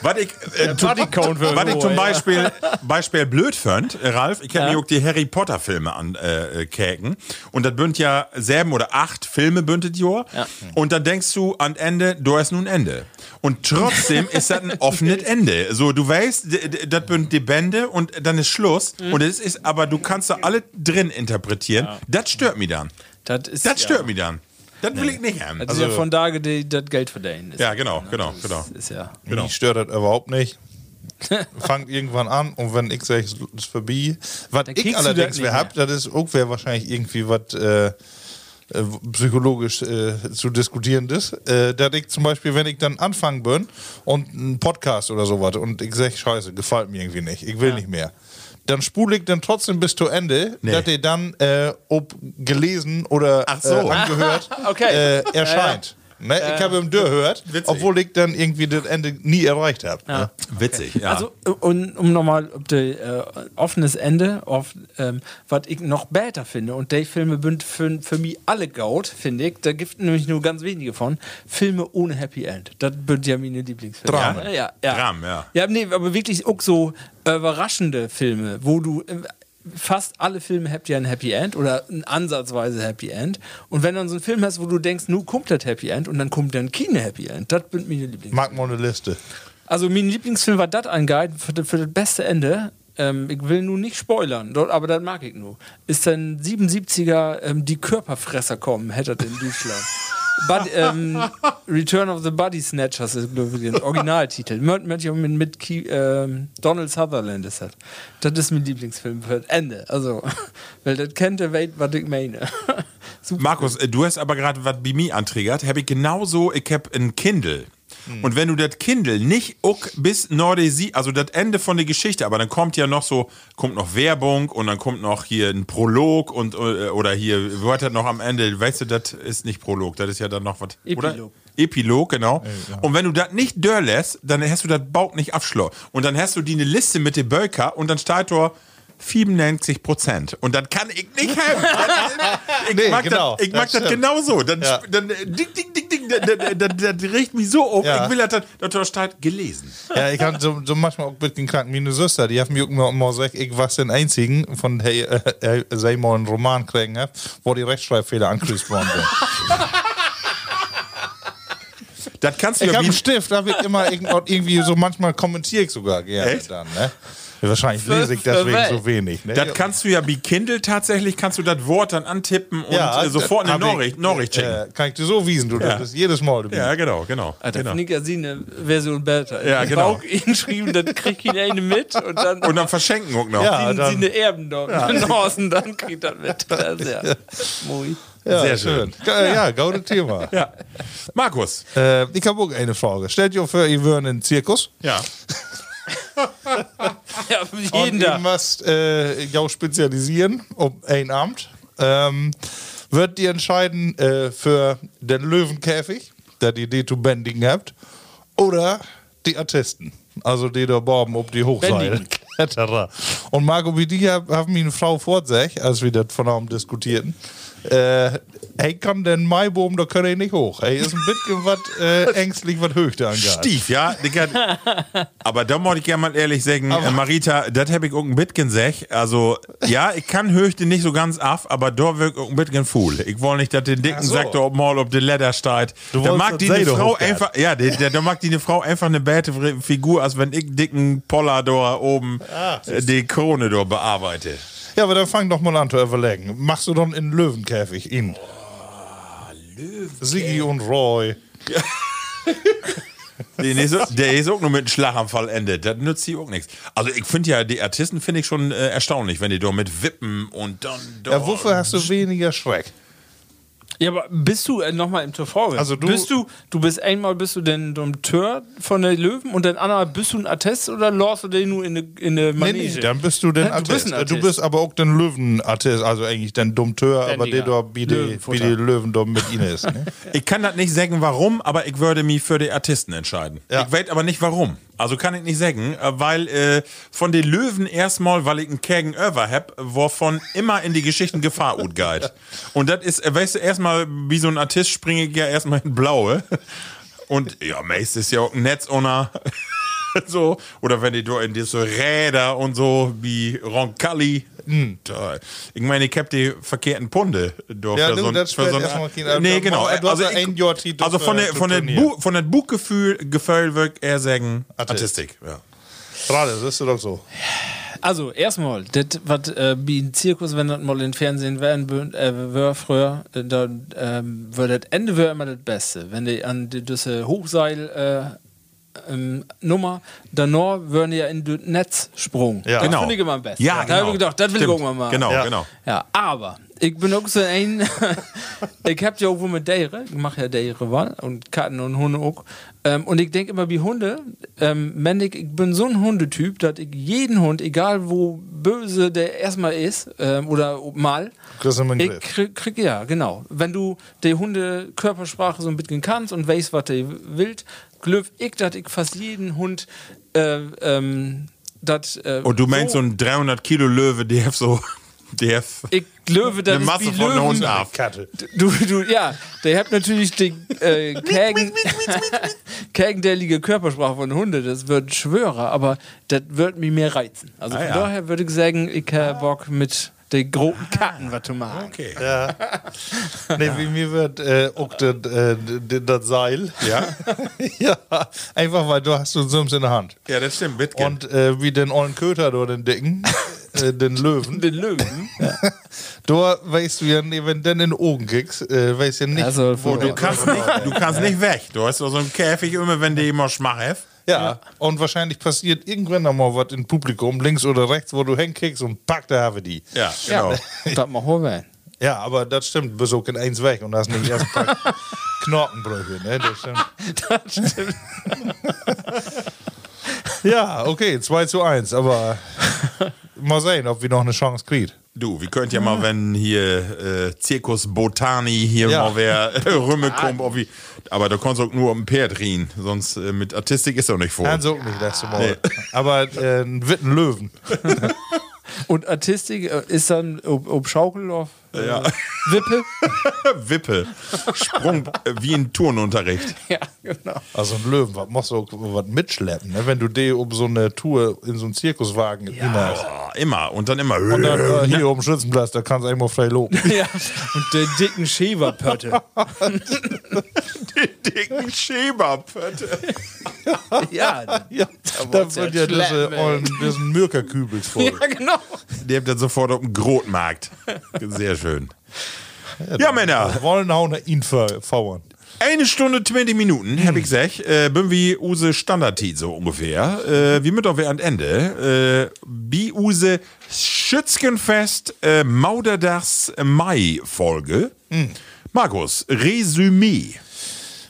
Speaker 2: Was ich, äh, zum-
Speaker 4: Bodycount wird
Speaker 2: was ich
Speaker 4: hoch,
Speaker 2: zum
Speaker 4: ja.
Speaker 2: Beispiel, Beispiel blöd fand, äh, Ralf, ich habe mir auch die Harry Potter Filme an äh, äh, käken und das bünd ja sieben oder acht Filme bündet Jor und dann denkst du an Ende, du hast nun Ende und trotzdem ist das ein offenes Ende. So du weißt, d- d- das bünd die Bände und dann ist Schluss und es ist, aber du kannst da alle drin interpretieren. Das stört mich dann.
Speaker 4: Das ist
Speaker 2: Das stört
Speaker 4: ja,
Speaker 2: mich dann. Das will ich nicht haben.
Speaker 4: Das ist ja von da, die das Geld verdienen ist.
Speaker 2: ja, genau, genau, genau.
Speaker 4: Das ist ja.
Speaker 3: Genau. Mich stört das überhaupt nicht. Fangt irgendwann an und wenn ich sage, es ist vorbei. Was
Speaker 4: kriegst
Speaker 3: ich
Speaker 4: du das
Speaker 3: allerdings
Speaker 4: nicht
Speaker 3: wer hab, das ist auch wer wahrscheinlich irgendwie was äh, äh, psychologisch äh, zu diskutierendes. Äh, dass ich zum Beispiel, wenn ich dann anfangen bin und einen Podcast oder sowas und ich sage, scheiße, gefällt mir irgendwie nicht, ich will nicht mehr. dann spule ich dann trotzdem bis zu Ende, dass die dann, äh, ob gelesen oder
Speaker 2: so.
Speaker 3: äh, angehört,
Speaker 4: Okay.
Speaker 3: äh, erscheint. Ne? Ich habe im Dörr gehört,
Speaker 2: Äh, Witzig.
Speaker 3: obwohl ich dann irgendwie das Ende nie erreicht habe. Ne?
Speaker 2: Witzig, ja.
Speaker 4: Also, äh, und, um nochmal ob de, äh, offenes Ende, auf, ähm, was ich noch besser finde, und die Filme sind für, für mich alle gaut, finde ich, da gibt nämlich nur ganz wenige von, Filme ohne Happy End. Das sind ja meine Lieblingsfilme.
Speaker 3: Dramen.
Speaker 4: Ja, ja, ja.
Speaker 2: Dramen, ja.
Speaker 4: Ja, nee, aber wirklich auch so überraschende Filme, wo du... ähm, Fast alle Filme habt ja ein Happy End oder ein ansatzweise Happy End. Und wenn dann so einen Film hast, wo du denkst, nur kommt das Happy End und dann kommt dann kein Happy End, das sind meine Lieblings.
Speaker 3: Mag mal eine Liste.
Speaker 4: Also mein Lieblingsfilm war das angeht für, das- für das beste Ende. Ähm, ich will nun nicht spoilern, dort, aber das mag ich nur. Ist dann 77er ähm, die Körperfresser kommen, hätte das in Deutschland. But, ähm, Return of the Body Snatchers ist glaube ich der Originaltitel. Mit, mit, mit, mit Ki- ähm, Donald Sutherland ist das. Das ist mein Lieblingsfilm für das Ende. Also, weil das kennt der Welt, was ich meine. Super.
Speaker 2: Markus, äh, du hast aber gerade was bei mir antriggert. Habe ich genauso, ich habe ein Kindle. Und wenn du das Kindle nicht uck bis Nordesie, also das Ende von der Geschichte, aber dann kommt ja noch so, kommt noch Werbung und dann kommt noch hier ein Prolog und äh, oder hier, wo hat das noch am Ende? Weißt du, das ist nicht Prolog, das ist ja dann noch was. Oder?
Speaker 4: Epilog.
Speaker 2: Epilog, genau. Und wenn du das nicht dörr lässt, dann hast du das Baut nicht abschlor. Und dann hast du die eine Liste mit den Bölker und dann steht da 97 Prozent. Und dann kann ich nicht haben. ich
Speaker 3: Nee,
Speaker 2: mag
Speaker 3: genau.
Speaker 2: das, ich mag
Speaker 3: Das
Speaker 2: das,
Speaker 3: stimmt.
Speaker 2: genauso. Dann,
Speaker 3: Ja.
Speaker 2: dann äh, ding, ding, ding, ding, dann, dann, dann, dann, dann regt mich so auf.
Speaker 3: Ja.
Speaker 2: Ich will das dann, dass da steht, gelesen.
Speaker 3: Ja, ich habe so, so manchmal auch mit den Kranken wie eine Schwester. Die haben mir irgendwann mal gesagt, ich war den einzigen von der äh, äh, sei mal einen Roman kriegen hab, wo die Rechtschreibfehler angekreuzt worden sind.
Speaker 2: Das kannst du
Speaker 3: Ich
Speaker 2: ja
Speaker 3: habe
Speaker 2: wie
Speaker 3: einen Stift, da wird immer irgend- irgendwie so manchmal kommentiere ich sogar gerne
Speaker 2: Echt?
Speaker 3: dann, ne? Wahrscheinlich lese ich deswegen
Speaker 4: Verwält.
Speaker 3: so wenig. Ne?
Speaker 2: das kannst du ja wie Kindle tatsächlich, kannst du das Wort dann antippen und äh, sofort eine
Speaker 3: hab ich,
Speaker 2: Nachricht, Nachricht schicken.
Speaker 3: Äh, kann ich dir so wiesen, du das ist jedes Mal. Du
Speaker 2: ja, genau, genau. genau.
Speaker 4: Nick Asine ne, Version Beta.
Speaker 2: Ja, genau.
Speaker 4: Bauch ihn schrieben, dann krieg ich ihn eine mit und dann.
Speaker 2: Und dann verschenken auch noch.
Speaker 3: Ja.
Speaker 4: ziehen
Speaker 3: dann-
Speaker 4: sie eine Erben dort ja. in Horsen, dann kriegt er mit. Das ist ja Moi.
Speaker 3: ja,
Speaker 2: sehr schön.
Speaker 3: Ja, ja gutes Thema.
Speaker 2: Ja. Markus.
Speaker 3: Äh, ich habe auch eine Frage. Stellt ihr vor, ihr wärt in einen Zirkus
Speaker 2: Ja.
Speaker 4: Ja, jeden
Speaker 3: und ihr
Speaker 4: da.
Speaker 3: müsst äh, ja spezialisieren um ein Amt. Ähm, wird ihr entscheiden äh, für den Löwenkäfig, da die Idee zu bändigen habt, oder die Artisten, also die da Borben ob die Hochseile.
Speaker 4: Bändigen.
Speaker 3: Kletterer. Und Marco, wie die hab- haben mir eine Frau vorzeicht, als wir das von Abend diskutierten. Äh, hey, kann den Maibohm, da kann er nicht hoch. Er ist ein bisschen was äh, ängstlich, was Höchte angeht.
Speaker 2: Stief, ja. Digga. Aber da muss ich gerne mal ehrlich sagen, äh, Marita, das habe ich irgendein Bitgen sech. Also, ja, ich kann Höchte nicht so ganz af, aber da wirkt irgendein Bitgen fool. Ich wollte nicht, dass den dicken
Speaker 3: Ach so.
Speaker 2: Sack da oben mal auf den Leder steigt.
Speaker 3: Du
Speaker 2: Da
Speaker 3: wolltest
Speaker 2: mag
Speaker 3: das
Speaker 2: die eine
Speaker 3: Seide
Speaker 2: Frau
Speaker 3: hochgehen.
Speaker 2: einfach, ja, die- der- da mag die eine Frau einfach eine bäte Figur, als wenn ich dicken Poller da oben
Speaker 3: Ah,
Speaker 2: äh, die Krone da bearbeite.
Speaker 3: Ja, aber dann fang doch mal an zu überlegen. Machst du dann in Löwenkäfig ihn?
Speaker 4: Ah,
Speaker 3: Sigi und Roy.
Speaker 2: Den ist, der ist auch nur mit einem Schlaganfall endet. Das nützt sie auch nichts. Also ich finde ja, die Artisten finde ich schon äh, erstaunlich, wenn die da mit Wippen und dann. Da
Speaker 3: Ja, wofür hast du weniger Schreck?
Speaker 4: Ja, aber bist du äh, nochmal im TV?
Speaker 3: Also du-
Speaker 4: bist du, du bist einmal bist du denn Dompteur von den Löwen und dann einmal bist du ein Attest oder lorst du den nur in eine, in eine
Speaker 3: Nee,
Speaker 4: Manege?
Speaker 3: nee, dann bist du den
Speaker 4: Ja, du bist
Speaker 3: Artist. Also,
Speaker 4: ein
Speaker 3: Du,
Speaker 4: Artist.
Speaker 3: bist aber auch den Löwenartist, also eigentlich den Dummteur, aber
Speaker 4: Bändiger.
Speaker 3: der da wie die wie
Speaker 4: Löwenfutter.
Speaker 3: die Löwen da mit ihnen ist. Ne?
Speaker 2: Ich kann das nicht sagen, warum, aber ich würde mich für die Artisten entscheiden.
Speaker 3: Ja.
Speaker 2: Ich weiß aber nicht warum. Also kann ich nicht sagen, äh, weil äh, von den Löwen erstmal, weil ich einen Kägen Över hab, wovon immer in die Geschichten Gefahr ut geht. Und das ist, äh, weißt du, erstmal wie so ein Artist springe ich ja erstmal in Blaue. Und ja, meist ist ja auch ein Netzowner. so. Oder wenn die da in diese Räder und so wie Roncalli. Hm, toll. Ich meine, ich hab die verkehrten Punde. Doch,
Speaker 3: Ja,
Speaker 2: für
Speaker 3: du,
Speaker 2: so ein-
Speaker 3: das
Speaker 2: für
Speaker 3: spielt
Speaker 2: so ein-
Speaker 3: erstmal keine-
Speaker 2: Nee, genau.
Speaker 3: Du hast
Speaker 2: Also,
Speaker 3: ja
Speaker 2: ich,
Speaker 3: ein Jahr Titel
Speaker 2: also von
Speaker 3: für-
Speaker 2: der,
Speaker 3: für
Speaker 2: von der
Speaker 3: Turnier.
Speaker 2: Bu von der Buchgefühl Gefühl wird eher sagen
Speaker 3: Artist.
Speaker 2: Artistik. Ja.
Speaker 3: Gerade, das ist doch so.
Speaker 4: Also, erstmal, das, was äh, wie ein Zirkus, wenn das mal im Fernsehen wären, wür- äh, wär früher, äh, dann ähm, wär das Ende wär immer das Beste. Wenn die an die- diese Hochseil äh, ähm, Nummer, danach würden die ja in das Netz sprungen.
Speaker 3: Ja.
Speaker 4: Das
Speaker 3: Genau.
Speaker 4: finde ich immer am besten.
Speaker 2: Ja,
Speaker 4: Da habe
Speaker 2: genau.
Speaker 4: ich gedacht, das will ich
Speaker 2: Stimmt.
Speaker 4: irgendwann mal.
Speaker 2: Genau,
Speaker 3: Ja.
Speaker 2: genau.
Speaker 4: Ja, aber Ich bin auch so ein. ich hab ja auch wohl mit Dere, ich mache ja Dere war und Katzen und Hunde auch. Ähm, und ich denke immer wie Hunde, ähm, wenn ich, ich bin so ein Hundetyp, dass ich jeden Hund, egal wo böse der erstmal ist ähm, oder mal,
Speaker 3: Kriegst du in den
Speaker 4: ich
Speaker 3: Griff.
Speaker 4: krieg, krieg, ja, genau. Wenn du die Hunde Körpersprache so ein bisschen kannst und weißt, was der will, glück ich, dass ich fast jeden Hund, äh, ähm, das, äh,
Speaker 2: Und Oh, du meinst so ein 300 Kilo Löwe, der so, der
Speaker 4: ich löwe das
Speaker 2: eine Masse von einem Hund
Speaker 4: Ah,
Speaker 2: ab.
Speaker 3: Kattel.
Speaker 4: Du, du, ja, der hat natürlich den äh, Kägen, kägendellige Körpersprache von Hunde, das wird schwörer, aber das wird mich mehr reizen. Also
Speaker 2: Ah,
Speaker 4: von
Speaker 2: ja.
Speaker 4: daher würde ich sagen, ich habe Bock mit den groben Karten, was zu machen.
Speaker 2: Okay.
Speaker 3: Nee, wie mir wird äh, auch das, äh, das- das Seil.
Speaker 2: Ja?
Speaker 3: ja, einfach weil du hast so Sims in der Hand.
Speaker 2: Ja, das stimmt. Bitgen.
Speaker 4: Genau.
Speaker 3: Und äh, wie den ollen Köter oder den Dicken, äh, den Löwen,
Speaker 4: Den Löwen.
Speaker 3: da weißt du ja, nee, wenn du den in den Augen kriegst, äh, weißt du ja nicht,
Speaker 4: Also,
Speaker 3: wo du
Speaker 2: du,
Speaker 4: ja.
Speaker 2: kannst nicht, du kannst nicht weg. Du hast doch so einen Käfig immer, wenn der immer schmach ist.
Speaker 3: Ja, und wahrscheinlich passiert irgendwann noch mal was im Publikum, links oder rechts, wo du hinkickst und pack, da habe die.
Speaker 2: Ja,
Speaker 4: Ja,
Speaker 2: genau.
Speaker 4: das machen wir. wel.
Speaker 3: Ja, aber das stimmt, bist auch in eins weg und hast nicht erst ein paar Knorpenbrüche, ne? Das stimmt.
Speaker 4: Das stimmt.
Speaker 3: Ja, okay, 2 zu 1, aber mal sehen, ob wir noch eine Chance kriegen.
Speaker 2: Du, wir könnt ja mal, wenn hier äh, Zirkus Botani hier
Speaker 3: Ja.
Speaker 2: mal wer äh, Rümme kommt, ob ich, aber da kannst du auch nur um Pferd reden, sonst äh, mit Artistik ist doch nicht vor.
Speaker 3: Nein, so nicht letzte Mal. Aber äh, ein Witten Löwen.
Speaker 4: Und Artistik äh, ist dann ob, ob Schaukel auf äh,
Speaker 2: Ja.
Speaker 4: Wippe.
Speaker 2: Wippe, Sprung äh, wie in Turnunterricht.
Speaker 4: ja, genau.
Speaker 3: Also ein Löwen, was musst du auch was mitschleppen, ne? wenn du die um so eine Tour in so einen Zirkuswagen ja.
Speaker 2: Oh, immer und dann immer.
Speaker 3: Und dann äh, hier oben Schützenplatz, da kannst du einmal frei loben.
Speaker 4: Ja. Und der dicken Schäferpötte.
Speaker 2: den dicken Schäberpötte.
Speaker 4: Ja,
Speaker 3: Ja, da wird ja diese,
Speaker 4: schleppen, ey.
Speaker 3: ollen- diesen Mürkerkübel voll.
Speaker 4: ja, genau.
Speaker 2: Die habt ihr sofort auf dem Grotmarkt. Sehr schön. Ja,
Speaker 4: genau.
Speaker 2: Männer.
Speaker 3: Wir wollen auch nach ihn ver- verhauen.
Speaker 2: Eine Stunde, 20 Minuten, hab ich gesagt. Äh, bin wie Use Standardtid so ungefähr. Äh, wie mit auf während Ende. Äh, wie Use Schützenfest äh, Mauderdags Mai-Folge. Markus, Resümee.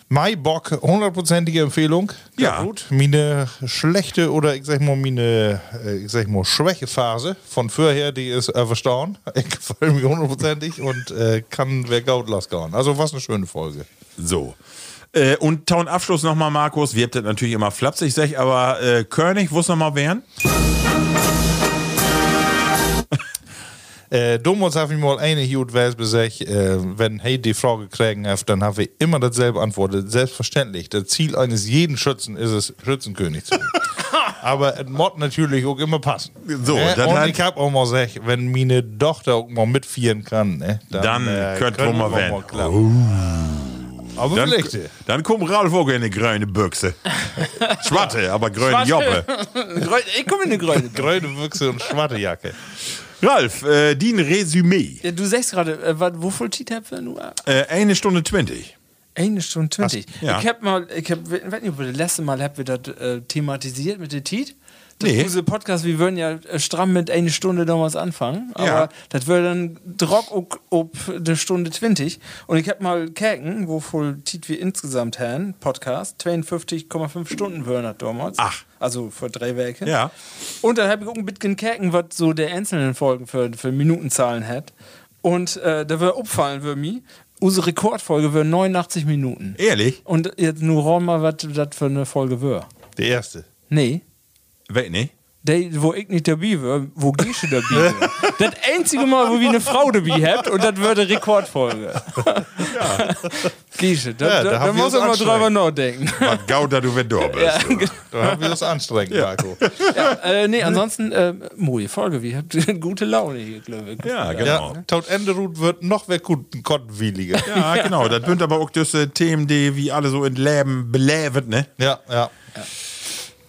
Speaker 3: Mai Bock, hundertprozentige Empfehlung.
Speaker 2: Ja.
Speaker 3: Gut. Meine schlechte oder ich sag mal, meine äh, ich sag mal, Schwächephase von vorher, die ist äh, verstauen. Ich gefällt mir hundertprozentig und äh, kann wer Gaut losgauen. Also was eine schöne Folge.
Speaker 2: So. Äh, und Town Abschluss nochmal, Markus. Wir habt das natürlich immer flapsig, sag ich, aber äh, König, wo's nochmal wären?
Speaker 3: Äh, damals habe ich mal eine gut weiß besagt, äh, wenn hey die Frage kriegen habt, dann habe ich immer dasselbe antwortet. Selbstverständlich. Das Ziel eines jeden Schützen ist es, Schützenkönig zu werden. Aber es muss natürlich auch immer passen.
Speaker 2: So,
Speaker 3: ne?
Speaker 2: dann
Speaker 3: Und
Speaker 2: halt-
Speaker 3: ich habe auch mal gesagt, wenn meine Tochter auch mal mitfieren kann, ne,
Speaker 2: Dann könnt
Speaker 3: können
Speaker 2: wir mal werden.
Speaker 3: klappen. Aber
Speaker 2: Dann,
Speaker 3: vielleicht.
Speaker 2: dann kommt Ralf auch in eine grüne Büchse. Schwatte, aber grüne Joppe.
Speaker 4: Ich komme in eine Gräune.
Speaker 3: Grüne Wüchse und Schwattejacke.
Speaker 2: Ralf, äh, dein Resümee.
Speaker 4: Ja, du sagst gerade, äh, wat- wovon Tiet habt ihr nur?
Speaker 2: Äh, eine Stunde 20.
Speaker 4: Eine Stunde 20.
Speaker 2: Hast- ja.
Speaker 4: Ich hab mal, ich hab, we- weiß nicht, ob wir das letzte Mal habt ihr das äh, thematisiert mit der Tiet. Das
Speaker 2: Nee.
Speaker 4: Diese Podcast, wir würden ja äh, stramm mit einer Stunde damals anfangen, aber
Speaker 2: Ja.
Speaker 4: das wäre dann Drock ob, ob eine Stunde 20. Und ich hab mal käken, wovon Tiet wir insgesamt haben, Podcast, 52,5 Stunden würden das damals.
Speaker 2: Ach.
Speaker 4: Also vor drei Werke.
Speaker 2: Ja.
Speaker 4: Und dann habe ich auch ein bisschen kerken, was so der einzelnen Folgen für, für Minutenzahlen hat. Und äh, da wird abfallen für mich. Unsere Rekordfolge wird 89 Minuten.
Speaker 2: Ehrlich?
Speaker 4: Und jetzt nur raum mal, was das für eine Folge wird.
Speaker 3: Der erste.
Speaker 4: Nee.
Speaker 2: Weiß nicht.
Speaker 4: De, wo ich nicht dabei war, wo Gesche dabei war. Das einzige Mal, wo wir eine Frau dabei habt und das wird eine Rekordfolge. Ja. Gesche, da,
Speaker 3: Ja, da
Speaker 4: da, da,
Speaker 3: haben wir
Speaker 4: muss
Speaker 3: uns
Speaker 4: man mal drüber
Speaker 3: anstrengen.
Speaker 4: nachdenken.
Speaker 2: Was gaut, da du wenn du bist.
Speaker 3: Da haben wir das anstrengend, Marco.
Speaker 4: ja, äh, nee, ansonsten, äh, moje Folge, wir habt gute Laune hier, glaube ich.
Speaker 2: Ja, genau.
Speaker 3: Ja, Taut Enderut wird noch wer guten Kottenwieliger.
Speaker 2: Ja, genau. Das äh, sind aber auch diese Themen, die wie alle so in Leben belebt, ne?
Speaker 3: Ja, ja.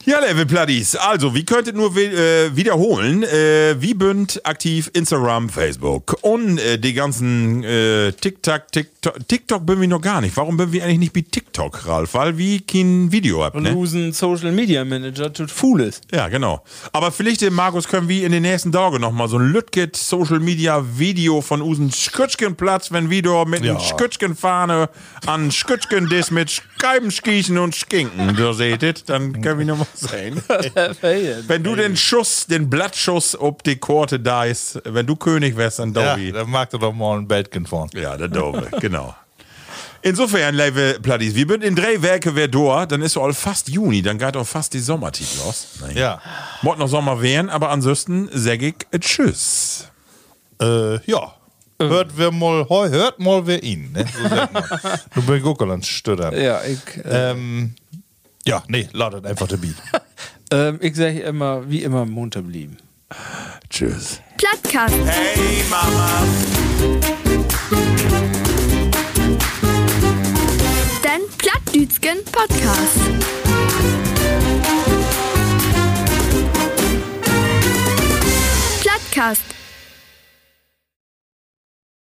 Speaker 2: Ja, Level Platties. Also, wie könntet nur wi- äh, wiederholen, äh, wie bünd aktiv Instagram, Facebook und äh, die ganzen äh, TikTok, TikTok, TikTok bin wir noch gar nicht. Warum bin wir eigentlich nicht wie TikTok, Ralf? Weil wir kein Video habt,
Speaker 4: Und
Speaker 2: ne?
Speaker 4: Losen Social Media Manager tut Fooles.
Speaker 2: Ja, genau. Aber vielleicht, äh, Markus, können wir in den nächsten Tagen nochmal so ein Lütget Social Media Video von usen Schkötschkenplatz, wenn wir da mit ja.
Speaker 3: Ja.
Speaker 2: einer Schkötschkenfahne an Schkötschken dis mit Scheiben schießen und Skinken, so seht ihr, dann können wir nochmal sehen. Wenn du den Schuss, den Blattschuss ob die Korte da ist, wenn du König wärst, dann
Speaker 3: Ja,
Speaker 2: Dobi.
Speaker 3: da mag er doch mal ein Bettchen von.
Speaker 2: Ja, der Dobe, genau. Insofern, liebe Platties, wir sind in drei Werke wer da, dann ist all fast Juni, dann geht auch fast die Sommertitel aus. Nein.
Speaker 3: Ja.
Speaker 2: Mord noch Sommer wären, aber ansonsten sag ich äh, Tschüss.
Speaker 3: Äh, ja. Hört wir mal, heu, hört mal wer ihn. Ne? So sagt man. du bist auch ganz stödern.
Speaker 4: Ja, ich, äh,
Speaker 3: Ähm, ja, nee, ladet einfach den Beat.
Speaker 4: ähm, ich sage immer, wie immer munter bleiben.
Speaker 2: Tschüss.
Speaker 1: Plattkast.
Speaker 2: Hey Mama.
Speaker 1: Dein Plattdütschen Podcast. Plattkast.